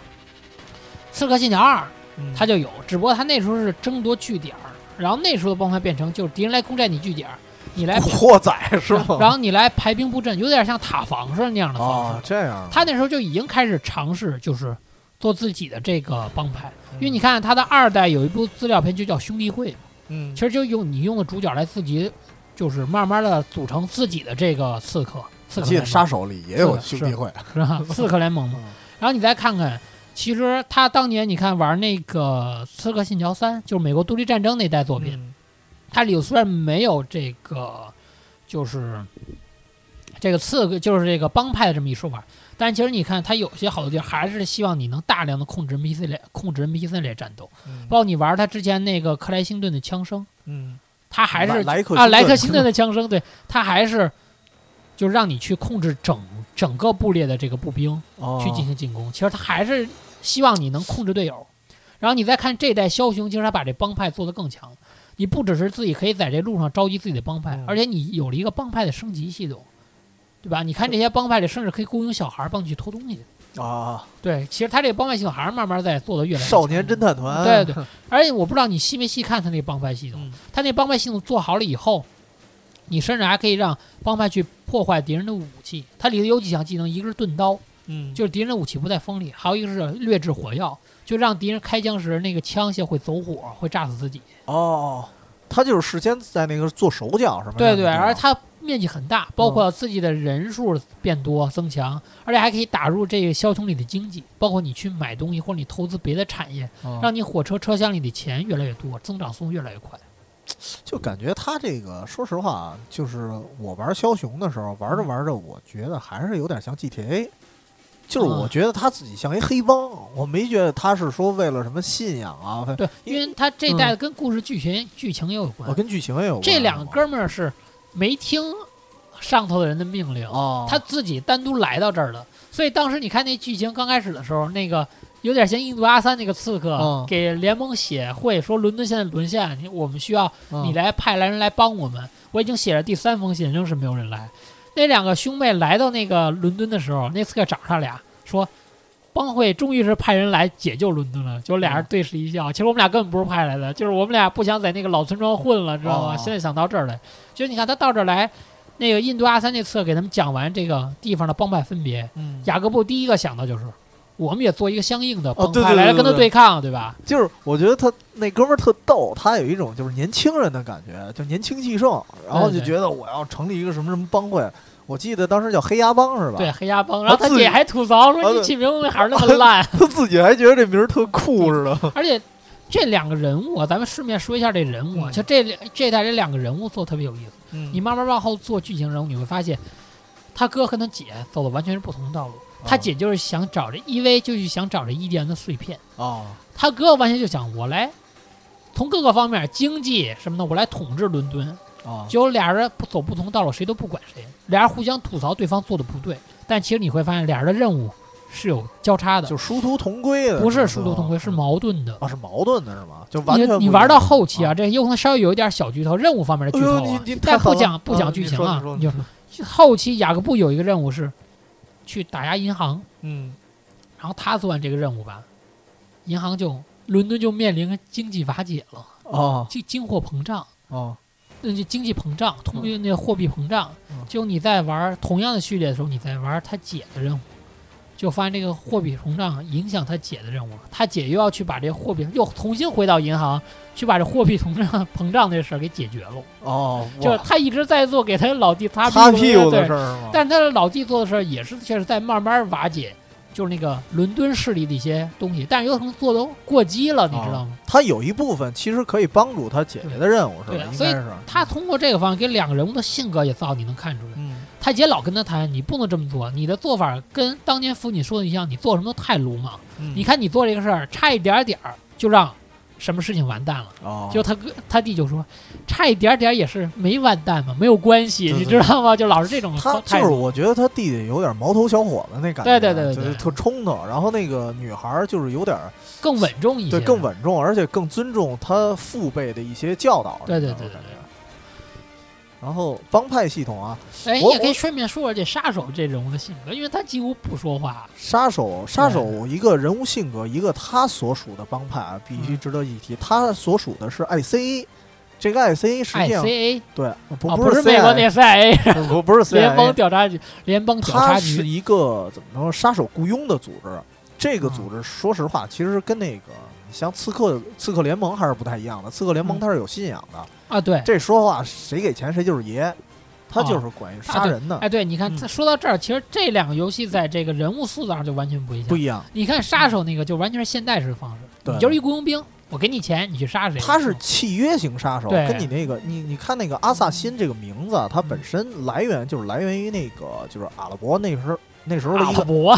[SPEAKER 2] 《刺客信条二》，
[SPEAKER 1] 嗯
[SPEAKER 2] 它就有，只不过它那时候是争夺据点儿，然后那时候的帮派变成就是敌人来攻占你据点儿，你来
[SPEAKER 1] 惑 仔是吗？
[SPEAKER 2] 然后你来排兵布阵，有点像塔防似的那样的方
[SPEAKER 1] 啊
[SPEAKER 2] 式。，
[SPEAKER 1] 这样
[SPEAKER 2] 他那时候就已经开始尝试，就是做自己的这个帮派，因为你
[SPEAKER 1] 看，
[SPEAKER 2] 看他的二代有一部资料片就叫《兄弟会》，
[SPEAKER 1] 嗯
[SPEAKER 2] 其，实就用你用的主角来自己，就是慢慢的组成自己的这个刺客，刺
[SPEAKER 1] 我
[SPEAKER 2] 客
[SPEAKER 1] 记
[SPEAKER 2] 联
[SPEAKER 1] 得
[SPEAKER 2] 盟
[SPEAKER 1] 杀手里也有
[SPEAKER 2] 是
[SPEAKER 1] 兄
[SPEAKER 2] 的
[SPEAKER 1] 弟会，
[SPEAKER 2] 是吧？刺客联盟嘛。
[SPEAKER 1] 嗯
[SPEAKER 2] 然后你再看看，其实他当年你看玩那个《刺客信条三》，就是美国独立战争那代作品，
[SPEAKER 1] 嗯
[SPEAKER 2] 它里头虽然没有这个，就是这个刺客，就是这个帮派的这么一说法，但其实你看，它有些好多地儿还是希望你能大量的控制 NPC 类，控制 NPC 类战斗，
[SPEAKER 1] 嗯
[SPEAKER 2] 包括你玩它之前那个克莱辛顿的枪声，
[SPEAKER 1] 嗯，
[SPEAKER 2] 它还是
[SPEAKER 1] 莱莱克
[SPEAKER 2] 啊莱克
[SPEAKER 1] 克
[SPEAKER 2] 辛顿的枪声，对，它还是就让你去控制整整个部列的这个步兵。
[SPEAKER 1] 哦
[SPEAKER 2] 去进行进攻。其实他还是希望你能控制队友。然后你再看这代枭雄，其实他把这帮派做得更强了。你不只是自己可以在这路上召集自己的帮派
[SPEAKER 1] 嗯，
[SPEAKER 2] 而且你有了一个帮派的升级系统，对吧？你看这些帮派里甚至可以雇佣小孩儿帮你去偷东西。
[SPEAKER 1] 哦啊，
[SPEAKER 2] 对，其实他这个帮派系统还是慢慢在做得越来越
[SPEAKER 1] 少年
[SPEAKER 2] 强
[SPEAKER 1] 侦探团，
[SPEAKER 2] 嗯对对，而且我不知道你细没细看他那个帮派系统，
[SPEAKER 1] 嗯
[SPEAKER 2] 他那帮派系统做好了以后，你甚至还可以让帮派去破坏敌人的武器。它里头有几项技能，一个是钝刀，
[SPEAKER 1] 嗯，
[SPEAKER 2] 就是敌人的武器不在锋利，还有一个是劣质火药，就让敌人开枪时那个枪械会走火，会炸死自己。
[SPEAKER 1] 哦，他就是事先在那个做手脚什么的，
[SPEAKER 2] 对对，
[SPEAKER 1] 那个地方
[SPEAKER 2] 而它面积很大，包括自己的人数变多增强，而且还可以打入这个枭雄里的经济，包括你去买东西或者你投资别的产业，
[SPEAKER 1] 嗯
[SPEAKER 2] 让你火车车厢里的钱越来越多，增长速度越来越快。
[SPEAKER 1] 就感觉他这个，说实话啊，
[SPEAKER 2] 嗯
[SPEAKER 1] 就是我玩枭雄的时候，玩着玩着，我觉得还是有点像 GTA，就是
[SPEAKER 2] 啊
[SPEAKER 1] 我觉得他自己像一黑帮，我没觉得他是说为了什么信仰啊，反
[SPEAKER 2] 对，因为他这一代跟故事剧情、剧情也有关
[SPEAKER 1] 哦，。跟剧啊情也有关。
[SPEAKER 2] 这两
[SPEAKER 1] 儿
[SPEAKER 2] 哥们儿是没听上头的人的命令，
[SPEAKER 1] 哦，
[SPEAKER 2] 他自己单独来到这儿的。所以当时你看那剧情刚开始的时候，那个有点像印度阿三那个刺客
[SPEAKER 1] 嗯
[SPEAKER 2] 给联盟写会说，伦敦现在沦陷，你我们需要
[SPEAKER 1] 嗯
[SPEAKER 2] 你来派来人来帮我们。我已经写了第三封信，仍是没有人来。那两个兄妹来到那个伦敦的时候，那刺客找上俩说，帮会终于是派人来解救伦敦了。就
[SPEAKER 1] 嗯
[SPEAKER 2] 俩人对视一笑，其实我们俩根本不是派来的，就是我们俩不想在那个老村庄混了，知道吗？
[SPEAKER 1] 哦
[SPEAKER 2] 现在想到这儿来，就你看他到这儿来，那个印度阿三那刺客给他们讲完这个地方的帮派分别，
[SPEAKER 1] 嗯
[SPEAKER 2] 雅各布第一个想到就是。我们也做一个相应的
[SPEAKER 1] 哦
[SPEAKER 2] 帮
[SPEAKER 1] 对
[SPEAKER 2] 派
[SPEAKER 1] 对
[SPEAKER 2] 来
[SPEAKER 1] 对
[SPEAKER 2] 跟他
[SPEAKER 1] 对
[SPEAKER 2] 对抗，对吧？
[SPEAKER 1] 就是我觉得他那哥们儿特逗，他有一种就是年轻人的感觉，就年轻气盛，然后就
[SPEAKER 2] 对对
[SPEAKER 1] 觉得我要成立一个什么什么帮会。我记得当时叫黑鸭帮是吧？啊
[SPEAKER 2] 对，黑鸭帮。然后他
[SPEAKER 1] 自
[SPEAKER 2] 姐
[SPEAKER 1] 己
[SPEAKER 2] 还吐槽
[SPEAKER 1] 啊
[SPEAKER 2] 说：“你
[SPEAKER 1] 对
[SPEAKER 2] 起名字还是那么烂。
[SPEAKER 1] 他自己还觉得这名儿特
[SPEAKER 2] 嗯
[SPEAKER 1] 酷似的。”
[SPEAKER 2] 而且这两个人物啊，咱们顺便说一下这人物啊，
[SPEAKER 1] 嗯
[SPEAKER 2] 就这两这代这两个人物做得特别有意思。
[SPEAKER 1] 嗯
[SPEAKER 2] 你慢慢往后做剧情人物，你会发现他哥和他姐走的完全是不同的道路。
[SPEAKER 1] 啊
[SPEAKER 2] 他姐就是想找这 EV，就是想找这伊甸的碎片；
[SPEAKER 1] 啊，
[SPEAKER 2] 他哥完全就想我来。从各个方面，经济什么的，我来统治伦敦。
[SPEAKER 1] 啊
[SPEAKER 2] 结果俩人不走不同道路，谁都不管谁，俩人互相吐槽对方做的不对。但其实你会发现，俩人的任务是有交叉的，
[SPEAKER 1] 就殊途同归的，
[SPEAKER 2] 不是
[SPEAKER 1] 吧
[SPEAKER 2] 殊途同归，是矛盾的。
[SPEAKER 1] 啊，是矛盾的是吗？就完全不
[SPEAKER 2] 你
[SPEAKER 1] 一样
[SPEAKER 2] 你玩到后期啊，
[SPEAKER 1] 啊
[SPEAKER 2] 这有可能稍微有一点小剧透，任务方面的
[SPEAKER 1] 哎
[SPEAKER 2] 剧
[SPEAKER 1] 呦，
[SPEAKER 2] 透
[SPEAKER 1] 你
[SPEAKER 2] 啊。
[SPEAKER 1] 你
[SPEAKER 2] 但
[SPEAKER 1] 太
[SPEAKER 2] 不
[SPEAKER 1] 狠了
[SPEAKER 2] 讲不
[SPEAKER 1] 啊
[SPEAKER 2] 讲
[SPEAKER 1] 你
[SPEAKER 2] 剧情
[SPEAKER 1] 说
[SPEAKER 2] 啊
[SPEAKER 1] 你说，你
[SPEAKER 2] 就
[SPEAKER 1] 说
[SPEAKER 2] 后期雅各布有一个任务是去打压银行，
[SPEAKER 1] 嗯
[SPEAKER 2] 然后他做完这个任务吧，银行就伦敦就面临经济瓦解了，
[SPEAKER 1] 哦
[SPEAKER 2] 经经货膨胀，
[SPEAKER 1] 哦
[SPEAKER 2] 那就经济膨胀，通那个货币膨胀
[SPEAKER 1] 嗯。
[SPEAKER 2] 就你在玩同样的序列的时候，你在玩他姐的任务，就发现这个货币膨胀影响他姐的任务了。他姐又要去把这货币又重新回到银行，去把这货币膨胀膨胀这事儿给解决了。
[SPEAKER 1] 哦，
[SPEAKER 2] 就是
[SPEAKER 1] 哇
[SPEAKER 2] 他一直在做给他老弟擦
[SPEAKER 1] 擦
[SPEAKER 2] 屁
[SPEAKER 1] 屁股的
[SPEAKER 2] 对
[SPEAKER 1] 事儿是吗？
[SPEAKER 2] 但是他的老弟做的事儿也是确实在慢慢瓦解，就是那个伦敦势力的一些东西，但是有可能做的过激了，你
[SPEAKER 1] 哦
[SPEAKER 2] 知道吗？
[SPEAKER 1] 他有一部分其实可以帮助他解决的任务是吧？
[SPEAKER 2] 对啊
[SPEAKER 1] 应
[SPEAKER 2] 所以
[SPEAKER 1] 该是
[SPEAKER 2] 他通过这个方式给两个人物的性格也造，你能看出来。
[SPEAKER 1] 嗯
[SPEAKER 2] 他姐老跟他谈，你不能这么做，你的做法跟当年扶你说的一样，你做什么都太鲁莽。
[SPEAKER 1] 嗯
[SPEAKER 2] 你看你做这个事儿，差一点点儿就让什么事情完蛋了。
[SPEAKER 1] 哦
[SPEAKER 2] 就他哥他弟就说，差一点点儿也是没完蛋嘛，没有关系，
[SPEAKER 1] 对
[SPEAKER 2] 你
[SPEAKER 1] 对
[SPEAKER 2] 知道吗？就老是这种
[SPEAKER 1] 他就
[SPEAKER 2] 态
[SPEAKER 1] 是
[SPEAKER 2] 度。
[SPEAKER 1] 我觉得他弟弟有点毛头小伙子那感觉，
[SPEAKER 2] 对对对对
[SPEAKER 1] 就是
[SPEAKER 2] 对
[SPEAKER 1] 特冲动。然后那个女孩儿就是有点儿
[SPEAKER 2] 更稳重一些，
[SPEAKER 1] 对更。稳重，而且更尊重他父辈的一些教导。
[SPEAKER 2] 对对
[SPEAKER 1] 我
[SPEAKER 2] 对对
[SPEAKER 1] 感觉。然后帮派系统啊，
[SPEAKER 2] 哎，
[SPEAKER 1] 我
[SPEAKER 2] 也可以顺便说说这杀手这人物的性格，因为他几乎不说话。
[SPEAKER 1] 杀手杀手一个人物性格，一个他所属的帮派啊，必须
[SPEAKER 2] 嗯
[SPEAKER 1] 值得一提。他所属的是 ICA，这个 ICA
[SPEAKER 2] 哎
[SPEAKER 1] 实际上
[SPEAKER 2] ICA
[SPEAKER 1] 对
[SPEAKER 2] 啊，
[SPEAKER 1] 不
[SPEAKER 2] 不
[SPEAKER 1] 是
[SPEAKER 2] 美国
[SPEAKER 1] CIA，
[SPEAKER 2] 那 CIA
[SPEAKER 1] 不不是
[SPEAKER 2] 联邦
[SPEAKER 1] CIA，
[SPEAKER 2] 调查局，联邦调
[SPEAKER 1] 它
[SPEAKER 2] 查
[SPEAKER 1] 是
[SPEAKER 2] 局。
[SPEAKER 1] 一个怎么说杀手雇佣的组织。这个组
[SPEAKER 2] 嗯
[SPEAKER 1] 织说实话，其实跟那个像刺客刺客联盟还是不太一样的。刺客联
[SPEAKER 2] 嗯
[SPEAKER 1] 盟它是有信仰的，
[SPEAKER 2] 啊，对，
[SPEAKER 1] 这说话谁给钱谁就是爷，他
[SPEAKER 2] 啊
[SPEAKER 1] 就是管杀人的，
[SPEAKER 2] 哎，对，你看，
[SPEAKER 1] 嗯
[SPEAKER 2] 他说到这儿，其实这两个游戏在这个人物塑造上就完全不一样。
[SPEAKER 1] 不一样。
[SPEAKER 2] 你看杀手那个就完全是现代式方式，
[SPEAKER 1] 对
[SPEAKER 2] 你就是一雇佣兵，我给你钱，你去杀谁。
[SPEAKER 1] 他是契约型杀手，
[SPEAKER 2] 嗯对嗯
[SPEAKER 1] 跟你那个你你看那个阿萨辛这个名字啊，它本身来源就是来源于那个就是阿拉伯那时候那时候的
[SPEAKER 2] 阿
[SPEAKER 1] 一个
[SPEAKER 2] 拉伯，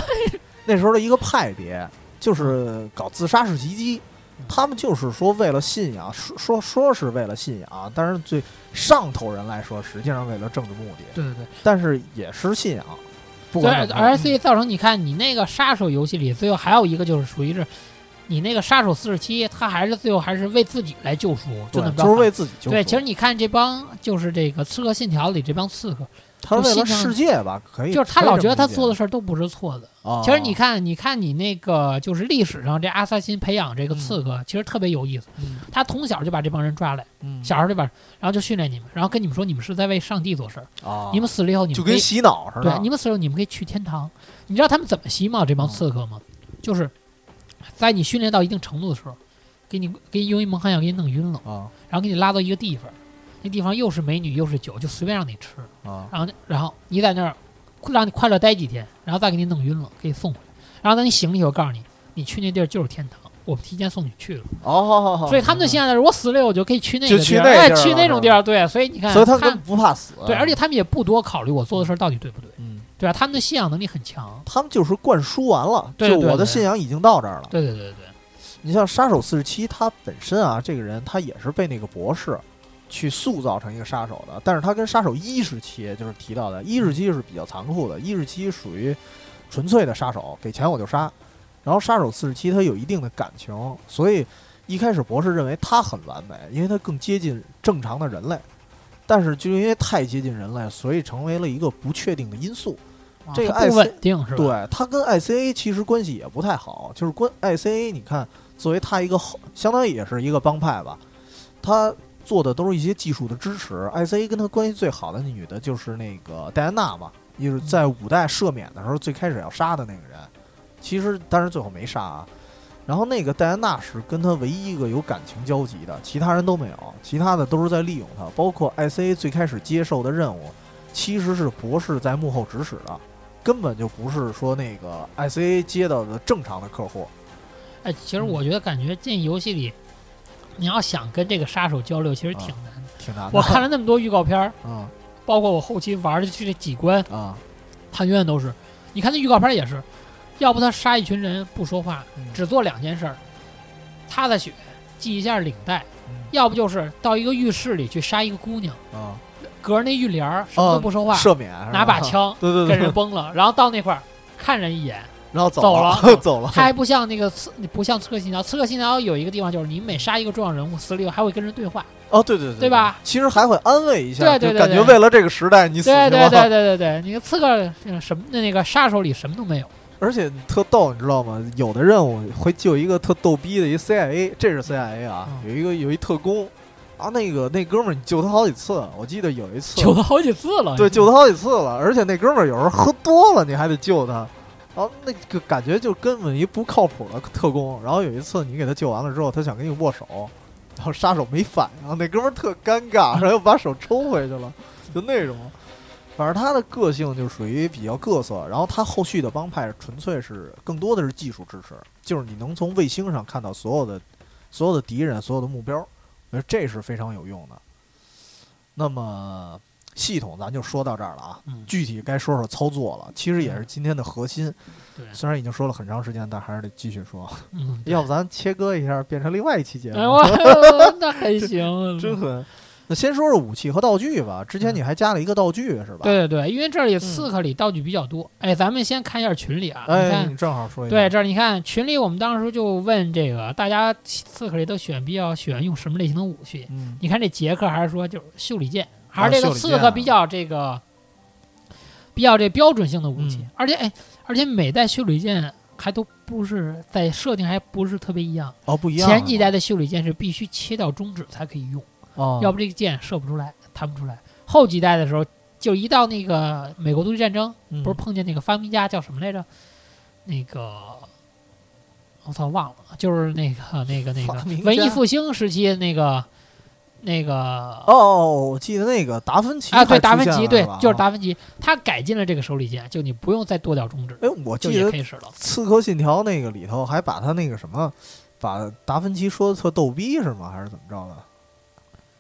[SPEAKER 1] 那时候的一个派别，就是搞自杀式袭击
[SPEAKER 2] 嗯。
[SPEAKER 1] 他们就是说为了信仰，说说说是为了信仰，但是对上头人来说，实际上为了政治目的，
[SPEAKER 2] 对对对。
[SPEAKER 1] 但是也是信仰。不
[SPEAKER 2] 对
[SPEAKER 1] 管怎么嗯样
[SPEAKER 2] 而 C 造成你看你那个杀手游戏里，最后还有一个就是属于是，你那个杀手四十七，他还是最后还是为自己来救赎，就
[SPEAKER 1] 对
[SPEAKER 2] 那么，着
[SPEAKER 1] 就是为自己救赎。
[SPEAKER 2] 对，其实你看这帮就是这个《刺客信条》里这帮刺客，
[SPEAKER 1] 他是为了
[SPEAKER 2] 就信仰
[SPEAKER 1] 世界吧，可以。
[SPEAKER 2] 就是他老觉得他做的
[SPEAKER 1] 是。
[SPEAKER 2] 事儿都不是错的。
[SPEAKER 1] 哦
[SPEAKER 2] 其实你，看，你看你那个就是历史上这阿萨辛培养这个刺客，其实特别有意思。
[SPEAKER 1] 嗯
[SPEAKER 2] 他从小就把这帮人抓来，
[SPEAKER 1] 嗯
[SPEAKER 2] 小时候就把，然后就训练你们，然后跟你们说你们是在为上帝做事儿，
[SPEAKER 1] 啊
[SPEAKER 2] 你们死了以后你
[SPEAKER 1] 就
[SPEAKER 2] 们可
[SPEAKER 1] 跟
[SPEAKER 2] 以
[SPEAKER 1] 洗脑似的。
[SPEAKER 2] 对，你们死了，你们可以去天堂。你知道他们怎么洗脑这
[SPEAKER 1] 嗯
[SPEAKER 2] 帮刺客吗？就是在你训练到一定程度的时候，给你给你用一蒙汗药给你弄晕了，
[SPEAKER 1] 啊
[SPEAKER 2] 然后给你拉到一个地方，那地方又是美女又是酒，就随便让你吃，
[SPEAKER 1] 啊
[SPEAKER 2] 然后呢然后你在那儿让你快乐待几天，然后再给你弄晕了，给你送回来。然后等你醒了以后，告诉你，你去那地儿就是天堂，我们提前送你去了。
[SPEAKER 1] 哦，好好好。
[SPEAKER 2] 所以他们就现在是我死了以后我就可以去那
[SPEAKER 1] 就
[SPEAKER 2] 个地
[SPEAKER 1] 去那
[SPEAKER 2] 儿，
[SPEAKER 1] 个
[SPEAKER 2] 哎，
[SPEAKER 1] 地儿
[SPEAKER 2] 去
[SPEAKER 1] 了
[SPEAKER 2] 那
[SPEAKER 1] 是
[SPEAKER 2] 种
[SPEAKER 1] 吧
[SPEAKER 2] 地儿，对，所以你看，
[SPEAKER 1] 所以他嗯
[SPEAKER 2] 他
[SPEAKER 1] 们不怕死。
[SPEAKER 2] 对，而且他们也不多考虑我做的事儿到底对不对。
[SPEAKER 1] 嗯，
[SPEAKER 2] 对吧？他们的信仰能力很强。
[SPEAKER 1] 他们就是灌输完了，
[SPEAKER 2] 对对
[SPEAKER 1] 就我的
[SPEAKER 2] 对
[SPEAKER 1] 信仰已经到这儿了。
[SPEAKER 2] 对对对对，
[SPEAKER 1] 你像杀手四十七，他本身啊，这个人他也是被那个博士去塑造成一个杀手的，但是他跟杀手一时期就是提到的，一时期是比较残酷的，一时期属于纯粹的杀手，给钱我就杀。然后杀手四十七他有一定的感情，所以一开始博士认为他很完美，因为他更接近正常的人类，但是就因为太接近人类，所以成为了一个不确定的因素。
[SPEAKER 2] 啊
[SPEAKER 1] 这个
[SPEAKER 2] 它不
[SPEAKER 1] IC
[SPEAKER 2] 稳定是吧？
[SPEAKER 1] 对他跟 ICA 其实关系也不太好，就是关 ICA，你看作为他一个后，相当于也是一个帮派吧，他做的都是一些技术的支持。ICA 跟他关系最好的那女的就是那个戴安娜嘛，也就是在
[SPEAKER 2] 嗯
[SPEAKER 1] 五代赦免的时候最开始要杀的那个人，其实当然最后没杀啊。然后那个戴安娜是跟他唯一一个有感情交集的，其他人都没有，其他的都是在利用他。包括 ICA 最开始接受的任务，其实是博士在幕后指使的，根本就不是说那个 ICA 接到的正常的客户。
[SPEAKER 2] 哎，其实
[SPEAKER 1] 嗯
[SPEAKER 2] 我觉得感觉进游戏里，你要想跟这个杀手交流，其实挺
[SPEAKER 1] 啊
[SPEAKER 2] 难的。
[SPEAKER 1] 挺难的。
[SPEAKER 2] 我看了那么多预告片儿，
[SPEAKER 1] 嗯
[SPEAKER 2] 包括我后期玩的去这几关，
[SPEAKER 1] 啊，
[SPEAKER 2] 他永远都是，你看那预告片儿也是，要不他杀一群人不说话，只做两件事儿，擦擦血，系一下领带，
[SPEAKER 1] 嗯
[SPEAKER 2] 要不就是到一个浴室里去杀一个姑娘，
[SPEAKER 1] 啊，
[SPEAKER 2] 隔着那浴帘儿什么都不说话，
[SPEAKER 1] 赦免哦啊是吧
[SPEAKER 2] 拿把，枪
[SPEAKER 1] 对对
[SPEAKER 2] 跟人
[SPEAKER 1] 对，
[SPEAKER 2] 崩了，然后到那块儿看人一眼，
[SPEAKER 1] 然后走
[SPEAKER 2] 走
[SPEAKER 1] 了
[SPEAKER 2] 了
[SPEAKER 1] 走了，
[SPEAKER 2] 他还不像那个刺，不像刺客信条，刺客信条有一个地方就是你每杀一个重要人物，死里还会跟人对话，
[SPEAKER 1] 哦对对对
[SPEAKER 2] 对吧？
[SPEAKER 1] 其实还会安慰一下，
[SPEAKER 2] 对对对
[SPEAKER 1] 就感觉
[SPEAKER 2] 对
[SPEAKER 1] 为了这个时代你死
[SPEAKER 2] 对
[SPEAKER 1] 去
[SPEAKER 2] 对
[SPEAKER 1] 吧。
[SPEAKER 2] 对对对对，那个刺客呃什么那个杀手里什么都没有，
[SPEAKER 1] 而且特逗，你知道吗？有的任务会就有一个特逗逼的一 CIA，这是 CIA 啊，
[SPEAKER 2] 嗯
[SPEAKER 1] 有一个有一特工啊，那个那哥们儿你救他好几次，我记得有一次
[SPEAKER 2] 救他好几次了，
[SPEAKER 1] 对，救他好几次了，而且那哥们儿有时候喝多了，你还得救他。然后那个感觉就根本一不靠谱的特工。然后有一次你给他救完了之后，他想跟你握手，然后杀手没反应，那哥们儿特尴尬，然后又把手抽回去了，就那种。反正他的个性就属于比较各色，然后他后续的帮派纯粹是更多的是技术支持，就是你能从卫星上看到所有的所有的敌人、所有的目标，我觉得这是非常有用的。那么系统咱就说到这儿了啊，
[SPEAKER 2] 嗯
[SPEAKER 1] 具体该说说操作了，其实也是今天的核心。
[SPEAKER 2] 对，
[SPEAKER 1] 虽然已经说了很长时间，但还是得继续说，
[SPEAKER 2] 嗯，对
[SPEAKER 1] 要不咱切割一下，变成另外一期节目。
[SPEAKER 2] 哎我我 那还行，
[SPEAKER 1] 真狠。那先说说武器和道具吧。之前你还加了一个道具是吧？，
[SPEAKER 2] 嗯对对对，因为这里刺客里道具比较多，哎，咱们先看一下群里啊，你
[SPEAKER 1] 哎，
[SPEAKER 2] 看
[SPEAKER 1] 你正好说一
[SPEAKER 2] 对，
[SPEAKER 1] 下。
[SPEAKER 2] 这儿你看群里，我们当时就问这个大家刺客里都选比较喜欢用什么类型的武器？
[SPEAKER 1] 嗯，
[SPEAKER 2] 你看这杰克还是说就是袖里剑，
[SPEAKER 1] 啊
[SPEAKER 2] 还是这
[SPEAKER 1] 袖
[SPEAKER 2] 个
[SPEAKER 1] 里
[SPEAKER 2] 刺
[SPEAKER 1] 剑
[SPEAKER 2] 客
[SPEAKER 1] 啊
[SPEAKER 2] 比较这个比较这标准性的武器，
[SPEAKER 1] 嗯
[SPEAKER 2] 而且哎，而且每代袖里剑还都不是在设定还不是特别一样，
[SPEAKER 1] 哦，不一样。
[SPEAKER 2] 前几代的袖里剑是必须切掉中指才可以用，
[SPEAKER 1] 哦，
[SPEAKER 2] 要不这个剑射不出来、弹不出来。后几代的时候，就一到那个美国独立战争，
[SPEAKER 1] 嗯
[SPEAKER 2] 不是碰见那个发明家叫什么来着？那个我操忘了，就是那个那个那
[SPEAKER 1] 发明
[SPEAKER 2] 个
[SPEAKER 1] 家
[SPEAKER 2] 文艺复兴时期那个那个
[SPEAKER 1] 哦哦，我记得那个达芬奇
[SPEAKER 2] 啊，对
[SPEAKER 1] 还
[SPEAKER 2] 达
[SPEAKER 1] 出
[SPEAKER 2] 芬
[SPEAKER 1] 现
[SPEAKER 2] 奇，
[SPEAKER 1] 了
[SPEAKER 2] 对
[SPEAKER 1] 吧，啊哦
[SPEAKER 2] 就是。达芬奇，他改进了这个手里剑，就你不用再剁掉中指，
[SPEAKER 1] 哎，我
[SPEAKER 2] 就
[SPEAKER 1] 记
[SPEAKER 2] 也
[SPEAKER 1] 得
[SPEAKER 2] 可以使了。
[SPEAKER 1] 《刺客信条》那个里头还把他那个什么，把达芬奇说的特逗逼是吗？还是怎么着的？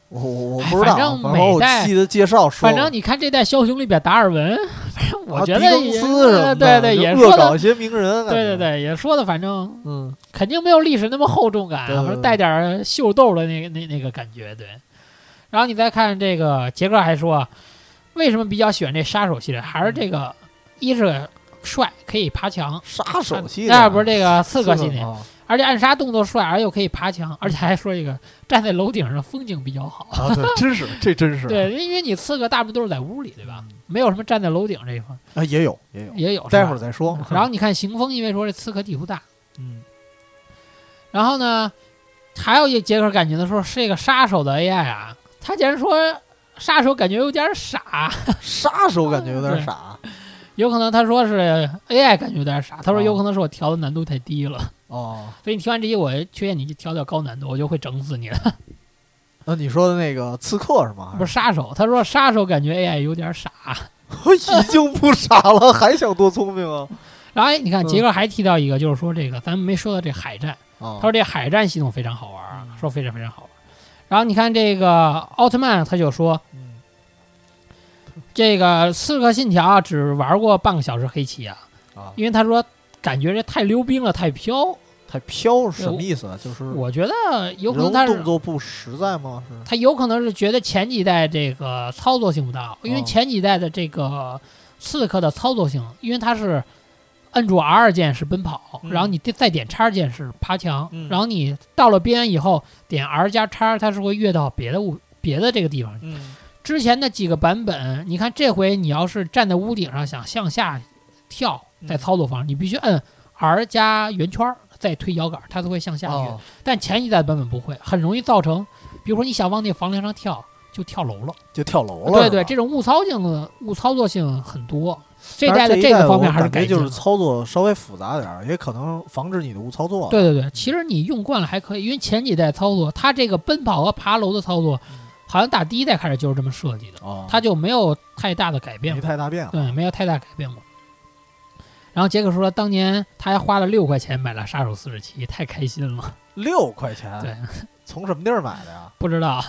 [SPEAKER 1] 我我我
[SPEAKER 2] 哎
[SPEAKER 1] 不知道，啊
[SPEAKER 2] 反正
[SPEAKER 1] 反正我
[SPEAKER 2] 每代
[SPEAKER 1] 记得介绍说
[SPEAKER 2] 反
[SPEAKER 1] 了，
[SPEAKER 2] 正你看这代枭雄里边，达尔文，反正我
[SPEAKER 1] 啊
[SPEAKER 2] 觉
[SPEAKER 1] 狄
[SPEAKER 2] 得
[SPEAKER 1] 更
[SPEAKER 2] 也
[SPEAKER 1] 斯什么的
[SPEAKER 2] 对对
[SPEAKER 1] 就
[SPEAKER 2] 也
[SPEAKER 1] 恶
[SPEAKER 2] 说
[SPEAKER 1] 搞
[SPEAKER 2] 的
[SPEAKER 1] 一些名人，啊
[SPEAKER 2] 对对，对也说的，反正
[SPEAKER 1] 嗯，
[SPEAKER 2] 肯定没有历史那么厚重感，
[SPEAKER 1] 对对对
[SPEAKER 2] 反正带点儿秀逗的那个那那个感觉，对。然后你再看这个杰克还说，为什么比较喜欢这杀手系列？还是这
[SPEAKER 1] 嗯
[SPEAKER 2] 个，一是帅，可以爬墙；
[SPEAKER 1] 杀手系
[SPEAKER 2] 那
[SPEAKER 1] 列
[SPEAKER 2] 啊不是这个刺客系列，
[SPEAKER 1] 啊
[SPEAKER 2] 而且暗杀动作帅，而又可以爬墙，而且还说这个站在楼顶上风景比较好。
[SPEAKER 1] 啊，对，真是啊这真是
[SPEAKER 2] 对，因为你刺客大部分都是在屋里，对吧？没有什么站在楼顶这一方
[SPEAKER 1] 啊，也有也有，
[SPEAKER 2] 也有。
[SPEAKER 1] 嗯待会儿
[SPEAKER 2] 儿，
[SPEAKER 1] 再说。
[SPEAKER 2] 然后你看行风，因为说这刺客地图大，
[SPEAKER 1] 嗯，
[SPEAKER 2] 然后呢，还有一杰克感觉的时候是这个杀手的 AI 啊，他竟然说杀手感觉有点傻，
[SPEAKER 1] 杀手感觉有点傻
[SPEAKER 2] 有可能他说是 AI 感觉有点傻，他说
[SPEAKER 1] 哦
[SPEAKER 2] 有可能是我调的难度太低了，
[SPEAKER 1] 哦。
[SPEAKER 2] 所以你听完这些，我劝你去调调高难度，我就会整死你了。
[SPEAKER 1] 那你说的那个刺客是吗？
[SPEAKER 2] 不是杀手，他说杀手感觉 AI 有点傻。
[SPEAKER 1] 是，已经不傻了，还想多聪明啊？
[SPEAKER 2] 然后哎，你看
[SPEAKER 1] 嗯
[SPEAKER 2] 杰克还提到一个，就是说这个咱们没说到这海战，
[SPEAKER 1] 啊
[SPEAKER 2] 他，说这海战系统非常好玩啊，
[SPEAKER 1] 嗯
[SPEAKER 2] 说非常非常好玩。然后你看这个奥特曼，他就说
[SPEAKER 1] 嗯
[SPEAKER 2] 这个《刺客信条》只玩过半个小时黑棋啊，
[SPEAKER 1] 啊，
[SPEAKER 2] 因为他说感觉这太溜冰了，太飘。
[SPEAKER 1] 太飘是什么意思啊？就是
[SPEAKER 2] 我觉得有可
[SPEAKER 1] 人
[SPEAKER 2] 能
[SPEAKER 1] 物
[SPEAKER 2] 他
[SPEAKER 1] 动
[SPEAKER 2] 是
[SPEAKER 1] 作不实在吗？是
[SPEAKER 2] 他有可能是觉得前几代这个操作性不到，因为
[SPEAKER 1] 哦
[SPEAKER 2] 前几代的这个刺客的操作性，因为它是摁住 R 键是奔跑，
[SPEAKER 1] 嗯
[SPEAKER 2] 然后你再点叉键是爬墙，
[SPEAKER 1] 嗯
[SPEAKER 2] 然后你到了边缘以后点 R 加叉，它是会跃到别的物别的这个地方去。
[SPEAKER 1] 嗯
[SPEAKER 2] 之前的几个版本，你看这回你要是站在屋顶上想向下跳，
[SPEAKER 1] 嗯
[SPEAKER 2] 在操作方你必须摁 R 加圆圈儿再推摇杆，它才会向下跃。
[SPEAKER 1] 哦
[SPEAKER 2] 但前几代版本不会，很容易造成，比如说你想往那房梁上跳，就跳楼了。
[SPEAKER 1] 就跳楼了。
[SPEAKER 2] 对
[SPEAKER 1] 是
[SPEAKER 2] 对，
[SPEAKER 1] 吧
[SPEAKER 2] 这种误操性的误操作性很多。这
[SPEAKER 1] 但
[SPEAKER 2] 代
[SPEAKER 1] 是
[SPEAKER 2] 的
[SPEAKER 1] 这一
[SPEAKER 2] 这
[SPEAKER 1] 代
[SPEAKER 2] 个方面
[SPEAKER 1] 我
[SPEAKER 2] 还是
[SPEAKER 1] 感觉
[SPEAKER 2] 改进
[SPEAKER 1] 就是
[SPEAKER 2] 了。
[SPEAKER 1] 操作稍微复杂点儿，也可能防止你的误操作。
[SPEAKER 2] 对对对，其实你用惯了还可以，因为前几代操作，它这个奔跑和爬楼的操作
[SPEAKER 1] 嗯，
[SPEAKER 2] 好像打第一代开始就是这么设计的，
[SPEAKER 1] 啊，
[SPEAKER 2] 它就没有太大的改变
[SPEAKER 1] 没。太大变化。
[SPEAKER 2] 对，没有太大改变过。然后杰克说，当年他还花了六块钱买了《杀手四十七》，太开心了。
[SPEAKER 1] 六块钱，
[SPEAKER 2] 对，
[SPEAKER 1] 从什么地儿买的呀？
[SPEAKER 2] 不知道啊。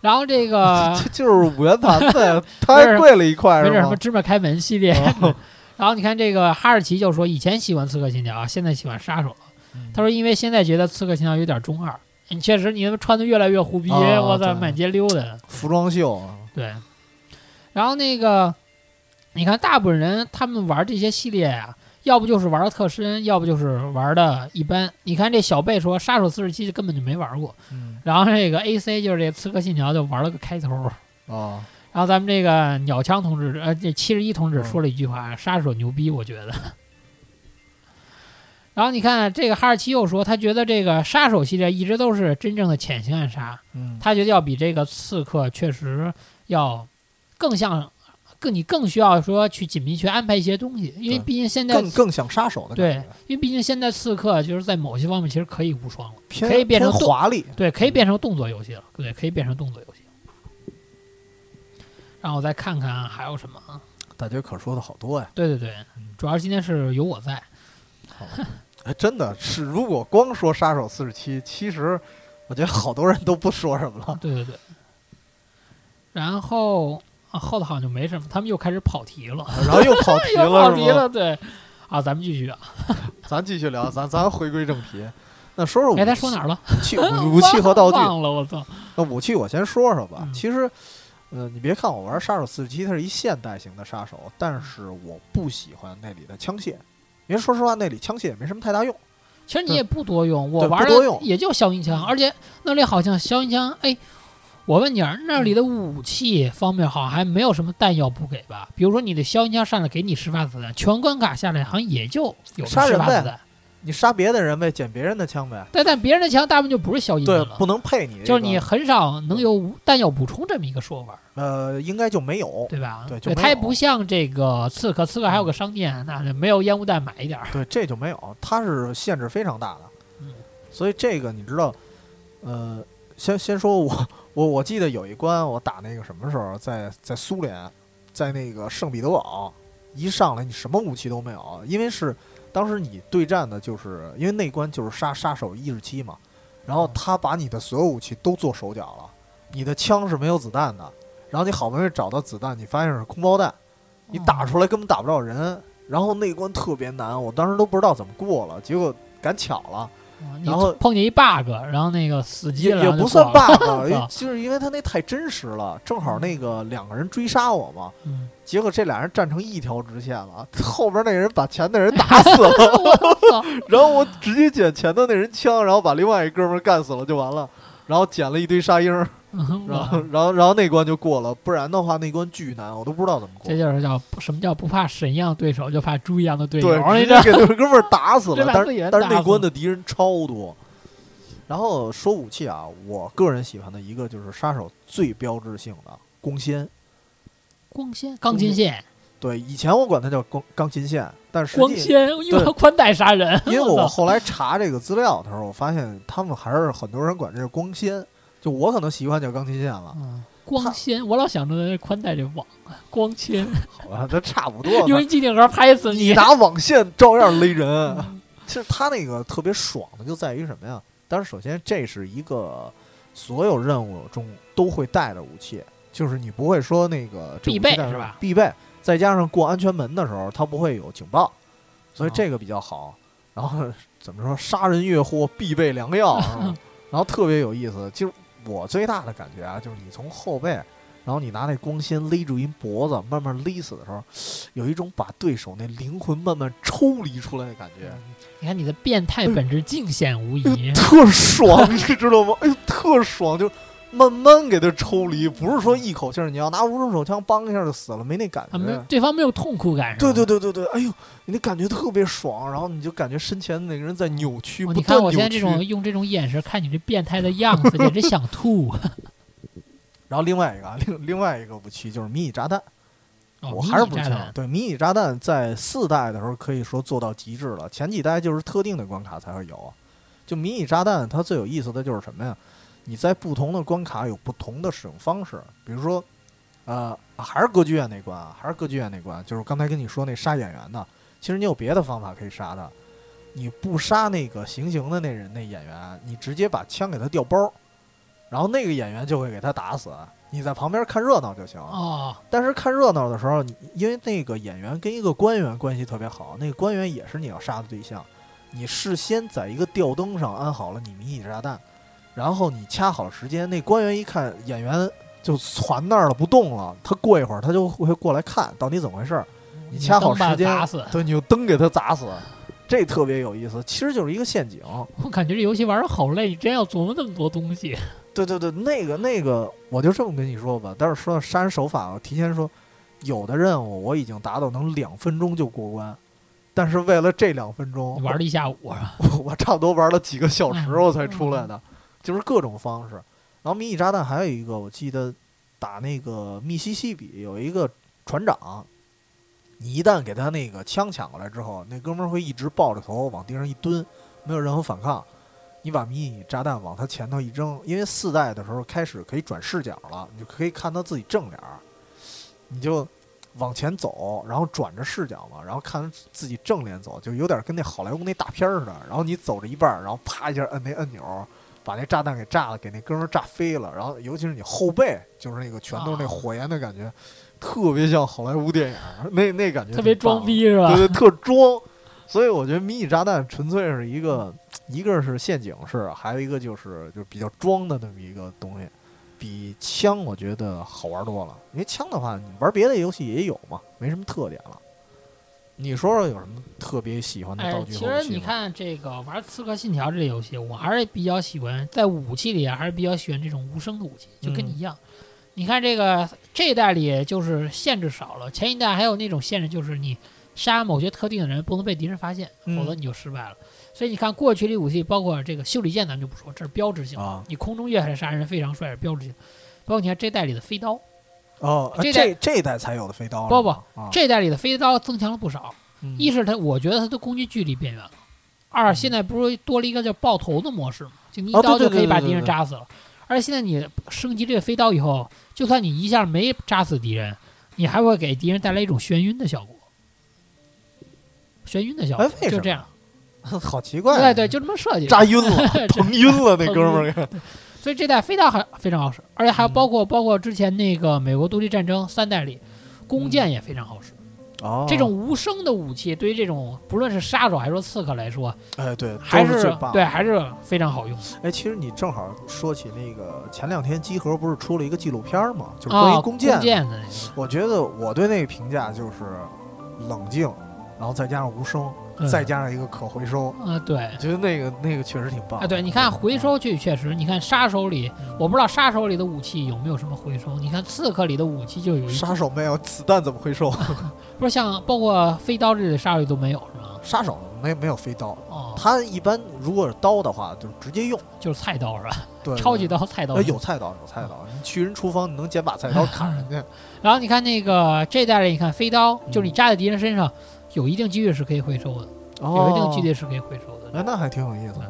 [SPEAKER 2] 然后 这个
[SPEAKER 1] 这就是五元盘呗，它还贵了一块
[SPEAKER 2] 没
[SPEAKER 1] 是
[SPEAKER 2] 准什
[SPEAKER 1] 吗
[SPEAKER 2] 么？芝麻开门
[SPEAKER 1] 哦
[SPEAKER 2] 系列。然后你看这个哈士奇就说，以前喜欢《刺客信条》，现在喜欢《杀手》了。
[SPEAKER 1] 嗯
[SPEAKER 2] 他说，因为现在觉得《刺客信条》有点中二。你确实，你们穿的越来越胡逼，
[SPEAKER 1] 啊
[SPEAKER 2] 我
[SPEAKER 1] 对
[SPEAKER 2] 操，满街溜达。
[SPEAKER 1] 服装秀，啊
[SPEAKER 2] 对，然后那个，你看大部分人他们玩这些系列啊，要不就是玩的特深，要不就是玩的一般。你看这小贝说《杀手四十七》根本就没玩过，
[SPEAKER 1] 嗯
[SPEAKER 2] 然后这个 A C 就是这《刺客信条》就玩了个开头。
[SPEAKER 1] 啊，
[SPEAKER 2] 然后咱们这个鸟枪同志，呃，这七十一同志
[SPEAKER 1] 嗯
[SPEAKER 2] 说了一句话：“杀手牛逼，我觉得。” 然后你看这个哈士奇又说，他觉得这个杀手系列一直都是真正的潜行暗杀，
[SPEAKER 1] 嗯，
[SPEAKER 2] 他觉得要比这个刺客确实要更像，更你更需要说去紧密去安排一些东西，因为
[SPEAKER 1] 对
[SPEAKER 2] 毕竟现在
[SPEAKER 1] 嗯更，更像杀手的
[SPEAKER 2] 对
[SPEAKER 1] 感觉，
[SPEAKER 2] 因为毕竟现在刺客就是在某些方面其实可以无双了，
[SPEAKER 1] 偏
[SPEAKER 2] 可以变成
[SPEAKER 1] 偏
[SPEAKER 2] 动
[SPEAKER 1] 华丽。
[SPEAKER 2] 对，可以变成动作游戏了，对，可以变成动作游戏。让我再看看还有什么啊？
[SPEAKER 1] 大家可说的好多呀，
[SPEAKER 2] 对对对，主要是今天是有我在，
[SPEAKER 1] 哎，真的是，如果光说杀手四十七，其实我觉得好多人都不说什么 了。
[SPEAKER 2] 对对对。然后啊，后头好像就没什么，他们又开始跑题了，
[SPEAKER 1] 然后又跑题
[SPEAKER 2] 又跑
[SPEAKER 1] 了，
[SPEAKER 2] 题
[SPEAKER 1] 是吗？
[SPEAKER 2] 了，对。啊，咱们继续啊！
[SPEAKER 1] 咱继续聊，咱咱回归正题。那说说武器，
[SPEAKER 2] 哎，他说哪儿了？
[SPEAKER 1] 武器、武武器和道具。
[SPEAKER 2] 忘了，我操！
[SPEAKER 1] 那武器我先说说吧。
[SPEAKER 2] 嗯
[SPEAKER 1] 其实，呃，你别看我玩杀手四十七，它是一现代型的杀手，但是我不喜欢那里的枪械，因为说实话，那里枪械也没什么太大用。
[SPEAKER 2] 其实你也不多用，我
[SPEAKER 1] 对
[SPEAKER 2] 玩
[SPEAKER 1] 不多用
[SPEAKER 2] 的也就消音枪，而且那里好像消音枪，哎，我问你啊，那里的
[SPEAKER 1] 嗯
[SPEAKER 2] 武器方面好像还没有什么弹药补给吧？比如说你的消音枪上来给你十发子弹，全关卡下来好像也就有十
[SPEAKER 1] 杀
[SPEAKER 2] 发
[SPEAKER 1] 人呗
[SPEAKER 2] 子弹，
[SPEAKER 1] 你杀别的人呗，捡别人的枪呗，
[SPEAKER 2] 但但别人的枪大部分就不是消音枪
[SPEAKER 1] 对，
[SPEAKER 2] 了
[SPEAKER 1] 不，能配你、这个。
[SPEAKER 2] 就是你很少能有无弹药补充这么一个说法，
[SPEAKER 1] 呃，应该就没有。
[SPEAKER 2] 对吧？
[SPEAKER 1] 对
[SPEAKER 2] 对，
[SPEAKER 1] 就没
[SPEAKER 2] 它也
[SPEAKER 1] 有嗯
[SPEAKER 2] 不像这个刺客，刺客还有个商店，那就没有烟雾弹买一点儿。
[SPEAKER 1] 对，这就没有，它是限制非常大的
[SPEAKER 2] 嗯，
[SPEAKER 1] 所以这个你知道，呃，先先说我我我记得有一关我打那个什么时候，在在苏联，在那个圣彼得堡，一上来你什么武器都没有，因为是当时你对战的就是因为那关就是杀杀手一日期嘛，然
[SPEAKER 2] 嗯
[SPEAKER 1] 后他把你的所有武器都做手脚了，你的枪是没有子弹的，然后你好不容易找到子弹，你发现是空包弹。你打
[SPEAKER 2] 哦
[SPEAKER 1] 出来根本打不着人。然后那关特别难，我当时都不知道怎么过了，结果赶巧了，
[SPEAKER 2] 嗯，你
[SPEAKER 1] 然后
[SPEAKER 2] 碰见一 bug，然后那个死机
[SPEAKER 1] 也
[SPEAKER 2] 了，
[SPEAKER 1] 也
[SPEAKER 2] 然后就
[SPEAKER 1] 不算
[SPEAKER 2] 挂了 嗯
[SPEAKER 1] bug，
[SPEAKER 2] 是吧
[SPEAKER 1] 就是因为他那太真实了，正好那个两个人追杀我嘛，
[SPEAKER 2] 嗯
[SPEAKER 1] 结果这俩人站成一条直线了，后边那人把前的人打死 了，
[SPEAKER 2] 操
[SPEAKER 1] 然后我直接捡前头那人枪，然后把另外一哥们儿干死了就完了。然后捡了一堆沙鹰儿，
[SPEAKER 2] 嗯
[SPEAKER 1] 然
[SPEAKER 2] 哇
[SPEAKER 1] 后，然后，然后那关就过了，不然的话那关巨难，我都不知道怎么过
[SPEAKER 2] 这。就是叫不什么叫不怕神一样的对手，就怕猪一样的对友。
[SPEAKER 1] 对，
[SPEAKER 2] 你
[SPEAKER 1] 直
[SPEAKER 2] 知道
[SPEAKER 1] 接给那哥们儿打死
[SPEAKER 2] 直
[SPEAKER 1] 了
[SPEAKER 2] 接。把
[SPEAKER 1] 但
[SPEAKER 2] 自己
[SPEAKER 1] 是
[SPEAKER 2] 人
[SPEAKER 1] 但是
[SPEAKER 2] 打
[SPEAKER 1] 那
[SPEAKER 2] 死
[SPEAKER 1] 关
[SPEAKER 2] 了
[SPEAKER 1] 的敌人超多。然后说武器啊，我个人喜欢的一个就是杀手最标志性的弓仙。
[SPEAKER 2] 光纤、钢筋线、
[SPEAKER 1] 对，以前我管它叫钢钢琴线，但嗯实
[SPEAKER 2] 光
[SPEAKER 1] 际
[SPEAKER 2] 纤，因为它 宽带杀人。
[SPEAKER 1] 因为我
[SPEAKER 2] 我
[SPEAKER 1] 后来查这个资料的时候，我发现他们还是很多人管这是光纤，就我可能习惯叫钢琴线了，
[SPEAKER 2] 嗯光纤，我老想着那宽带这网， 光纤。
[SPEAKER 1] 好吧，这差不多
[SPEAKER 2] 用一机顶盒拍死
[SPEAKER 1] 你 拿网线照样勒人。其实他那个特别爽的就在于什么呀？当然，首先这是一个所有任务中都会带的武器，就是你不会说那个这
[SPEAKER 2] 必
[SPEAKER 1] 武
[SPEAKER 2] 备
[SPEAKER 1] 器弹
[SPEAKER 2] 是吧？
[SPEAKER 1] 必备，再加上过安全门的时候，它不会有警报，所以
[SPEAKER 2] 哦
[SPEAKER 1] 这个比较好。然后怎么说，杀人越货必备良 药，是吧然后特别有意思。就是我最大的感觉啊，就是你从后背，然后你拿那光纤勒住一脖子，慢慢勒死的时候，有一种把对手那灵魂慢慢抽离出来的感觉。
[SPEAKER 2] 你看你的变
[SPEAKER 1] 嗯
[SPEAKER 2] 态本质尽显无
[SPEAKER 1] 哎
[SPEAKER 2] 疑
[SPEAKER 1] 呦，。 特爽，你知道吗？哎呦，特爽，就慢慢给他抽离，不是说一口气儿，你要拿无声手枪梆一下就死了，没那感
[SPEAKER 2] 啊，没有
[SPEAKER 1] 觉。
[SPEAKER 2] 对方没有痛苦感，是
[SPEAKER 1] 对
[SPEAKER 2] 吧
[SPEAKER 1] 对对对对，哎呦，你那感觉特别爽，然后你就感觉身前那个人在扭曲，
[SPEAKER 2] 哦
[SPEAKER 1] 不
[SPEAKER 2] 你看
[SPEAKER 1] 断
[SPEAKER 2] 我现
[SPEAKER 1] 扭
[SPEAKER 2] 在这
[SPEAKER 1] 曲。
[SPEAKER 2] 种用这种眼神看你这变态的样子，简直想吐。
[SPEAKER 1] 然后另外一个啊，另另外一个武器就是迷你炸弹，
[SPEAKER 2] 哦
[SPEAKER 1] 我
[SPEAKER 2] 迷
[SPEAKER 1] 还是
[SPEAKER 2] 你
[SPEAKER 1] 不
[SPEAKER 2] 炸
[SPEAKER 1] 强。
[SPEAKER 2] 弹
[SPEAKER 1] 对，迷你炸弹在四代的时候可以说做到极致了，前几代就是特定的关卡才会有。就迷你炸弹，它最有意思的就是什么呀？你在不同的关卡有不同的使用方式，比如说，呃，还是歌剧院那关啊，还是歌剧院那关，就是刚才跟你说那杀演员的，其实你有别的方法可以杀他，你不杀那个行刑的那人那演员，你直接把枪给他调包，然后那个演员就会给他打死，你在旁边看热闹就行。
[SPEAKER 2] 哦，
[SPEAKER 1] 但是看热闹的时候，你因为那个演员跟一个官员关系特别好，那个官员也是你要杀的对象，你事先在一个吊灯上安好了你迷你炸弹，然后你掐好了时间，那官员一看演员就攒那儿了不动了，他过一会儿他就会过来看到底怎么回事儿，你掐好
[SPEAKER 2] 灯把
[SPEAKER 1] 时间
[SPEAKER 2] 砸死。
[SPEAKER 1] 对，你用灯给他砸死，这特别有意思，其实就是一个陷阱。
[SPEAKER 2] 我感觉这游戏玩的好累，你真要琢磨那么多东西。
[SPEAKER 1] 对对对，那个那个，我就这么跟你说吧。但是说到杀人手法，啊我提前说，有的任务我已经达到能两分钟就过关，但是为了这两分钟，
[SPEAKER 2] 你玩了一下午啊是吧？
[SPEAKER 1] 我我差不多玩了几个小时
[SPEAKER 2] 嗯
[SPEAKER 1] 我才出来的，就是各种方式。然后迷你炸弹还有一个，我记得打那个密西西比有一个船长，你一旦给他那个枪抢过来之后，那哥们儿会一直抱着头往地上一蹲，没有任何反抗。你把迷你炸弹往他前头一扔，因为四代的时候开始可以转视角了，你就可以看他自己正脸儿，你就往前走，然后转着视角嘛，然后看自己正脸走，就有点跟那好莱坞那大片儿似的。然后你走着一半儿，然后啪一下摁那按钮，把那炸弹给炸了，给那哥们儿炸飞了。然后尤其是你后背，就是那个全都是那
[SPEAKER 2] 啊
[SPEAKER 1] 火焰的感觉，特别像好莱坞电影儿，那那感觉
[SPEAKER 2] 特别
[SPEAKER 1] 挺棒
[SPEAKER 2] 装逼是吧
[SPEAKER 1] 对？对，特装。所以我觉得迷你炸弹纯粹是一个，一个是陷阱式，还有一个就是就是比较装的那么一个东西，比枪我觉得好玩多了。因为枪的话，你玩别的游戏也有嘛，没什么特点了。你说说有什么特别喜欢的
[SPEAKER 2] 哎
[SPEAKER 1] 道，具
[SPEAKER 2] 其
[SPEAKER 1] 和武器吗？
[SPEAKER 2] 实你看这个玩《刺客信条》这类游戏，我还是比较喜欢在武器里啊还是比较喜欢这种无声的武器，就跟你
[SPEAKER 1] 嗯
[SPEAKER 2] 一样。你看这个这一代里就是限制少了，前一代还有那种限制，就是你杀某些特定的人不能被敌人发现，
[SPEAKER 1] 嗯
[SPEAKER 2] 否则你就失败了。所以你看过去的武器，包括这个修理剑，咱们就不说，这是标志性的。
[SPEAKER 1] 啊，
[SPEAKER 2] 你空中跃下来杀人非常帅，是标志性的。包括你看这代里的飞刀，
[SPEAKER 1] 哦，
[SPEAKER 2] 这代
[SPEAKER 1] 这这一代才有的飞刀是
[SPEAKER 2] 不不
[SPEAKER 1] 吗，啊
[SPEAKER 2] 这代里的飞刀增强了不少。
[SPEAKER 1] 嗯
[SPEAKER 2] 一是它，我觉得它的攻击距离变远了；二，现在不是多了一个叫爆头的模式吗？就你一
[SPEAKER 1] 哦对
[SPEAKER 2] 刀
[SPEAKER 1] 对
[SPEAKER 2] 就可以
[SPEAKER 1] 对
[SPEAKER 2] 把
[SPEAKER 1] 对
[SPEAKER 2] 敌人
[SPEAKER 1] 对
[SPEAKER 2] 扎死了。而且现在你升级这个飞刀以后，就算你一下没扎死敌人，你还会给敌人带来一种眩晕的效果。眩晕的效果
[SPEAKER 1] 哎为什
[SPEAKER 2] 就
[SPEAKER 1] 么
[SPEAKER 2] 这样，
[SPEAKER 1] 好奇怪，啊
[SPEAKER 2] 对对，就这么设计的。
[SPEAKER 1] 扎晕 了，疼晕了，那
[SPEAKER 2] 疼
[SPEAKER 1] 哥们儿给，
[SPEAKER 2] 所以这代飞刀还非常好使，而且还有
[SPEAKER 1] 嗯
[SPEAKER 2] 包括包括之前那个美国独立战争三代里，
[SPEAKER 1] 嗯
[SPEAKER 2] 弓箭也非常好使。
[SPEAKER 1] 哦，
[SPEAKER 2] 这种无声的武器，对于这种不论是杀手还是说刺客来说，
[SPEAKER 1] 哎对，
[SPEAKER 2] 还
[SPEAKER 1] 都是最棒的
[SPEAKER 2] 对还是非常好用的。
[SPEAKER 1] 哎，其实你正好说起那个前两天集合不是出了一个纪录片儿嘛，就是关
[SPEAKER 2] 啊，
[SPEAKER 1] 于弓箭。
[SPEAKER 2] 的那个，
[SPEAKER 1] 我觉得我对那个评价就是冷静，然后再加上无声，
[SPEAKER 2] 对
[SPEAKER 1] 再加上一个可回收，
[SPEAKER 2] 嗯啊对
[SPEAKER 1] 我觉得那个那个确实挺棒。
[SPEAKER 2] 啊对，你看回，收去确实，你看杀手里，
[SPEAKER 1] 嗯
[SPEAKER 2] 我不知道杀手里的武器有没有什么回收，你看刺客里的武器就有一
[SPEAKER 1] 杀手没有子弹怎么回收？
[SPEAKER 2] 不是像包括飞刀这类的杀手里都没有是吗？
[SPEAKER 1] 杀手没没有飞刀，
[SPEAKER 2] 哦，
[SPEAKER 1] 他一般如果是刀的话，就是直接用。
[SPEAKER 2] 就是菜刀是吧？
[SPEAKER 1] 对，对
[SPEAKER 2] 超级。刀、菜刀嗯
[SPEAKER 1] 呃，。有菜刀，有菜刀。你去人厨房，你能捡把菜 刀砍人家。
[SPEAKER 2] 然后你看那个这代里，你看飞刀，就
[SPEAKER 1] 嗯
[SPEAKER 2] 是你扎在敌人身上，有一定几率是可以回收的，有一定嗯几
[SPEAKER 1] 哦，
[SPEAKER 2] 率是可以回收
[SPEAKER 1] 哎，
[SPEAKER 2] 的，
[SPEAKER 1] 那还挺有意思。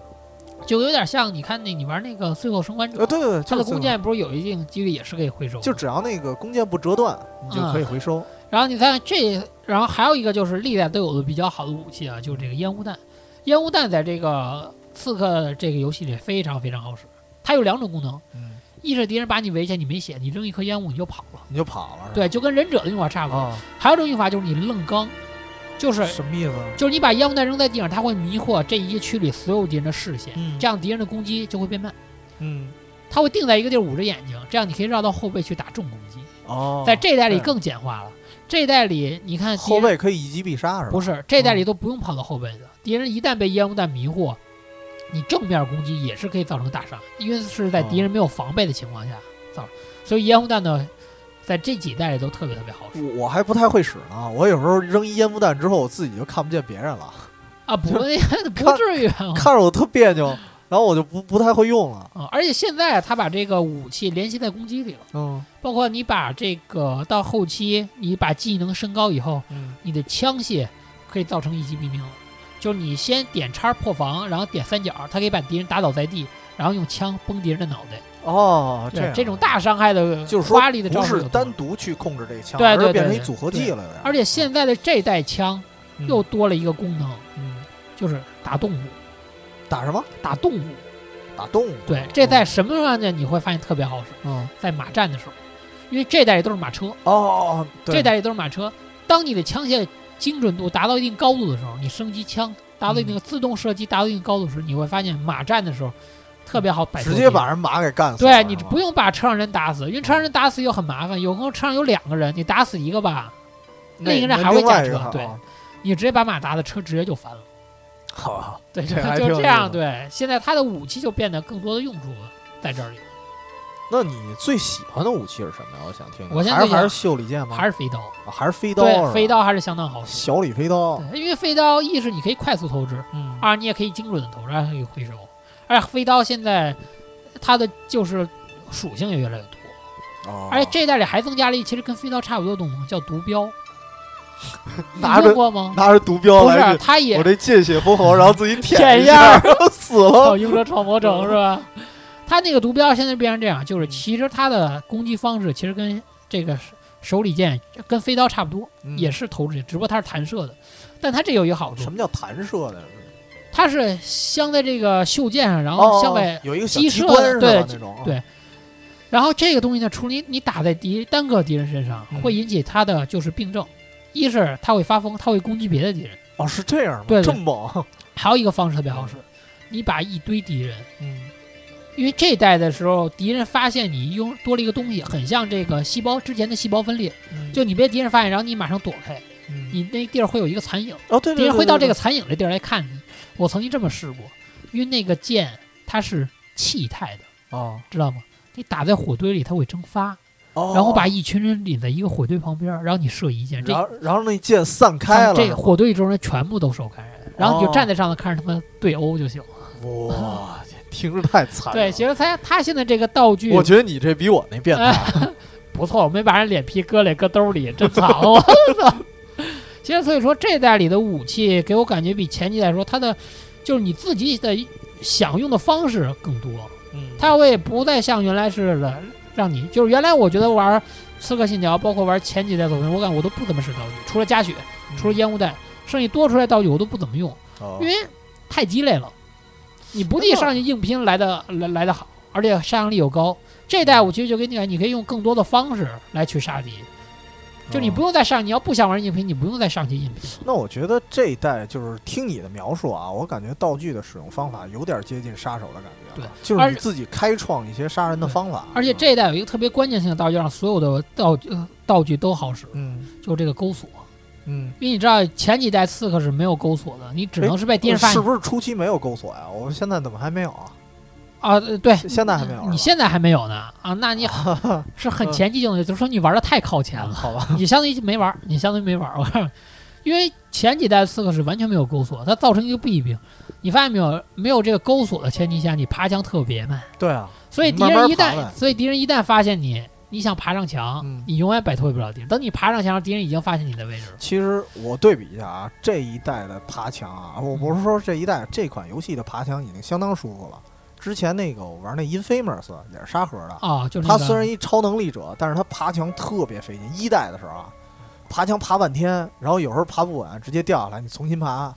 [SPEAKER 2] 就有点像你看那你玩那个《最后生还者
[SPEAKER 1] 呃，》，对对对，
[SPEAKER 2] 它
[SPEAKER 1] 就
[SPEAKER 2] 的
[SPEAKER 1] 是
[SPEAKER 2] 弓
[SPEAKER 1] 弓，
[SPEAKER 2] 箭不是有一定几率也是可以回收的，
[SPEAKER 1] 就只要那个弓箭不折断，你
[SPEAKER 2] 嗯
[SPEAKER 1] 就可以回收。
[SPEAKER 2] 然后你看这，然后还有一个就是历代都有的比较好的武器啊，就是这个烟雾弹。烟雾弹在这个刺客这个游戏里非常非常好使，它有两种功能，
[SPEAKER 1] 嗯，
[SPEAKER 2] 一是敌人把你围起来，你没血，你扔一颗烟雾你就跑了。
[SPEAKER 1] 你就跑了。是吧
[SPEAKER 2] 对，就跟忍者的用法差不多。
[SPEAKER 1] 啊，
[SPEAKER 2] 还有一种用法就是你愣刚，就是
[SPEAKER 1] 什么意思？
[SPEAKER 2] 就是你把烟雾弹扔在地上，它会迷惑这一区里所有敌人的视线，
[SPEAKER 1] 嗯
[SPEAKER 2] 这样敌人的攻击就会变慢。
[SPEAKER 1] 嗯，
[SPEAKER 2] 它会定在一个地儿捂着眼睛，这样你可以绕到后背去打重攻击。
[SPEAKER 1] 哦，
[SPEAKER 2] 在这一代里
[SPEAKER 1] 对
[SPEAKER 2] 更简化了，这一代里你看敌
[SPEAKER 1] 后
[SPEAKER 2] 人
[SPEAKER 1] 背可以一击必杀是吧？嗯
[SPEAKER 2] 不是这一代里都不用跑到后背的，敌人一旦被烟雾弹迷惑，你正面攻击也是可以造成大伤，因为是在
[SPEAKER 1] 哦
[SPEAKER 2] 敌人没有防备的情况下造成，所以烟雾弹呢，在这几代里都特别特别好使
[SPEAKER 1] 我我还不太会使呢，我有时候扔一烟雾弹之后，我自己就看不见别人了，
[SPEAKER 2] 啊，不 不至于啊。
[SPEAKER 1] 看着我特别扭，然后我就不不太会用了。
[SPEAKER 2] 啊而且现在他把这个武器联系在攻击里了，
[SPEAKER 1] 嗯
[SPEAKER 2] 包括你把这个到后期，你把技能升高以后，
[SPEAKER 1] 嗯，
[SPEAKER 2] 你的枪械可以造成一击毙命，就是你先点叉破防，然后点三角，它可以把敌人打倒在地，然后用枪崩敌人的脑袋。
[SPEAKER 1] 哦，
[SPEAKER 2] 对
[SPEAKER 1] 样，
[SPEAKER 2] 这种大伤害的
[SPEAKER 1] 就是说
[SPEAKER 2] 华丽的招
[SPEAKER 1] 不
[SPEAKER 2] 式有
[SPEAKER 1] 是
[SPEAKER 2] 多
[SPEAKER 1] 单独去控制这个枪，
[SPEAKER 2] 对对
[SPEAKER 1] 而是变成
[SPEAKER 2] 对
[SPEAKER 1] 一组合技了有点。
[SPEAKER 2] 而且现在的这代枪
[SPEAKER 1] 嗯
[SPEAKER 2] 又多了一个功能，
[SPEAKER 1] 嗯
[SPEAKER 2] 就是打动物，
[SPEAKER 1] 打什么？
[SPEAKER 2] 打动物。
[SPEAKER 1] 打动物。
[SPEAKER 2] 对，这代什么案件你会发现特别好使，
[SPEAKER 1] 嗯
[SPEAKER 2] 在马战的时候，因为这代也都是马车，
[SPEAKER 1] 哦哦，对
[SPEAKER 2] 这代也都是马车。当你的枪械精准度达到一定高度的时候，你升级枪达到一定
[SPEAKER 1] 嗯
[SPEAKER 2] 的自动射击达到一定高度的时候，你会发现马战的时候特别好摆
[SPEAKER 1] 直
[SPEAKER 2] 脱敌
[SPEAKER 1] 接
[SPEAKER 2] 人
[SPEAKER 1] 把人马给干死啊了。
[SPEAKER 2] 对你
[SPEAKER 1] 是吧
[SPEAKER 2] 不用把车上人打死，因为车上人打死又很麻烦，有可能车上有两个人，你打死一个吧，
[SPEAKER 1] 那
[SPEAKER 2] 另一个人
[SPEAKER 1] 那
[SPEAKER 2] 还会
[SPEAKER 1] 另外
[SPEAKER 2] 驾
[SPEAKER 1] 一个
[SPEAKER 2] 车
[SPEAKER 1] 哈
[SPEAKER 2] 对
[SPEAKER 1] 哦
[SPEAKER 2] 你直接把马达的车直接就翻了。
[SPEAKER 1] 好好，
[SPEAKER 2] 对，就
[SPEAKER 1] 这还挺有
[SPEAKER 2] 就
[SPEAKER 1] 意思
[SPEAKER 2] 这样。
[SPEAKER 1] 的
[SPEAKER 2] 对，现在它的武器就变得更多的用处了在这里，
[SPEAKER 1] 那你最喜欢的武器是什么呀？我想听听。
[SPEAKER 2] 我现在
[SPEAKER 1] 还是
[SPEAKER 2] 最喜
[SPEAKER 1] 还
[SPEAKER 2] 欢
[SPEAKER 1] 是袖里剑吗？
[SPEAKER 2] 还是飞刀。
[SPEAKER 1] 啊还是飞刀？
[SPEAKER 2] 对，飞
[SPEAKER 1] 刀，
[SPEAKER 2] 刀还是相当好使。
[SPEAKER 1] 小李飞刀。
[SPEAKER 2] 对，因为飞刀一是你可以快速投掷，
[SPEAKER 1] 嗯
[SPEAKER 2] 二你也可以精准的投掷，还可以回收。而且飞刀现在它的就是属性也越来越多，
[SPEAKER 1] 哦
[SPEAKER 2] 而且这一代里还增加了一其实跟飞刀差不多的东西，叫毒 镖。你
[SPEAKER 1] 拿着
[SPEAKER 2] 用过吗？
[SPEAKER 1] 拿着毒镖
[SPEAKER 2] 不
[SPEAKER 1] 来去，
[SPEAKER 2] 是，它也
[SPEAKER 1] 我这见血封喉，然后自己
[SPEAKER 2] 舔
[SPEAKER 1] 舔
[SPEAKER 2] 一
[SPEAKER 1] 下
[SPEAKER 2] 下，
[SPEAKER 1] 然后死了。
[SPEAKER 2] 造英者闯魔
[SPEAKER 1] 哦
[SPEAKER 2] 城是吧？他那个毒镖现在变成这样，
[SPEAKER 1] 嗯
[SPEAKER 2] 就是其实他的攻击方式其实跟这个手手里剑跟飞刀差不多，
[SPEAKER 1] 嗯
[SPEAKER 2] 也是投掷，只不过它是弹射的。但它这有一个好处
[SPEAKER 1] 什，么叫弹射呢？
[SPEAKER 2] 它是镶在这个袖箭上，然
[SPEAKER 1] 哦，
[SPEAKER 2] 后镶在，
[SPEAKER 1] 有一个小
[SPEAKER 2] 鸡
[SPEAKER 1] 机
[SPEAKER 2] 舍
[SPEAKER 1] 关
[SPEAKER 2] 的
[SPEAKER 1] 是
[SPEAKER 2] 对
[SPEAKER 1] 吧？那种哦
[SPEAKER 2] 对然后这个东西呢，除了你你打在敌单个敌人身上
[SPEAKER 1] 嗯，
[SPEAKER 2] 会引起他的就是病症，一是他会发疯，他会攻击别的敌人，
[SPEAKER 1] 哦，是这样吗？
[SPEAKER 2] 对对
[SPEAKER 1] 这么猛。
[SPEAKER 2] 还有一个方式特别好使，你把一堆敌人
[SPEAKER 1] 嗯
[SPEAKER 2] 因为这一代的时候，敌人发现你用多了一个东西，很像这个细胞之前的细胞分裂，
[SPEAKER 1] 嗯
[SPEAKER 2] 就你被敌人发现，然后你马上躲开，
[SPEAKER 1] 嗯
[SPEAKER 2] 你那地儿会有一个残影，
[SPEAKER 1] 哦，对
[SPEAKER 2] 敌
[SPEAKER 1] 对，
[SPEAKER 2] 人
[SPEAKER 1] 对
[SPEAKER 2] 会到这个。
[SPEAKER 1] 对
[SPEAKER 2] 残影这地儿来看你。我曾经这么试过，因为那个剑它是气态的，
[SPEAKER 1] 对哦
[SPEAKER 2] 知道吗？你打在火堆里，它会蒸发，
[SPEAKER 1] 哦，
[SPEAKER 2] 然后把一群人领在一个火堆旁边，然后你射一箭，这
[SPEAKER 1] 然后然后那箭散开了，哦
[SPEAKER 2] 这火堆里这种人全部都受感染，然后你就站在上头看着他们对殴就行了。
[SPEAKER 1] 哇，听着太惨了。
[SPEAKER 2] 对，其实他他现在这个道具，
[SPEAKER 1] 我觉得你这比我那变
[SPEAKER 2] 哎
[SPEAKER 1] 态。
[SPEAKER 2] 不错，我没把人脸皮割了，搁兜里，珍藏了。我操！其实所以说，这代里的武器给我感觉比前几代说，它的就是你自己的想用的方式更多，
[SPEAKER 1] 嗯，
[SPEAKER 2] 它会不再像原来似的让你就是原来我觉得玩《刺客信条》，包括玩前几代走神，我感觉我都不怎么使道具，除了加血，除了烟雾弹，剩下多出来道具我都不怎么用，
[SPEAKER 1] 哦
[SPEAKER 2] 因为太鸡肋了。你不地上去硬拼来的来来的好，而且杀伤力又高。这代我其实就跟你讲，你可以用更多的方式来去杀敌，就
[SPEAKER 1] 啊
[SPEAKER 2] 你不用再上，你要不想玩硬拼，你不用再上去硬拼。
[SPEAKER 1] 哦那我觉得这一代就是听你的描述啊，我感觉道具的使用方法有点接近杀手的感觉了，就是
[SPEAKER 2] 而
[SPEAKER 1] 你自己开创一些杀人的方法。
[SPEAKER 2] 而且这一代有一个特别关键性的道具，让所有的道具、呃道具都好使，
[SPEAKER 1] 嗯
[SPEAKER 2] 就是这个钩索。
[SPEAKER 1] 嗯，哎
[SPEAKER 2] 因为你知道前几代刺客是没有钩索的，你只能是被敌人发
[SPEAKER 1] 呃是
[SPEAKER 2] 现
[SPEAKER 1] 不是初期没有钩锁呀？我们现在怎么还没有啊？
[SPEAKER 2] 啊，呃对。
[SPEAKER 1] 现在还没有是啊吧。
[SPEAKER 2] 你现在还没有呢啊？那 你是很前激进的，就是说你玩的太靠前
[SPEAKER 1] 啊
[SPEAKER 2] 了。
[SPEAKER 1] 好吧？
[SPEAKER 2] 你相当于没玩儿，你相当于没玩儿。我告诉你，因为前几代刺客是完全没有钩锁，它造成一个弊病。你发现没有？没有这个钩锁的前提下，你爬墙特别慢，
[SPEAKER 1] 对啊，
[SPEAKER 2] 所以敌
[SPEAKER 1] 慢慢
[SPEAKER 2] 人一
[SPEAKER 1] 爬
[SPEAKER 2] 旦，
[SPEAKER 1] 呗
[SPEAKER 2] 所以敌人一旦发现你，你想爬上墙，
[SPEAKER 1] 嗯
[SPEAKER 2] 你永远摆脱不了敌人。等你爬上墙，敌人已经发现你的位置了。
[SPEAKER 1] 其实我对比一下啊，这一代的爬墙啊，我不是说这一代这款游戏的爬墙已经相当舒服了。之前那个我玩那 Infamous 也是沙盒的，
[SPEAKER 2] 啊，就是那
[SPEAKER 1] 他
[SPEAKER 2] 个
[SPEAKER 1] 虽然一超能力者，但是他爬墙特别费劲。一代的时候啊，爬墙爬半天， 然后有时候爬不稳，直接掉下来，你重新爬。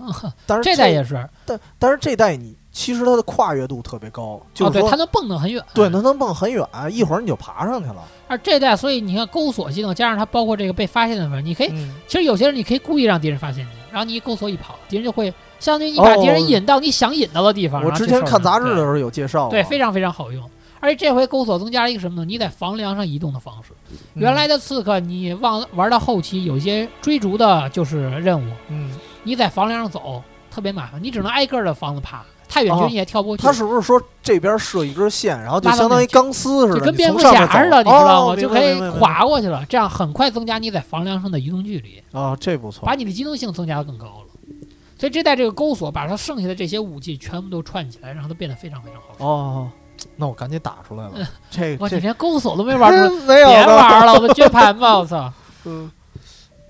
[SPEAKER 1] 但是
[SPEAKER 2] 这代也是，
[SPEAKER 1] 但但是这代你其实它的跨越度特别高，就
[SPEAKER 2] 哦，
[SPEAKER 1] 是
[SPEAKER 2] 对，
[SPEAKER 1] 说、
[SPEAKER 2] 它能蹦得很远。
[SPEAKER 1] 对它能蹦很远，一会儿你就爬上去了。
[SPEAKER 2] 而这代，所以你看钩索技能加上它包括这个被发现的门，你可以
[SPEAKER 1] 嗯，
[SPEAKER 2] 其实有些人你可以故意让敌人发现你，然后你一钩索一跑，敌人就会相当于你把敌人引到你想引到的地方。
[SPEAKER 1] 哦我
[SPEAKER 2] 然后
[SPEAKER 1] 之
[SPEAKER 2] 去
[SPEAKER 1] 前
[SPEAKER 2] 受
[SPEAKER 1] 看
[SPEAKER 2] 伤
[SPEAKER 1] 杂志的时候有介绍啊，
[SPEAKER 2] 对，对，非嗯常非常好用。而且这回钩索增加了一个什么呢？你在房梁上移动的方式。原来的刺客，你忘玩到后期，有些追逐的就是任务，
[SPEAKER 1] 嗯，嗯
[SPEAKER 2] 你在房梁上走特别麻烦，你只能挨个儿的房子爬，太远距离你也跳不过去。
[SPEAKER 1] 啊他是不是说这边设一根线，然后就
[SPEAKER 2] 拉到
[SPEAKER 1] 相当于
[SPEAKER 2] 那
[SPEAKER 1] 钢丝似
[SPEAKER 2] 就
[SPEAKER 1] 的，
[SPEAKER 2] 跟
[SPEAKER 1] 你
[SPEAKER 2] 蝙
[SPEAKER 1] 从
[SPEAKER 2] 蝠
[SPEAKER 1] 上面
[SPEAKER 2] 侠似的，你
[SPEAKER 1] 走
[SPEAKER 2] 知道吗？
[SPEAKER 1] 哦
[SPEAKER 2] 就可以
[SPEAKER 1] 明白明白明白
[SPEAKER 2] 划过去了，这样很快增加你在房梁上的移动距离，
[SPEAKER 1] 啊，这不错
[SPEAKER 2] 把。你的机动性增加的更高了。所以这代这个钩锁把它剩下的这些武器全部都串起来，让它变得非常非常好使。
[SPEAKER 1] 哦，那我赶紧打出来了。这
[SPEAKER 2] 嗯我你
[SPEAKER 1] 这
[SPEAKER 2] 连钩锁都 没玩出来，
[SPEAKER 1] 真没有
[SPEAKER 2] 别
[SPEAKER 1] 的。
[SPEAKER 2] 玩了，我的绝盘吧！我操，
[SPEAKER 1] 嗯，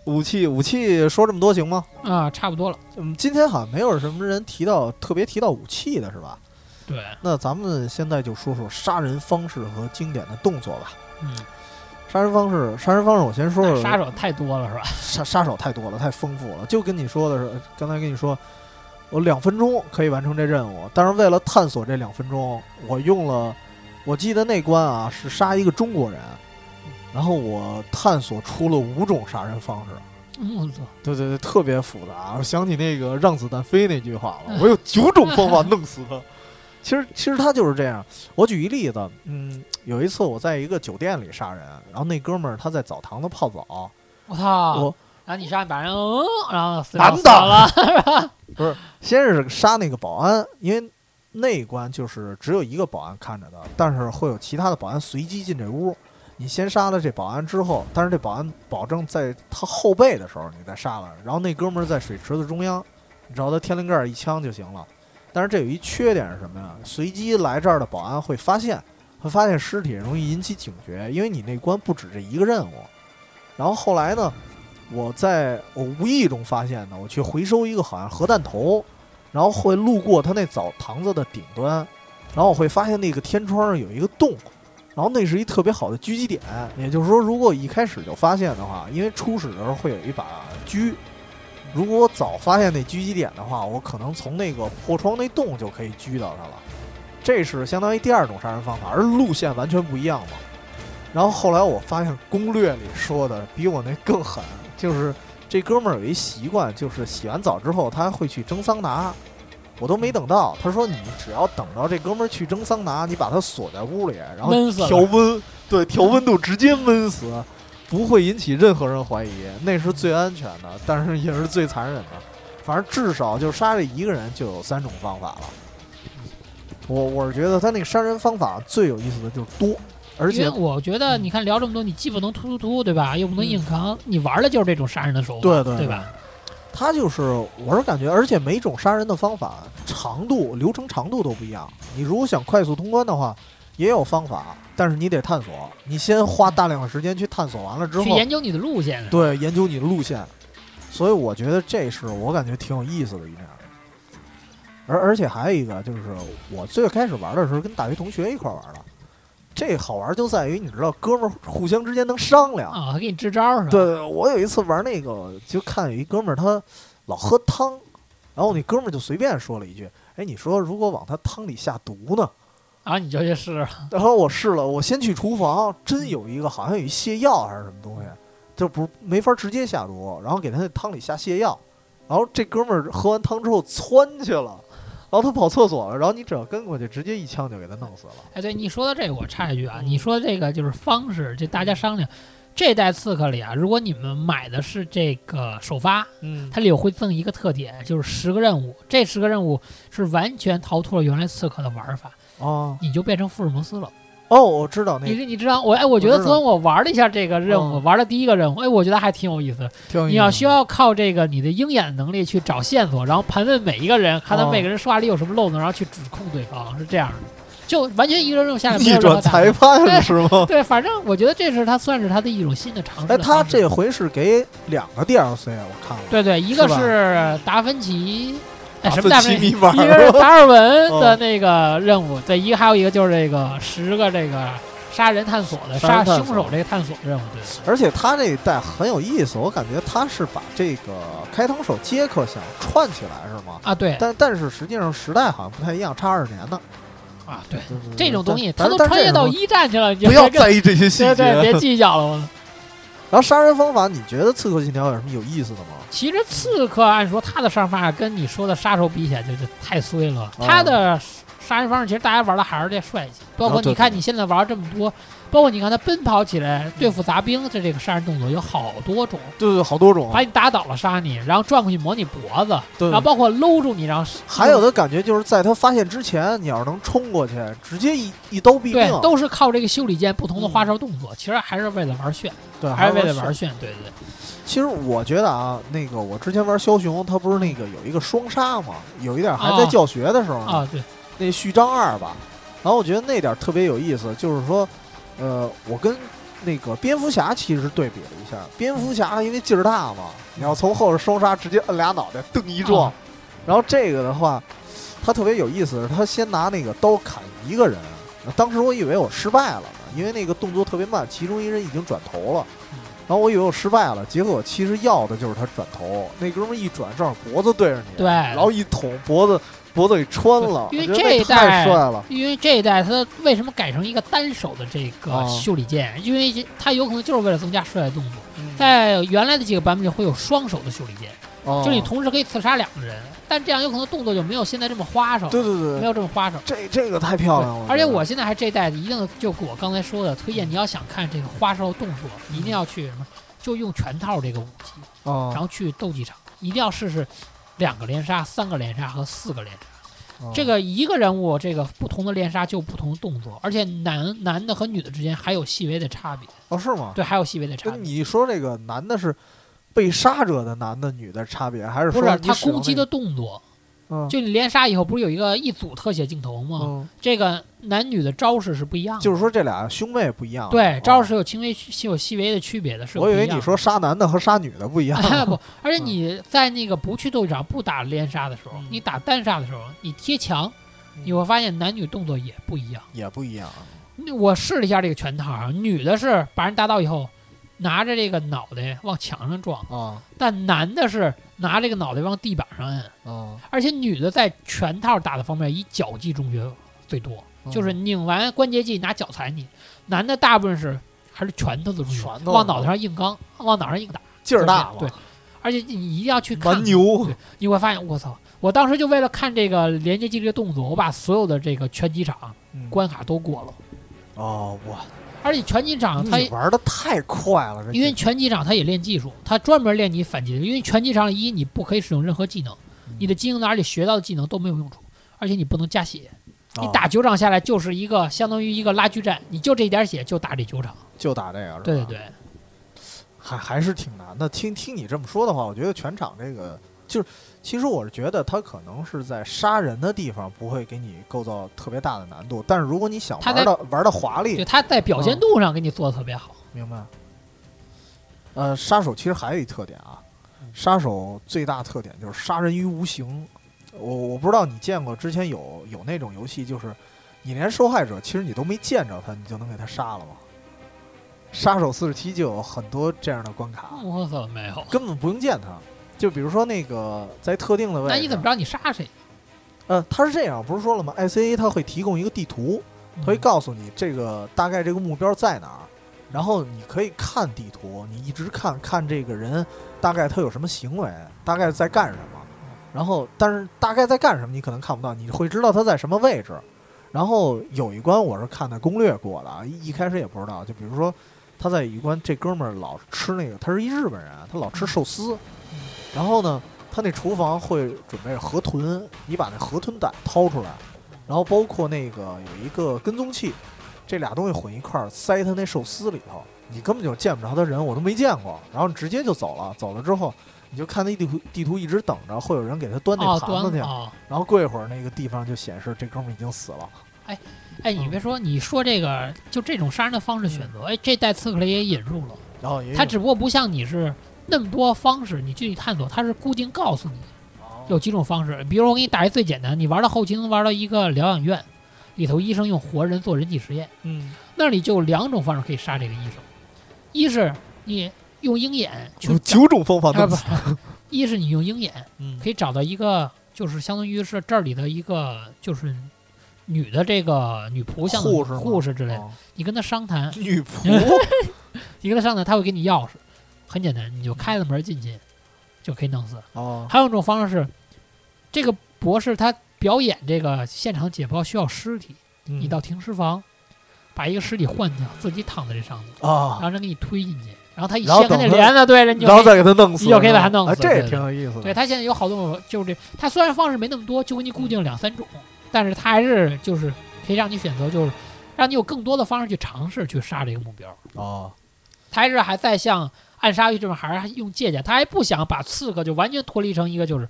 [SPEAKER 1] 武器武器说这么多行吗？
[SPEAKER 2] 啊，差不多了。
[SPEAKER 1] 嗯，今天好像没有什么人提到特别提到武器的是吧？
[SPEAKER 2] 对，
[SPEAKER 1] 那咱们现在就说说杀人方式和经典的动作吧。
[SPEAKER 2] 嗯，
[SPEAKER 1] 杀人方式，杀人方式，我先说说
[SPEAKER 2] 杀手太多了是吧？
[SPEAKER 1] 杀杀手太多了，太丰富了。就跟你说的是，刚才跟你说，我两分钟可以完成这任务，但是为了探索这两分钟，我用了，我记得那关啊是杀一个中国人，然后我探索出了五种杀人方式。
[SPEAKER 2] 嗯，我操，
[SPEAKER 1] 对对对，特别复杂。我想起那个“让子弹飞”那句话
[SPEAKER 2] 嗯
[SPEAKER 1] 了，我有九种方法弄死他。 其实其实他就是这样。我举一例子，嗯，有一次我在一个酒店里杀人，然后那哥们儿他在澡堂子泡澡，
[SPEAKER 2] 我操
[SPEAKER 1] 我！
[SPEAKER 2] 然后你上去把人，嗯，然后死
[SPEAKER 1] 男的
[SPEAKER 2] 死了，
[SPEAKER 1] 先是杀那个保安，因为那一关就是只有一个保安看着的，但是会有其他的保安随机进这屋。你先杀了这保安之后，但是这保安保证在他后背的时候你再杀了，然后那哥们儿在水池子中央，你只要他天灵盖儿一枪就行了。但是这有一缺点是什么呀？随机来这儿的保安会发现，会发现尸体容易引起警觉，因为你那关不止这一个任务。然后后来呢，我在我无意中发现呢，我去回收一个好像核弹头，然后会路过他那澡堂子的顶端，然后我会发现那个天窗上有一个洞，然后那是一特别好的狙击点。也就是说，如果一开始就发现的话，因为初始的时候会有一把狙，如果我早发现那狙击点的话，我可能从那个破窗那洞就可以狙到他了。这是相当于第二种杀人方法，而路线完全不一样嘛。然后后来我发现攻略里说的比我那更狠，就是这哥们儿有一习惯，就是洗完澡之后他还会去蒸桑拿，我都没等到。他说你只要等到这哥们儿去蒸桑拿，你把他锁在屋里，然后
[SPEAKER 2] 闷死
[SPEAKER 1] 调
[SPEAKER 2] 了。
[SPEAKER 1] 温，对，调温度直接闷死，不会引起任何人怀疑，那是最安全的，但是也是最残忍的。反正至少就杀这一个人就有三种方法了。我我是觉得他那个杀人方法最有意思的就是多，而
[SPEAKER 2] 因
[SPEAKER 1] 且
[SPEAKER 2] 为我觉得，你看聊这么多，你既不能突突突，对吧？又不能硬扛，你玩的就是这种杀人的手
[SPEAKER 1] 嗯
[SPEAKER 2] 法，
[SPEAKER 1] 对对
[SPEAKER 2] 对
[SPEAKER 1] 对
[SPEAKER 2] 吧？
[SPEAKER 1] 他就是我是感觉，而且每种杀人的方法长度、流程长度都不一样。你如果想快速通关的话，也有方法，但是你得探索，你先花大量的时间去探索完了之后
[SPEAKER 2] 去，研究你的路线，
[SPEAKER 1] 对，研究你的路线。所以我觉得这是我感觉挺有意思的一面。而而且还有一个就是，我最开始玩的时候跟大学同学一块儿玩的，这好玩就在于你知道哥们儿互相之间能商量。
[SPEAKER 2] 啊，还给你支招是吧？
[SPEAKER 1] 对，我有一次玩那个，就看有一哥们儿他老喝汤，然后那哥们儿就随便说了一句：“哎，你说如果往他汤里下毒呢？”
[SPEAKER 2] 然后你就去试，
[SPEAKER 1] 然后我试了，我先去厨房，真有一个好像有一泻药还是什么东西，就不没法直接下毒，然后给他那汤里下泻药，然后这哥们儿喝完汤之后窜去了，然后他跑厕所了，然后你只要跟过去，直接一枪就给他弄死了。
[SPEAKER 2] 哎，对，你说到这个，我插一句啊，
[SPEAKER 1] 嗯
[SPEAKER 2] 你说这个就是方式，这大家商量。这代刺客里啊，如果你们买的是这个首发，
[SPEAKER 1] 嗯
[SPEAKER 2] 它里有会赠一个特点，就是十个任务，这十个任务是完全逃脱了原来刺客的玩法，
[SPEAKER 1] 哦
[SPEAKER 2] 你就变成福尔摩斯了。
[SPEAKER 1] 哦，我知道那
[SPEAKER 2] 你
[SPEAKER 1] 个，
[SPEAKER 2] 你知道我哎，我觉得
[SPEAKER 1] 我知
[SPEAKER 2] 昨
[SPEAKER 1] 道
[SPEAKER 2] 天我玩了一下这个任务，
[SPEAKER 1] 嗯
[SPEAKER 2] 玩了第一个任务，哎，我觉得还挺有意思的。
[SPEAKER 1] 挺有意
[SPEAKER 2] 你
[SPEAKER 1] 思
[SPEAKER 2] 要
[SPEAKER 1] 的
[SPEAKER 2] 需要靠这个你的鹰眼能力去找线索，然后盘问每一个人，看他
[SPEAKER 1] 哦
[SPEAKER 2] 每个人说话里有什么漏洞，然后去指控对方，是这样的。就完全一个任务下来没有
[SPEAKER 1] 逆
[SPEAKER 2] 任
[SPEAKER 1] 转
[SPEAKER 2] 何打
[SPEAKER 1] 裁
[SPEAKER 2] 算。
[SPEAKER 1] 判是吗？
[SPEAKER 2] 嗯对，反正我觉得这是他算是他的一种新的尝试
[SPEAKER 1] 哎，
[SPEAKER 2] 的
[SPEAKER 1] 他
[SPEAKER 2] 方式。
[SPEAKER 1] 这回是给两个 DLC，我看了，
[SPEAKER 2] 对对，一个
[SPEAKER 1] 是吧
[SPEAKER 2] 是达芬奇，哎，
[SPEAKER 1] 达
[SPEAKER 2] 什么达
[SPEAKER 1] 芬
[SPEAKER 2] 芬
[SPEAKER 1] 奇嗯
[SPEAKER 2] 奇？
[SPEAKER 1] 迷玩
[SPEAKER 2] 一个是
[SPEAKER 1] 儿，
[SPEAKER 2] 达尔文的那个任务，对，一个还有一个就是这个十个这个杀人探索的
[SPEAKER 1] 杀
[SPEAKER 2] 杀
[SPEAKER 1] 人探
[SPEAKER 2] 凶
[SPEAKER 1] 索
[SPEAKER 2] 手这个探索任务，对，对
[SPEAKER 1] 而且他这一代很有意思，我感觉他是把这个开膛手杰克想串起来是吗？
[SPEAKER 2] 啊对
[SPEAKER 1] 但但是实际上时代好像不太一样，差二十年呢。
[SPEAKER 2] 啊对，
[SPEAKER 1] 对对对
[SPEAKER 2] 这种东西
[SPEAKER 1] 嗯但
[SPEAKER 2] 他
[SPEAKER 1] 但
[SPEAKER 2] 都
[SPEAKER 1] 但
[SPEAKER 2] 穿越
[SPEAKER 1] 这种
[SPEAKER 2] 到
[SPEAKER 1] 东西
[SPEAKER 2] 一战去了，你
[SPEAKER 3] 不要
[SPEAKER 2] 别跟
[SPEAKER 3] 在意这些细
[SPEAKER 2] 对对，
[SPEAKER 3] 节。
[SPEAKER 2] 别计较了。我
[SPEAKER 1] 然后杀人方法，你觉得《刺客信条》有什么有意思的吗？
[SPEAKER 2] 其实刺客按说他的杀人方法跟你说的杀手比起来就就太衰
[SPEAKER 1] 啊
[SPEAKER 2] 了，他的杀人方式其实大家玩的还是这帅气，包括
[SPEAKER 1] 啊对
[SPEAKER 2] 你看
[SPEAKER 1] 对
[SPEAKER 2] 你现在玩这么多，包括你看他奔跑起来对付杂兵的这个杀人动作有好多种，
[SPEAKER 1] 对对，好多种啊
[SPEAKER 2] 把。你打倒了杀你，然后转过去抹你脖子，
[SPEAKER 1] 哦对
[SPEAKER 2] 然后包括搂住你，然后
[SPEAKER 1] 还有的感觉就是在他发现之前，你要是能冲过去，直接一一刀毙
[SPEAKER 2] 对
[SPEAKER 1] 命，，
[SPEAKER 2] 都是靠这个修理剑不同的花哨动作，其实还是为了玩炫，
[SPEAKER 1] 对，
[SPEAKER 2] 还是为
[SPEAKER 1] 玩
[SPEAKER 2] 了
[SPEAKER 1] 耍
[SPEAKER 2] 玩炫，对对对，
[SPEAKER 1] 其实我觉得啊，那个我之前玩枭雄，他不是那个有一个双杀吗？有一点还
[SPEAKER 2] 哦
[SPEAKER 1] 在教学的时候呢，
[SPEAKER 2] 啊对，
[SPEAKER 1] 那序章二吧。然后我觉得那点儿特别有意思，就是说，呃，我跟那个蝙蝠侠其实对比了一下，蝙蝠侠因为劲儿大嘛，你要从后边双杀，直接摁俩脑袋，噔一撞。
[SPEAKER 2] 啊
[SPEAKER 1] 然后这个的话，他特别有意思，他先拿那个刀砍一个人。当时我以为我失败了呢，因为那个动作特别慢，其中一人已经转头了
[SPEAKER 2] 嗯。
[SPEAKER 1] 然后我以为我失败了，结果其实要的就是他转头，那哥们儿一转正好脖子对着你，
[SPEAKER 2] 对
[SPEAKER 1] 然后一捅脖子，脖子给穿了，
[SPEAKER 2] 对因为
[SPEAKER 1] 我觉得
[SPEAKER 2] 这一
[SPEAKER 1] 那太
[SPEAKER 2] 代
[SPEAKER 1] 帅了，
[SPEAKER 2] 因为这一代它为什么改成一个单手的这个
[SPEAKER 1] 哦
[SPEAKER 2] 修理剑？因为它有可能就是为了增加摔的动作。
[SPEAKER 1] 嗯
[SPEAKER 2] 在原来的几个版本里会有双手的修理剑，
[SPEAKER 1] 哦
[SPEAKER 2] 哎就是你同时可以刺杀两个人，但这样有可能动作就没有现在这么花哨，
[SPEAKER 1] 对对哦
[SPEAKER 2] 没
[SPEAKER 1] 对对，
[SPEAKER 2] 有这么花哨。
[SPEAKER 1] 这这个太漂亮了，
[SPEAKER 2] 而且
[SPEAKER 1] 觉得
[SPEAKER 2] 我现在还这一代一定就我刚才说的，推荐你要想看这个花哨动作，你一定要去什么，就用全套这个武器，
[SPEAKER 1] 哦
[SPEAKER 2] 然后去斗技场，一定要试试两个连杀、三个连杀和四个连杀。
[SPEAKER 1] 哦
[SPEAKER 2] 这个一个人物，这个不同的连杀就有不同的动作，而且男男的和女的之间还有细微的差别，
[SPEAKER 1] 哦是吗？
[SPEAKER 2] 对，还有细微的差
[SPEAKER 1] 那
[SPEAKER 2] 别。
[SPEAKER 1] 你说这个男的是被杀者的男的女的差别，还是
[SPEAKER 2] 不
[SPEAKER 1] 说
[SPEAKER 2] 是
[SPEAKER 1] 你
[SPEAKER 2] 他
[SPEAKER 1] 使用
[SPEAKER 2] 攻击
[SPEAKER 1] 那
[SPEAKER 2] 的
[SPEAKER 1] 个
[SPEAKER 2] 动作，
[SPEAKER 1] 嗯
[SPEAKER 2] 就你连杀以后不是有一个一组特写镜头吗？
[SPEAKER 1] 嗯，
[SPEAKER 2] 这个男女的招式是不一样的，
[SPEAKER 1] 就是说这俩兄妹不一样，
[SPEAKER 2] 对
[SPEAKER 1] 哦
[SPEAKER 2] 招式有轻微有细微的区别的，是有
[SPEAKER 1] 我以为
[SPEAKER 2] 不一样
[SPEAKER 1] 你
[SPEAKER 2] 的
[SPEAKER 1] 说杀男的和杀女的 不一样，
[SPEAKER 2] 啊不，而且你在那个不去斗技场、不打连杀的时候，
[SPEAKER 1] 嗯
[SPEAKER 2] 你打单杀的时候，你贴墙，你会发现男女动作也不一样。
[SPEAKER 1] 也不一样。
[SPEAKER 2] 那我试了一下这个拳套啊，女的是把人打倒以后，拿着这个脑袋往墙上撞，
[SPEAKER 1] 啊
[SPEAKER 2] 但男的是拿这个脑袋往地板上摁，
[SPEAKER 1] 啊，
[SPEAKER 2] 而且女的在拳套打的方面以脚技中学最多，
[SPEAKER 1] 嗯
[SPEAKER 2] 就是拧完关节技拿脚踩你，男的大部分是还是拳头的中学，
[SPEAKER 1] 拳头哦
[SPEAKER 2] 往脑袋上硬刚，往脑袋上硬打，
[SPEAKER 1] 劲儿大
[SPEAKER 2] 对
[SPEAKER 1] 嘛，，
[SPEAKER 2] 而且你一定要去看
[SPEAKER 1] 蛮牛
[SPEAKER 2] 对你会发现，我操！我当时就为了看这个连接机这个动作，我把所有的这个拳击场
[SPEAKER 1] 嗯
[SPEAKER 2] 关卡都过了。
[SPEAKER 1] 哦哇，
[SPEAKER 2] 而且拳击场它
[SPEAKER 1] 你玩的太快了，这
[SPEAKER 2] 啊因为
[SPEAKER 1] 个
[SPEAKER 2] 拳击场它也练技术，它专门练你反击的。因为拳击场一你不可以使用任何技能，
[SPEAKER 1] 嗯
[SPEAKER 2] 你的技能哪里学到的技能都没有用处，而且你不能加血。你
[SPEAKER 1] 哦
[SPEAKER 2] 打九场下来就是一个相当于一个拉锯战，你就这一点血就打这九场。
[SPEAKER 1] 就打这个，是吧嗯
[SPEAKER 2] 对对，对，
[SPEAKER 1] 还还是挺难的。听听你这么说的话，我觉得全场这个就是，其实我是觉得他可能是在杀人的地方不会给你构造特别大的难度，但是如果你想
[SPEAKER 2] 他
[SPEAKER 1] 玩
[SPEAKER 2] 在
[SPEAKER 1] 的玩的华
[SPEAKER 2] 对
[SPEAKER 1] 丽，
[SPEAKER 2] 它在表
[SPEAKER 1] 嗯
[SPEAKER 2] 现度上给你做的特别好。
[SPEAKER 1] 明白？呃，杀手其实还有一特点啊，杀手最大特点就是杀人于无形。我我不知道你见过之前有有那种游戏，就是你连受害者其实你都没见着他，你就能给他杀了吗？杀手四十七就有很多这样的关卡。
[SPEAKER 2] 我操，没有。
[SPEAKER 1] 根本不用见他。就比如说那个在特定的位置，
[SPEAKER 2] 那你怎么知道你杀谁？
[SPEAKER 1] 呃，他是这样，不是说了吗？ICA 它会提供一个地图，它会告诉你这个大概这个目标在哪儿，然后你可以看地图，你一直看看这个人大概他有什么行为，大概在干什么，然后但是大概在干什么你可能看不到，你会知道他在什么位置。然后有一关我是看的攻略过的，啊，一一开始也不知道，就比如说他在一关这哥们儿老吃那个，他是一日本人，啊他老吃寿司，然后呢。他那厨房会准备河豚，你把那河豚胆掏出来，然后包括那个有一个跟踪器，这俩东西混一块儿塞他那寿司里头，你根本就见不着他人，我都没见过，然后你直接就走了，走了之后。你就看那地图，地图一直等着，会有人给他端那
[SPEAKER 2] 哦，
[SPEAKER 1] 盘子
[SPEAKER 2] 端
[SPEAKER 1] 去，
[SPEAKER 2] 哦。
[SPEAKER 1] 然后过一会儿那个地方就显示这哥们儿已经死了。
[SPEAKER 2] 哎，
[SPEAKER 1] 嗯
[SPEAKER 2] 你别说，你说这个就这种杀人的方式选择，哎，这代刺客雷也引入了，
[SPEAKER 1] 然嗯后也
[SPEAKER 2] 它只不过不像你是那么多方式，你具体探索，它是固定告诉
[SPEAKER 1] 哦
[SPEAKER 2] 你有几种方式。比如我给你打一最简单，你玩到后期能玩到一个疗养院，里头医生用活人做人体实验，
[SPEAKER 1] 嗯，
[SPEAKER 2] 那里就有两种方式可以杀这个医生，一是你用鹰眼去
[SPEAKER 1] 有九种方法
[SPEAKER 2] 啊
[SPEAKER 1] 论
[SPEAKER 2] 不，，一是你用鹰眼
[SPEAKER 1] 哦嗯
[SPEAKER 2] 可以找到一个，就是相当于是这里的一个就是女的这个女仆，像
[SPEAKER 1] 护士吗
[SPEAKER 2] 护士之类的，
[SPEAKER 1] 哦
[SPEAKER 2] 你跟她商谈，
[SPEAKER 1] 女仆
[SPEAKER 2] 你跟她商谈，她会给你钥匙，很简单，你就开了门进去就可以弄死。
[SPEAKER 1] 哦，
[SPEAKER 2] 还有一种方式是，这个博士他表演这个现场解剖需要尸体，
[SPEAKER 1] 你
[SPEAKER 2] 你到停尸房把一个尸体换掉，自己躺在这上面，然
[SPEAKER 1] 啊，
[SPEAKER 2] 后人给你推进去，然后他一
[SPEAKER 1] 然后
[SPEAKER 2] 掀开那
[SPEAKER 1] 等他
[SPEAKER 2] 帘子，对了，你就
[SPEAKER 1] 然后
[SPEAKER 2] 可以
[SPEAKER 1] 再给他弄死，
[SPEAKER 2] 你就可以把他
[SPEAKER 1] 是吧
[SPEAKER 2] 弄死
[SPEAKER 1] 哎这也
[SPEAKER 2] 对
[SPEAKER 1] 挺有意思的。
[SPEAKER 2] 对他现在有好多种，就是这，他虽然方式没那么多，就给你固定两三种，但是他还是就是可以让你选择，就是让你有更多的方式去尝试去杀这个目标。
[SPEAKER 1] 哦，
[SPEAKER 2] 他还是还在像暗杀欲这种，还是用借鉴，他还不想把刺客就完全脱离成一个就是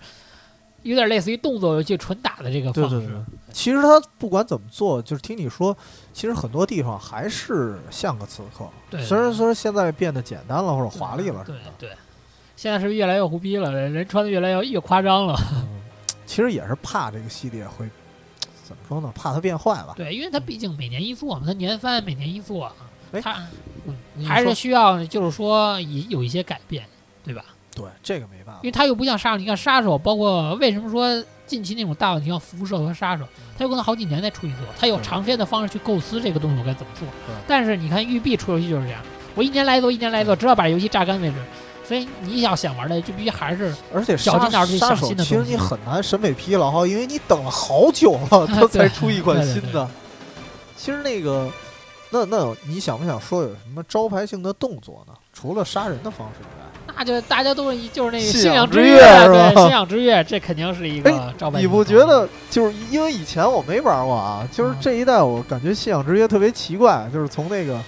[SPEAKER 2] 有点类似于动作游戏纯打的这个
[SPEAKER 1] 对
[SPEAKER 2] 方
[SPEAKER 1] 对
[SPEAKER 2] 式。
[SPEAKER 1] 对。其实他不管怎么做，就是听你说，其实很多地方还是像个刺客。
[SPEAKER 2] 对
[SPEAKER 1] 虽然说现在变得简单了或者华丽了什
[SPEAKER 2] 对
[SPEAKER 1] 么的，
[SPEAKER 2] 对，现在是越来越胡逼了，人穿的越来越越夸张了。
[SPEAKER 1] 嗯其实也是怕这个系列会怎么说呢？怕它变坏吧。
[SPEAKER 2] 对，因为他毕竟每年一做嘛，他年番每年一做，啊
[SPEAKER 1] 哎
[SPEAKER 2] 他
[SPEAKER 1] 嗯，你
[SPEAKER 2] 还是
[SPEAKER 1] 说
[SPEAKER 2] 需要就是说也有一些改变，
[SPEAKER 1] 啊
[SPEAKER 2] 对吧？
[SPEAKER 1] 对这个没办法
[SPEAKER 2] 因为。他又不像杀手，你看杀手，包括为什么说近期那种大问题像辐射和杀手，他有可能好几年才出一次，他有
[SPEAKER 1] 嗯对
[SPEAKER 2] 长时间的方式去构思这个动作该怎么做
[SPEAKER 1] 对。
[SPEAKER 2] 但是你看育碧出游戏就是这样，我一年来一做，一年来一做，直到把游戏榨干为止。所以你要想玩的，就必须还是
[SPEAKER 1] 而且
[SPEAKER 2] 绞
[SPEAKER 1] 杀
[SPEAKER 2] 尽脑汁去
[SPEAKER 1] 杀
[SPEAKER 2] 想
[SPEAKER 1] 手
[SPEAKER 2] 新的
[SPEAKER 1] 其实
[SPEAKER 2] 东西
[SPEAKER 1] 你很难审美疲劳，啊因为你等了好久 了，它才哦出一款
[SPEAKER 2] 对对
[SPEAKER 1] 新的。其实那个，那那你想不想说有什么招牌性的动作呢？除了杀人的方式以
[SPEAKER 2] 那就大家都是就是那个
[SPEAKER 1] 信
[SPEAKER 2] 信
[SPEAKER 1] 仰
[SPEAKER 2] 仰
[SPEAKER 1] 之
[SPEAKER 2] 之
[SPEAKER 1] 跃是吧
[SPEAKER 2] 对，信仰之跃，这肯定是一个招牌啊
[SPEAKER 1] 外，
[SPEAKER 2] 性的东西。
[SPEAKER 1] 你不觉得就是因为以前我没玩过啊，就是
[SPEAKER 2] 嗯
[SPEAKER 1] 这一代我感觉信仰之约特别奇怪，就是从那个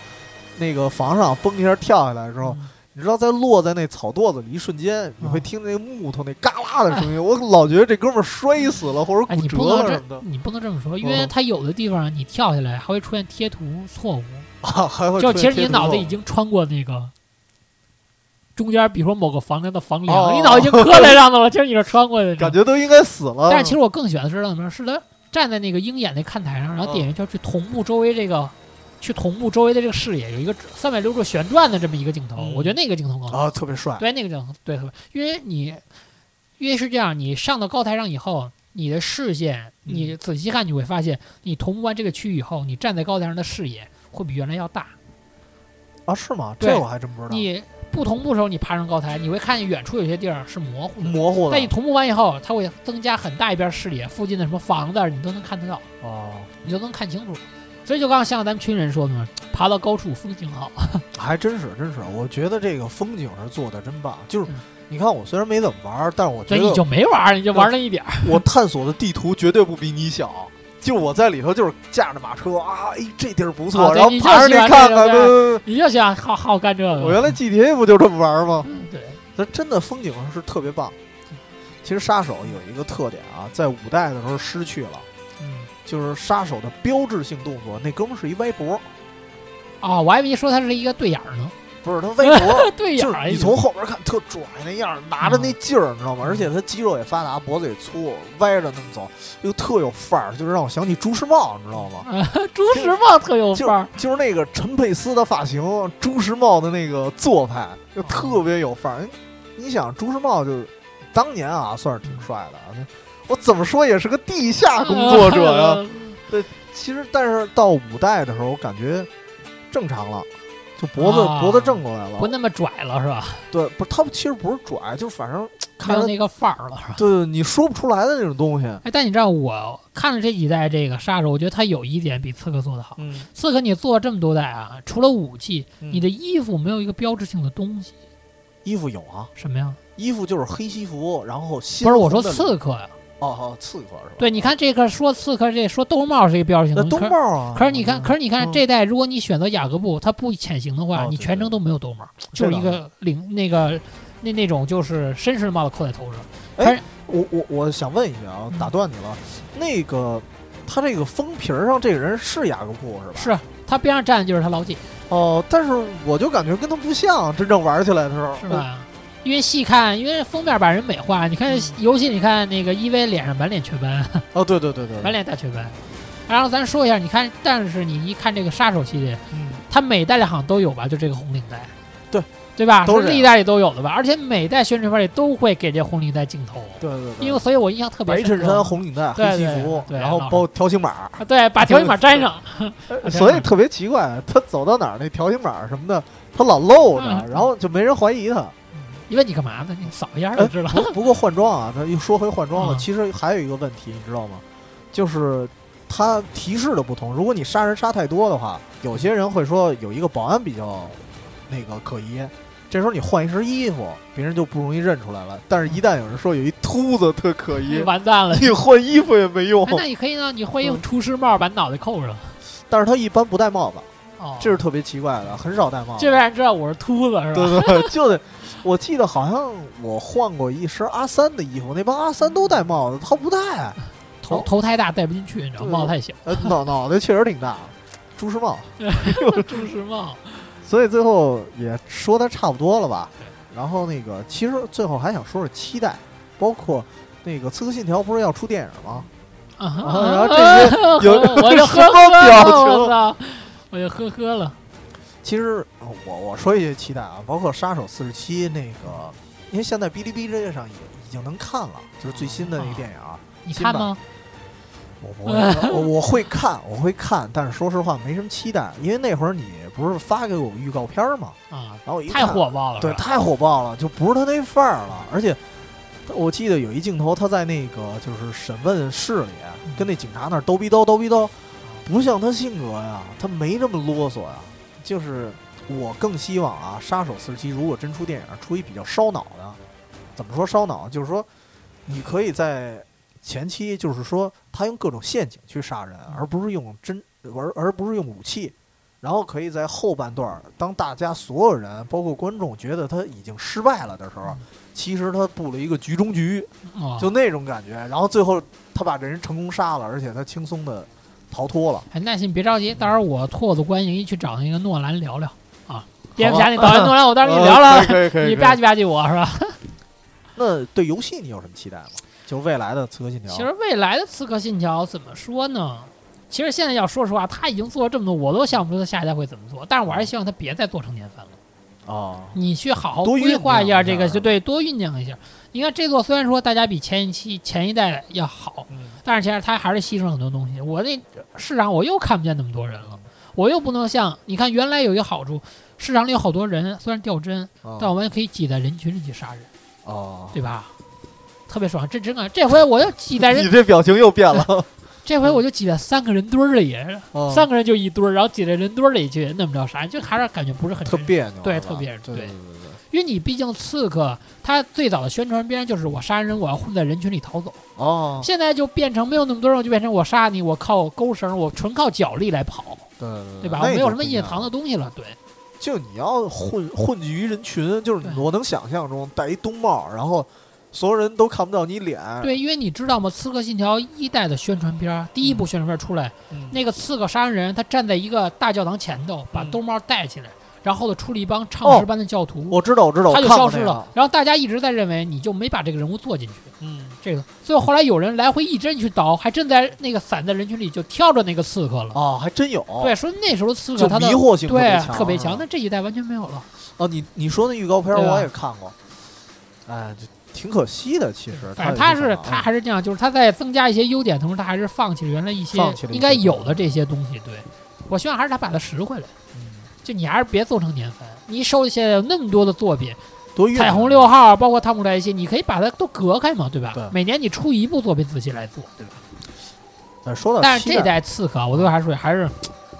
[SPEAKER 1] 那个房上嘣一下跳下来之后，
[SPEAKER 2] 嗯？
[SPEAKER 1] 你知道在落在那草垛子里一瞬间，你会
[SPEAKER 2] 嗯
[SPEAKER 1] 听那木头那嘎啦的声音，我老觉得这哥们儿摔死了或者
[SPEAKER 2] 哎，
[SPEAKER 1] 骨
[SPEAKER 2] 你
[SPEAKER 1] 折
[SPEAKER 2] 不能
[SPEAKER 1] 了什么的
[SPEAKER 2] 这，你不能这么说，因为
[SPEAKER 1] 嗯
[SPEAKER 2] 它有的地方你跳下来还会出现贴图错误，
[SPEAKER 1] 啊，还会
[SPEAKER 2] 就
[SPEAKER 1] 出
[SPEAKER 2] 其实
[SPEAKER 1] 贴
[SPEAKER 2] 你
[SPEAKER 1] 图
[SPEAKER 2] 脑子
[SPEAKER 1] 吗
[SPEAKER 2] 已经穿过那个中间，比如说某个房间的房梁，
[SPEAKER 1] 哦
[SPEAKER 2] 你脑已经磕在上头了，其实你是穿过的。
[SPEAKER 1] 感觉都应该死了。
[SPEAKER 2] 但是其实我更喜欢的是让他们是他站在那个鹰眼那看台上，然后
[SPEAKER 1] 嗯
[SPEAKER 2] 点一圈去同步周围这个，去同步周围的这个视野，有一个三百六十度旋转的这么一个镜头，
[SPEAKER 1] 嗯
[SPEAKER 2] 我觉得那个镜头更好。
[SPEAKER 1] 啊，特别帅，
[SPEAKER 2] 对，那个镜头对，特别因为你因为是这样，你上到高台上以后。你的视线，
[SPEAKER 1] 嗯
[SPEAKER 2] 你仔细看，你会发现，你同步完这个区域以后，你站在高台上的视野会比原来要大。
[SPEAKER 1] 啊，是吗？
[SPEAKER 2] 对
[SPEAKER 1] 这我还真不知道。
[SPEAKER 2] 你不同步的时候，你爬上高台，你会看见远处有些地儿是模糊的。
[SPEAKER 1] 模糊的
[SPEAKER 2] 但你同步完以后，它会增加很大一边视野，附近的什么房子啊你都能看得到，
[SPEAKER 1] 哦，
[SPEAKER 2] 你都能看清楚。所以就刚刚像咱们群人说的嘛，爬到高处风景好。
[SPEAKER 1] 还真是真是，我觉得这个风景是做的真棒。就是
[SPEAKER 2] 嗯
[SPEAKER 1] 你看，我虽然没怎么玩，但是我
[SPEAKER 2] 所
[SPEAKER 1] 觉
[SPEAKER 2] 以你
[SPEAKER 1] 得
[SPEAKER 2] 就没玩儿，你就玩儿那一点儿。
[SPEAKER 1] 我探索的地图绝对不比你小。就我在里头就是驾着马车啊，哎，这地儿不错，
[SPEAKER 2] 啊对
[SPEAKER 1] 然后
[SPEAKER 2] 你就
[SPEAKER 1] 爬上去
[SPEAKER 2] 喜欢
[SPEAKER 1] 看
[SPEAKER 2] 这
[SPEAKER 1] 看。
[SPEAKER 2] 种
[SPEAKER 1] 对对对
[SPEAKER 2] 你就想好好干这
[SPEAKER 1] 对我
[SPEAKER 2] 个。
[SPEAKER 1] 原来 GTA 不就这么玩吗？
[SPEAKER 2] 嗯对，
[SPEAKER 1] 它真的风景是特别棒。其实杀手有一个特点啊，在五代的时候失去了，
[SPEAKER 2] 嗯，
[SPEAKER 1] 就是杀手的标志性动作，那哥们儿是一歪脖。
[SPEAKER 2] 啊，我还以为说它是一个对眼儿呢，
[SPEAKER 1] 不是他微博，
[SPEAKER 2] 对眼
[SPEAKER 1] 就
[SPEAKER 2] 儿
[SPEAKER 1] 是
[SPEAKER 2] 哎
[SPEAKER 1] 你
[SPEAKER 2] 呦。嗯
[SPEAKER 1] 从后边看特拽那样儿，拿着那劲儿，你知道吗？而且他肌肉也发达，脖子也粗，歪着那么走，又特有范儿，就是让我想起朱时茂，你知道吗？
[SPEAKER 2] 朱时茂特有范儿，
[SPEAKER 1] 就是那个陈佩斯的发型，朱时茂的那个做派，就特别有
[SPEAKER 2] 嗯
[SPEAKER 1] 范儿。哎你想，朱时茂就是当年啊，算是挺帅的啊。我怎么说也是个地
[SPEAKER 2] 啊嗯
[SPEAKER 1] 下工作者呀、
[SPEAKER 2] 呃。
[SPEAKER 1] 其实，但是到五代的时候，我感觉正常了，就脖子、
[SPEAKER 2] 啊
[SPEAKER 1] 脖子正过来了，
[SPEAKER 2] 不那么拽了是吧？
[SPEAKER 1] 对，不，他其实不是拽，就是反正
[SPEAKER 2] 没
[SPEAKER 1] 看
[SPEAKER 2] 有
[SPEAKER 1] 着，
[SPEAKER 2] 那个范儿了是吧？
[SPEAKER 1] 对对，你说不出来的那种东西。
[SPEAKER 2] 哎，但你知道我看了这几代这个杀手，我觉得它有一点比刺客做的好。
[SPEAKER 1] 嗯，
[SPEAKER 2] 刺客你做这么多代啊，除了武器，你
[SPEAKER 1] 你
[SPEAKER 2] 的衣服没有一个标志性的东西，
[SPEAKER 1] 衣服有啊，
[SPEAKER 2] 什么呀？
[SPEAKER 1] 衣服就是黑西服，然后
[SPEAKER 2] 不是我说
[SPEAKER 1] 刺哦
[SPEAKER 2] 刺客呀、
[SPEAKER 1] 哦，刺客是吧？
[SPEAKER 2] 对，你看这个说刺客这说兜帽是一个标志性
[SPEAKER 1] 那
[SPEAKER 2] 的
[SPEAKER 1] 冬
[SPEAKER 2] 东西。
[SPEAKER 1] 帽啊。
[SPEAKER 2] 可可是你看，
[SPEAKER 1] 嗯
[SPEAKER 2] 可是你看
[SPEAKER 1] 嗯
[SPEAKER 2] 这代，如果你选择雅各布，他不潜行的话，
[SPEAKER 1] 哦
[SPEAKER 2] 你
[SPEAKER 1] 对
[SPEAKER 2] 全
[SPEAKER 1] 对
[SPEAKER 2] 程都没有兜帽，就是一
[SPEAKER 1] 这倒
[SPEAKER 2] 个领那个那那种就是绅士帽子扣在头上。
[SPEAKER 1] 我我我想问一下啊，
[SPEAKER 2] 嗯
[SPEAKER 1] 打断你了，那个他这个封皮儿上这个人是雅各布是吧？
[SPEAKER 2] 是啊他边上站的就是他老姐，
[SPEAKER 1] 哦，但是我就感觉跟他不像，真正玩起来的时候
[SPEAKER 2] 是？吧？因为细看，因为封面把人美化。你看
[SPEAKER 1] 嗯
[SPEAKER 2] 游戏，你看那个 EV 脸上满脸雀斑，
[SPEAKER 1] 哦，对对对对，
[SPEAKER 2] 满脸大雀斑。然后咱说一下，你看，但是你一看这个杀手系列，
[SPEAKER 1] 嗯，
[SPEAKER 2] 它每代里好像都有吧，就这个红领带，
[SPEAKER 1] 对
[SPEAKER 2] 对吧？
[SPEAKER 1] 都
[SPEAKER 2] 是
[SPEAKER 1] 是
[SPEAKER 2] 历代里都有的吧？而且每代宣传片里都会给这红领带镜头，
[SPEAKER 1] 对对对，
[SPEAKER 2] 因为所以我印象特别
[SPEAKER 1] 白
[SPEAKER 2] 深刻。
[SPEAKER 1] 衬衫、红领带、
[SPEAKER 2] 对
[SPEAKER 1] 黑西
[SPEAKER 2] 对
[SPEAKER 1] 服，
[SPEAKER 2] 对
[SPEAKER 1] 然后
[SPEAKER 2] 老
[SPEAKER 1] 包条形码，
[SPEAKER 2] 啊对，把条形码粘上，
[SPEAKER 1] 呃
[SPEAKER 2] 嗯
[SPEAKER 1] 所以特别奇怪，他走到哪儿那条形码什么的，他老露着，
[SPEAKER 2] 嗯
[SPEAKER 1] 然后就没人怀疑他。
[SPEAKER 2] 因为你干嘛呢？你扫一下
[SPEAKER 1] 呃
[SPEAKER 2] 就知道。
[SPEAKER 1] 不 不过换装啊，那又说回换装了，
[SPEAKER 2] 嗯
[SPEAKER 1] 其实还有一个问题，你知道吗？就是它提示的不同。如果你杀人杀太多的话，有些人会说有一个保安比较那个可疑，这时候你换一身衣服，别人就不容易认出来了。但是，
[SPEAKER 2] 嗯
[SPEAKER 1] 一旦有人说有一秃子特可疑，
[SPEAKER 2] 完蛋了！
[SPEAKER 1] 你换衣服也没 用
[SPEAKER 2] 哎。那你可以呢，你换一个厨师帽，把脑袋扣上。
[SPEAKER 1] 但哦嗯是他一般不戴帽子，
[SPEAKER 2] 哦，
[SPEAKER 1] 这是特别奇怪的，很少戴帽子。
[SPEAKER 2] 这边人知道我是秃子是吧？
[SPEAKER 1] 对对， 就得，我记得好像我换过一身阿三的衣服，那帮阿三都戴帽子，他不戴，
[SPEAKER 2] 头头太大戴不进去，你知道
[SPEAKER 1] 对
[SPEAKER 2] 帽太小，
[SPEAKER 1] 呃，脑脑袋确实挺大，朱时茂，
[SPEAKER 2] 厨 师帽。
[SPEAKER 1] 所以最后也说的差不多了吧
[SPEAKER 2] 对。
[SPEAKER 1] 然后那个，其实最后还想说说期待，包括那个《刺客信条》不是要出电影吗？
[SPEAKER 2] 啊哈
[SPEAKER 1] 啊然后这些 有
[SPEAKER 2] 我就
[SPEAKER 1] 什
[SPEAKER 2] 呵
[SPEAKER 1] 么
[SPEAKER 2] 呵了
[SPEAKER 1] 表情
[SPEAKER 2] 我操，我就呵呵了。
[SPEAKER 1] 其实呃我我说一句期待啊，包括《杀手四十七》那个，因为现在哔哩哔哩上也已经能看了，就是最新的那个电影啊。
[SPEAKER 2] 你看吗？
[SPEAKER 1] 我不会，我 我会看，我会看，但是说实话没什么期待，因为那会儿你不是发给我预告片儿吗？
[SPEAKER 2] 啊，
[SPEAKER 1] 然后我一
[SPEAKER 2] 太
[SPEAKER 1] 看，
[SPEAKER 2] 火爆了，
[SPEAKER 1] 对，
[SPEAKER 2] 是吧
[SPEAKER 1] 太火爆了，就不是他那范儿了。而且我记得有一镜头，他在那个就是审问室里
[SPEAKER 2] 嗯
[SPEAKER 1] 跟那警察那儿叨逼叨叨逼叨，不像他性格呀，他没这么啰嗦呀。就是我更希望啊，《杀手四十七》如果真出电影，出一比较烧脑的。怎么说烧脑？就是说你可以在前期，就是说他用各种陷阱去杀人，而不是用真而而不是用武器。然后可以在后半段儿，当大家所有人，包括观众，觉得他已经失败了的时候
[SPEAKER 2] 嗯，
[SPEAKER 1] 其实他布了一个局中局，
[SPEAKER 2] 哦
[SPEAKER 1] 就那种感觉。然后最后他把这人成功杀了，而且他轻松的逃脱了。
[SPEAKER 2] 哎，耐心，别着急，到时候我托我的关系去找那个诺兰聊聊啊。蝙蝠侠那 导演诺兰，我到时候
[SPEAKER 1] 呃
[SPEAKER 2] 跟你聊聊，
[SPEAKER 1] 啊可以可
[SPEAKER 2] 你吧唧吧唧我是吧？
[SPEAKER 1] 那对游戏你有什么期待吗？就未来的《刺客信条
[SPEAKER 2] 其》实未来的《刺客信条》怎么说呢？其实现在要说实话，他已经做了这么多，我都想不出他下一代会怎么做。但是我还是希望他别再做成年番了。
[SPEAKER 1] 啊，
[SPEAKER 2] 你去好好
[SPEAKER 1] 多
[SPEAKER 2] 规划一下这
[SPEAKER 1] 酝酿
[SPEAKER 2] 个，
[SPEAKER 1] 一下
[SPEAKER 2] 就对，多酝酿一下。你看这座虽然说大家比前一期前一代要好，
[SPEAKER 1] 嗯
[SPEAKER 2] 但是其实它还是牺牲了很多东西。我那市场我又看不见那么多人了，我又不能像你看原来有一个好处，市场里有好多人，虽然掉帧，但
[SPEAKER 1] 啊
[SPEAKER 2] 我们可以挤在人群里去杀人，
[SPEAKER 1] 啊，
[SPEAKER 2] 对吧？特别爽，这真的，这回我就挤在人
[SPEAKER 1] 你，这表情又变 了，
[SPEAKER 2] 这
[SPEAKER 1] 嗯
[SPEAKER 2] 回我就挤在三个人堆儿里，
[SPEAKER 1] 啊
[SPEAKER 2] 三个人就一堆儿，然后挤在人堆儿里去那么着杀，就还是感觉不是很
[SPEAKER 1] 特
[SPEAKER 2] 真实
[SPEAKER 1] 别扭，
[SPEAKER 2] 对
[SPEAKER 1] 是吧
[SPEAKER 2] 特别
[SPEAKER 1] 对
[SPEAKER 2] 对
[SPEAKER 1] 对对，
[SPEAKER 2] 因为你毕竟刺客，他最早的宣传片就是我杀人，我要混在人群里逃走。
[SPEAKER 1] 哦，
[SPEAKER 2] 现在就变成没有那么多人，就变成我杀你，我靠钩绳，我纯靠脚力来跑，
[SPEAKER 1] 对对
[SPEAKER 2] 对吧？
[SPEAKER 1] 嗯
[SPEAKER 2] 我
[SPEAKER 1] 那
[SPEAKER 2] 没
[SPEAKER 1] 就
[SPEAKER 2] 有什
[SPEAKER 1] 不
[SPEAKER 2] 么
[SPEAKER 1] 一
[SPEAKER 2] 隐
[SPEAKER 1] 样
[SPEAKER 2] 藏的东西了，对。
[SPEAKER 1] 就你要混混迹于人群，就是
[SPEAKER 2] 对
[SPEAKER 1] 我能想象中戴一冬帽，然后所有人都看不到你脸。
[SPEAKER 2] 对，因为你知道吗？《刺客信条》一代的宣传片儿，第一部宣传片儿出来，
[SPEAKER 1] 嗯，
[SPEAKER 2] 那个刺客杀人，他站在一个大教堂前头，把
[SPEAKER 1] 嗯
[SPEAKER 2] 兜帽戴起来，然后呢出了一帮唱
[SPEAKER 1] 哦
[SPEAKER 2] 诗班的教徒，
[SPEAKER 1] 我知道，我知道，
[SPEAKER 2] 他
[SPEAKER 1] 我
[SPEAKER 2] 就
[SPEAKER 1] 看
[SPEAKER 2] 消
[SPEAKER 1] 过
[SPEAKER 2] 失
[SPEAKER 1] 哦那
[SPEAKER 2] 了
[SPEAKER 1] 个。。
[SPEAKER 2] 然后大家一直在认为你就没把这个人物做进去，
[SPEAKER 1] 嗯，
[SPEAKER 2] 这个，最后后来有人来回一针去倒，还真在那个散在人群里就挑着那个刺客了。
[SPEAKER 1] 哦，还真有。，
[SPEAKER 2] 对，说那时候刺
[SPEAKER 1] 就
[SPEAKER 2] 客他的
[SPEAKER 1] 迷惑性
[SPEAKER 2] 对
[SPEAKER 1] 强，啊嗯
[SPEAKER 2] 特别
[SPEAKER 1] 是吧
[SPEAKER 2] 强，但这一代完全没有了。
[SPEAKER 1] 哦，你你说那预告片
[SPEAKER 2] 对啊吧
[SPEAKER 1] 我也看过，哎，这挺可惜的，其实。
[SPEAKER 2] 反正
[SPEAKER 1] 他
[SPEAKER 2] 他是他
[SPEAKER 1] 啊
[SPEAKER 2] 还是这样，就是他在增加一些优点同时，他还是放弃了原来一些
[SPEAKER 1] 放弃了一些
[SPEAKER 2] 应该有的这些东西。对，我希望还是他把它拾回来。
[SPEAKER 1] 嗯
[SPEAKER 2] 就你还是别做成年番，你手里现在有那么多的作品，
[SPEAKER 1] 多
[SPEAKER 2] 《
[SPEAKER 1] 运
[SPEAKER 2] 彩虹六号》包括《汤姆·莱西》，你可以把它都隔开嘛，对吧？
[SPEAKER 1] 对
[SPEAKER 2] 每年你出一部作品自己来做，对吧？
[SPEAKER 1] 呃，说到
[SPEAKER 2] 但是
[SPEAKER 1] 期
[SPEAKER 2] 这
[SPEAKER 1] 待
[SPEAKER 2] 代刺客，啊我对还说还是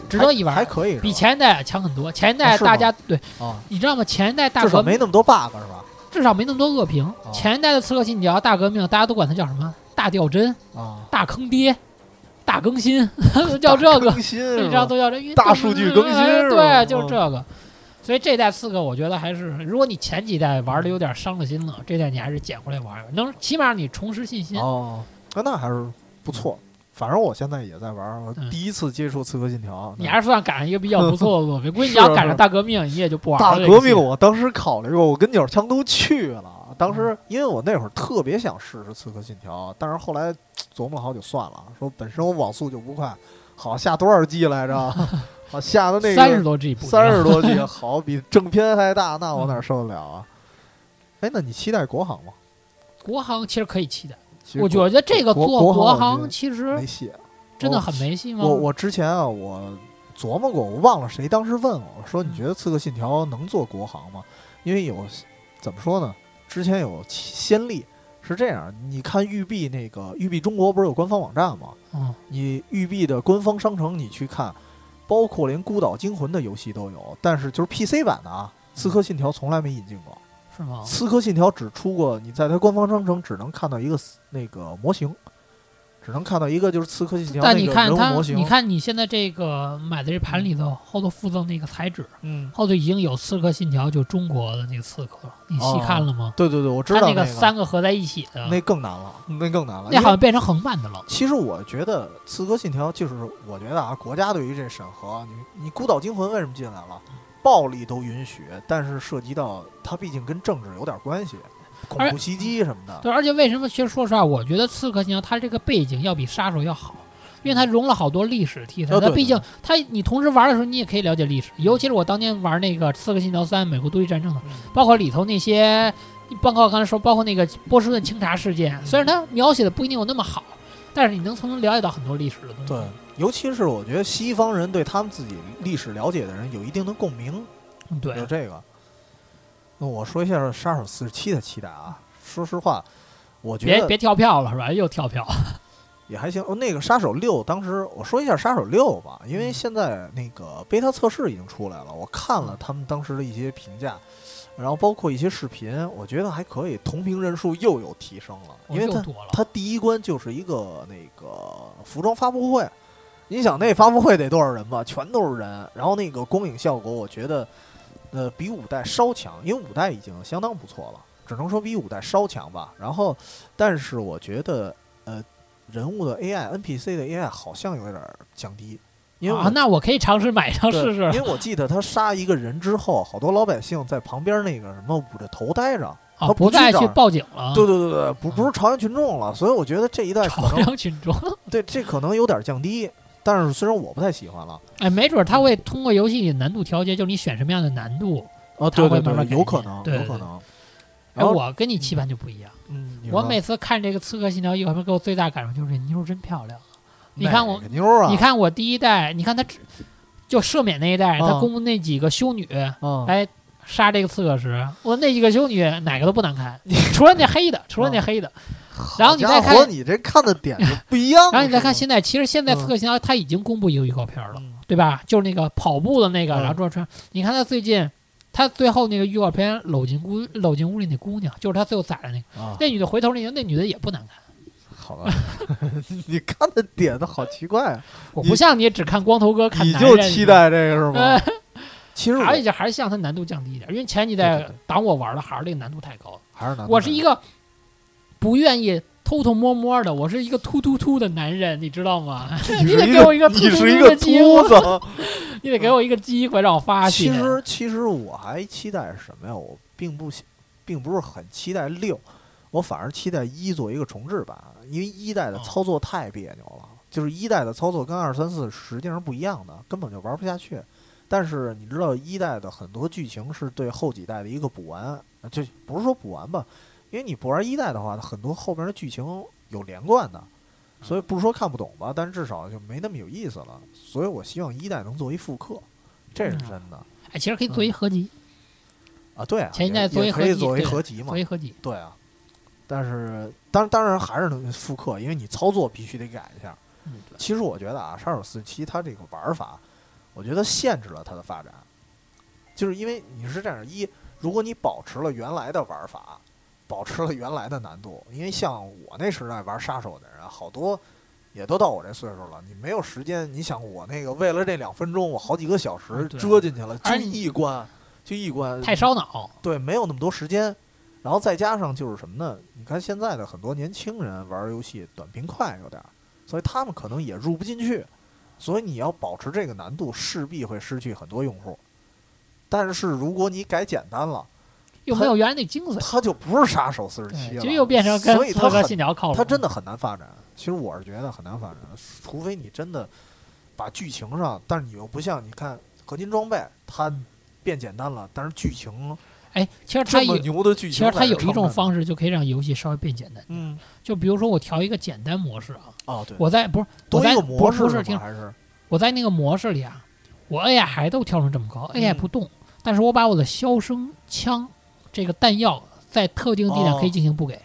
[SPEAKER 2] 值得一玩
[SPEAKER 1] 还
[SPEAKER 2] 儿，
[SPEAKER 1] 可以是吧，
[SPEAKER 2] 比前一代强很多。前一代
[SPEAKER 1] 啊是
[SPEAKER 2] 大家对，
[SPEAKER 1] 啊，
[SPEAKER 2] 你知道吗？前一代大
[SPEAKER 1] 至少
[SPEAKER 2] 革
[SPEAKER 1] 没
[SPEAKER 2] 命
[SPEAKER 1] 那么多哦 bug 是吧？
[SPEAKER 2] 至少没那么多恶评。前一代的《刺客信条》大革命，大家都管它叫什么？大掉帧、
[SPEAKER 1] 啊，
[SPEAKER 2] 大坑爹、大更新， 都叫这个，
[SPEAKER 1] 更新
[SPEAKER 2] 你
[SPEAKER 1] 是
[SPEAKER 2] 知道
[SPEAKER 1] 吧？
[SPEAKER 2] 都叫这，因为
[SPEAKER 1] 大数据更新
[SPEAKER 2] 哎
[SPEAKER 1] 是吧哦
[SPEAKER 2] 对，就是这个。所以这代刺客，我觉得还是，如果你前几代玩的有点伤了心了，这代你还是捡回来玩玩，能起码你重拾信心。
[SPEAKER 1] 哦，啊那还是不错。反正我现在也在玩儿，我
[SPEAKER 2] 嗯
[SPEAKER 1] 第一次接触《刺客信条》，
[SPEAKER 2] 你还是算赶上一个比较不错的作 品。估计你
[SPEAKER 1] 是啊
[SPEAKER 2] 要赶上大革命，你也就不玩
[SPEAKER 1] 大
[SPEAKER 2] 了。
[SPEAKER 1] 革命，我当时考虑过，我跟鸟枪都去了，啊。当
[SPEAKER 2] 嗯
[SPEAKER 1] 时因为我那会儿特别想试试《刺客信条》，但是后来琢磨好就算了，说本身我网速就不快，好下多少 G 来着？ 啊，下的那
[SPEAKER 2] 三十
[SPEAKER 1] 个
[SPEAKER 2] 多嗯 G 不
[SPEAKER 1] 三十多 G，好比正片还大，那我哪受得了啊？哎，那你期待国行吗？
[SPEAKER 2] 国行其实可以期待，
[SPEAKER 1] 其实
[SPEAKER 2] 我觉得这个做
[SPEAKER 1] 国国
[SPEAKER 2] 国
[SPEAKER 1] 行我觉得
[SPEAKER 2] 行其
[SPEAKER 1] 没
[SPEAKER 2] 实
[SPEAKER 1] 戏。
[SPEAKER 2] 真的很没戏吗？
[SPEAKER 1] 我我之前啊，
[SPEAKER 2] 嗯
[SPEAKER 1] 我琢磨过，我忘了谁当时问我说，你觉得《刺客信条》能做国行吗？因为有怎么说呢，之前有先例是这样，你看育碧那个育碧中国不是有官方网站吗？
[SPEAKER 2] 嗯
[SPEAKER 1] 你育碧的官方商城你去看，包括连《孤岛惊魂》的游戏都有，但是就是 PC 版的啊，
[SPEAKER 2] 嗯
[SPEAKER 1] 《刺客信条》从来没引进过，
[SPEAKER 2] 是吗
[SPEAKER 1] 《刺客信条》只出过，你在它官方商城只能看到一个那个模型。只能看到一个就是《刺客信条》
[SPEAKER 2] 但
[SPEAKER 1] 那
[SPEAKER 2] 你
[SPEAKER 1] 个
[SPEAKER 2] 看
[SPEAKER 1] 人物
[SPEAKER 2] 它
[SPEAKER 1] 模，型，
[SPEAKER 2] 你看你现在这个买的这盘里头，后头附赠那个彩纸，
[SPEAKER 1] 嗯，
[SPEAKER 2] 后头已经有《刺客信条》就中国的那个刺客了，你细看了吗？
[SPEAKER 1] 对对对，我哦知
[SPEAKER 2] 它
[SPEAKER 1] 道
[SPEAKER 2] 那
[SPEAKER 1] 个
[SPEAKER 2] 个三个合在一起的，
[SPEAKER 1] 那更难了，那更难了。
[SPEAKER 2] 那
[SPEAKER 1] 因
[SPEAKER 2] 好
[SPEAKER 1] 为
[SPEAKER 2] 像变成横版的了。
[SPEAKER 1] 其实我觉得《刺客信条》就是，我觉得啊，国家对于这审核啊，你你《孤岛惊魂》为什么进来了？暴力都允许，但是涉及到它毕竟跟政治有点关系，恐怖袭击什么的。
[SPEAKER 2] 对，而且为什么？其实说实话，我觉得《刺客信条》它这个背景要比《杀手》要好，因为它融了好多历史题材。
[SPEAKER 1] 哦
[SPEAKER 2] 它
[SPEAKER 1] 对
[SPEAKER 2] 毕
[SPEAKER 1] 对
[SPEAKER 2] 竟它你同时玩的时候，你也可以了解历史。尤其是我当年玩那个《刺客信条三：美国独立战争》的，
[SPEAKER 1] 嗯
[SPEAKER 2] 包括里头那些，包括刚才说，包括那个波士顿清查事
[SPEAKER 1] 嗯
[SPEAKER 2] 件，虽然它描写的不一定有那么好，但是你能从中了解到很多历史的东西。
[SPEAKER 1] 对，尤其是我觉得西方人对他们自己历史了解的人有一定的共鸣，
[SPEAKER 2] 嗯对
[SPEAKER 1] 有这个。那我说一下《杀手四十七》的期待啊，说实话，我觉
[SPEAKER 2] 别
[SPEAKER 1] 得
[SPEAKER 2] 别跳票了，是吧？又跳票。
[SPEAKER 1] 也还行。哦，那个《杀手六》，当时我说一下《杀手六》吧，因为
[SPEAKER 2] 嗯
[SPEAKER 1] 现在那个贝塔测试已经出来了，我看了他们当时的一些评价，然后包括一些视频，我觉得还可以，同屏人数又有提升了，因为
[SPEAKER 2] 又
[SPEAKER 1] 它
[SPEAKER 2] 多了，
[SPEAKER 1] 它第一关就是一个那个服装发布会，你想那发布会得多少人吧，全都是人，然后那个光影效果，我觉得呃比五代稍强，因为五代已经相当不错了，只能说比五代稍强吧。然后，但是我觉得呃人物的 AI、NPC 的 AI 好像有点儿降低，因为我
[SPEAKER 2] 啊，那我可以尝试买一张
[SPEAKER 1] 对
[SPEAKER 2] 试试
[SPEAKER 1] 因为我记得他杀一个人之后，好多老百姓在旁边那个什么捂着头待着。
[SPEAKER 2] 啊，
[SPEAKER 1] 他
[SPEAKER 2] 不
[SPEAKER 1] 不去
[SPEAKER 2] 再
[SPEAKER 1] 找
[SPEAKER 2] 去
[SPEAKER 1] 人
[SPEAKER 2] 报警了。
[SPEAKER 1] 对对对对，不不是朝阳群众了，所以我觉得这一代可
[SPEAKER 2] 朝
[SPEAKER 1] 能
[SPEAKER 2] 阳群众，
[SPEAKER 1] 对，这可能有点降低，但是虽然我不太喜欢了，
[SPEAKER 2] 哎，没准他会通过游戏里难度调节，就是你选什么样的难度。
[SPEAKER 1] 啊，
[SPEAKER 2] 它
[SPEAKER 1] 对
[SPEAKER 2] 会
[SPEAKER 1] 对
[SPEAKER 2] 慢慢
[SPEAKER 1] 对，
[SPEAKER 2] 改
[SPEAKER 1] 有可
[SPEAKER 2] 变
[SPEAKER 1] 能，
[SPEAKER 2] 对
[SPEAKER 1] 有
[SPEAKER 2] 对
[SPEAKER 1] 可
[SPEAKER 2] 对
[SPEAKER 1] 能。
[SPEAKER 2] 哎，
[SPEAKER 1] 然后，
[SPEAKER 2] 我跟你期盼就不一样。
[SPEAKER 1] 哦嗯，你
[SPEAKER 2] 我
[SPEAKER 1] 说
[SPEAKER 2] 每次看这个《刺客信条一》，我们给我最大感受就是妞儿真漂亮。你
[SPEAKER 1] 哪
[SPEAKER 2] 看我
[SPEAKER 1] 个妞儿啊，
[SPEAKER 2] 你，看我第一代，你看他只就赦免那一代，他
[SPEAKER 1] 啊
[SPEAKER 2] 供那几个修女
[SPEAKER 1] 嗯，
[SPEAKER 2] 来杀这个刺客时，我那几个修女哪个都不难看，除了那黑的，除了那黑的。 然后你再
[SPEAKER 1] 好
[SPEAKER 2] 看
[SPEAKER 1] 家伙，你这看的点就不一样了。
[SPEAKER 2] 然后你再看
[SPEAKER 1] 是吗
[SPEAKER 2] 现在，其实现在《
[SPEAKER 1] 嗯
[SPEAKER 2] 刺客信条》他已经公布一个预告片了。
[SPEAKER 1] 嗯
[SPEAKER 2] 对吧？就是那个跑步的那个，
[SPEAKER 1] 嗯
[SPEAKER 2] 然后之后穿。你看他最近，他最后那个预告片搂进屋搂进屋里那姑娘，就是他最后宰了那个。
[SPEAKER 1] 啊，
[SPEAKER 2] 那女的回头那个那女的也不难看。
[SPEAKER 1] 好吧， 你看的点都好奇怪啊，
[SPEAKER 2] 我
[SPEAKER 1] 你
[SPEAKER 2] 不像你只看光头哥看
[SPEAKER 1] 你
[SPEAKER 2] 男人，
[SPEAKER 1] 就期待这个是
[SPEAKER 2] 是
[SPEAKER 1] 吗
[SPEAKER 2] 吧？？ 呃
[SPEAKER 1] 其实我
[SPEAKER 2] 而且还是像他难度降低一点，因为前几
[SPEAKER 1] 对
[SPEAKER 2] 代
[SPEAKER 1] 对对
[SPEAKER 2] 挡我玩的还是那个难度太高了。
[SPEAKER 1] 还是难度
[SPEAKER 2] 我
[SPEAKER 1] 大
[SPEAKER 2] 是一个不愿意。偷偷摸摸的，我是一个突突突的男人，你知道吗？
[SPEAKER 1] 你
[SPEAKER 2] 你
[SPEAKER 1] 是
[SPEAKER 2] 得
[SPEAKER 1] 一
[SPEAKER 2] 给我一个突
[SPEAKER 1] 你
[SPEAKER 2] 突突
[SPEAKER 1] 是一
[SPEAKER 2] 的
[SPEAKER 1] 个
[SPEAKER 2] 机
[SPEAKER 1] 秃
[SPEAKER 2] 会，
[SPEAKER 1] 子。
[SPEAKER 2] 你得给我一个机会让我发泄。
[SPEAKER 1] 嗯其实其实我还期待什么呀？我并不喜，并不是很期待六，我反而期待一做一个重置版，因为一代的
[SPEAKER 2] 哦
[SPEAKER 1] 操作太别扭了，就是一代的操作跟二三四实际上是不一样的，根本就玩不下去。但是你知道一代的很多剧情是对后几代的一个补完，呃就不是说补完吧，因为你不玩一代的话，很多后边的剧情有连贯的，
[SPEAKER 2] 嗯
[SPEAKER 1] 所以不是说看不懂吧，但至少就没那么有意思了。所以我希望一代能做一复刻，这是
[SPEAKER 2] 嗯
[SPEAKER 1] 真的。
[SPEAKER 2] 哎，其实可以
[SPEAKER 1] 嗯
[SPEAKER 2] 做一合集，
[SPEAKER 1] 啊，对啊，
[SPEAKER 2] 前
[SPEAKER 1] 也
[SPEAKER 2] 一代
[SPEAKER 1] 也
[SPEAKER 2] 作为合
[SPEAKER 1] 可以
[SPEAKER 2] 集
[SPEAKER 1] 作为
[SPEAKER 2] 对
[SPEAKER 1] 合集嘛
[SPEAKER 2] 做一，合集。
[SPEAKER 1] 对啊。但是当当然还是能复刻，因为你操作必须得改一下。
[SPEAKER 2] 嗯，对。
[SPEAKER 1] 其实我觉得啊，《杀手四七》它这个玩法，我觉得限制了它的发展，就是因为你是这样：一，如果你保持了原来的玩法，保持了原来的难度，因为像我那时代玩杀手的人，啊好多也都到我这岁数了，你没有时间。你想我那个为了这两分钟，我好几个小时
[SPEAKER 2] 嗯对
[SPEAKER 1] 折进去了，就
[SPEAKER 2] 而你
[SPEAKER 1] 一关，就一关，
[SPEAKER 2] 太烧脑。
[SPEAKER 1] 对，没有那么多时间。然后再加上就是什么呢？你看现在的很多年轻人玩游戏短平快有点儿，所以他们可能也入不进去。所以你要保持这个难度，势必会失去很多用户。但是如果你改简单了，
[SPEAKER 2] 又没有原来那精髓，
[SPEAKER 1] 他就不是杀手四十七
[SPEAKER 2] 对
[SPEAKER 1] 了，
[SPEAKER 2] 就又变成跟
[SPEAKER 1] 所以
[SPEAKER 2] 刺
[SPEAKER 1] 他
[SPEAKER 2] 客
[SPEAKER 1] 很
[SPEAKER 2] 信条靠拢了。
[SPEAKER 1] 它真的很难发展。其实我是觉得很难发展，除非你真的把剧情上，但是你又不像你看合金装备，它变简单了，但是剧情嗯
[SPEAKER 2] 哎，其实它
[SPEAKER 1] 这
[SPEAKER 2] 有
[SPEAKER 1] 么，牛的剧
[SPEAKER 2] 其
[SPEAKER 1] 情，
[SPEAKER 2] 实它有一种，方式就可以让游戏稍微变简单。
[SPEAKER 1] 嗯，
[SPEAKER 2] 就比如说我调一个简单模式啊，
[SPEAKER 1] 哦对，
[SPEAKER 2] 我在不是我
[SPEAKER 1] 多
[SPEAKER 2] 在
[SPEAKER 1] 一个
[SPEAKER 2] 不
[SPEAKER 1] 模
[SPEAKER 2] 是
[SPEAKER 1] 式
[SPEAKER 2] 不
[SPEAKER 1] 吗
[SPEAKER 2] 是听
[SPEAKER 1] 还是
[SPEAKER 2] 我在那个模式里啊，我 AI 还都调成这么高，AI
[SPEAKER 1] 嗯
[SPEAKER 2] 不动，但是我把我的消声枪这个弹药在特定地点
[SPEAKER 1] 哦
[SPEAKER 2] 可以进行补给，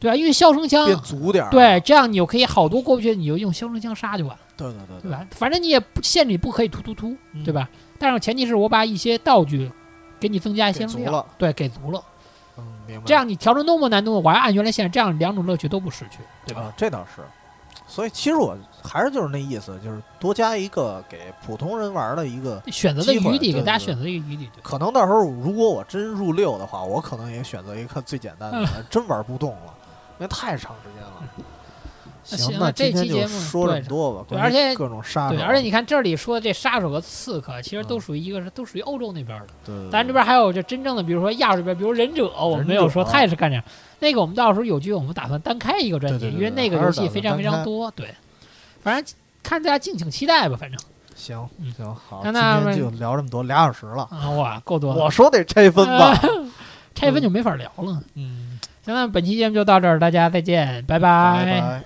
[SPEAKER 2] 对啊，因为消声枪
[SPEAKER 1] 变足点儿，啊
[SPEAKER 2] 对，这样你就可以好多过不去，你就用消声枪杀就完，
[SPEAKER 1] 对对对
[SPEAKER 2] 对吧？反正你也不限制你不可以突突突，
[SPEAKER 1] 嗯
[SPEAKER 2] 对吧？但是前提是我把一些道具给你增加一些
[SPEAKER 1] 给足
[SPEAKER 2] 量，
[SPEAKER 1] 了
[SPEAKER 2] 对，给足了，
[SPEAKER 1] 嗯，明白。
[SPEAKER 2] 这样你调成多么难度，我还按原来限制，这样两种乐趣都不失去，对吧？
[SPEAKER 1] 啊，这倒是。所以其实我还是就是那意思，就是多加一个给普通人玩儿的一个
[SPEAKER 2] 选择的
[SPEAKER 1] 机会
[SPEAKER 2] 余地，给
[SPEAKER 1] 对
[SPEAKER 2] 大家
[SPEAKER 1] 对
[SPEAKER 2] 选择一个余地，对。
[SPEAKER 1] 可能到时候如果我真入六的话，我可能也选择一个最简单 的，真玩不动了，因为太长时间了。
[SPEAKER 2] 那
[SPEAKER 1] 行
[SPEAKER 2] 嗯啊行，
[SPEAKER 1] 那
[SPEAKER 2] 那这
[SPEAKER 1] 今天
[SPEAKER 2] 期
[SPEAKER 1] 就
[SPEAKER 2] 节目
[SPEAKER 1] 说这
[SPEAKER 2] 对
[SPEAKER 1] 么多吧。
[SPEAKER 2] 对
[SPEAKER 1] 关于
[SPEAKER 2] 而且
[SPEAKER 1] 各种杀手，
[SPEAKER 2] 对，而且你看这里说这杀手和刺客，其实都
[SPEAKER 1] 啊嗯
[SPEAKER 2] 属于一个是都属于欧洲那边的，
[SPEAKER 1] 对对
[SPEAKER 2] 咱这边还有这真正的，比如说亚洲这边，比如忍者，我们没有说
[SPEAKER 1] 忍者啊
[SPEAKER 2] 他也是干这样。那个我们到时候有机会我们打算单开一个专
[SPEAKER 1] 对
[SPEAKER 2] 辑，
[SPEAKER 1] 对对
[SPEAKER 2] 因为那个游戏非常非常多。对，反正看大家敬请期待吧，反正
[SPEAKER 1] 行
[SPEAKER 2] 嗯
[SPEAKER 1] 行好，今
[SPEAKER 2] 那那
[SPEAKER 1] 天就聊这么多，俩小时了。
[SPEAKER 2] 啊，哇，够多
[SPEAKER 1] 我
[SPEAKER 2] 了，
[SPEAKER 1] 说得拆分吧，
[SPEAKER 2] 拆分就没法聊了。
[SPEAKER 1] 嗯，
[SPEAKER 2] 行，那本期节目就到这儿，大家再见，拜
[SPEAKER 1] 拜拜。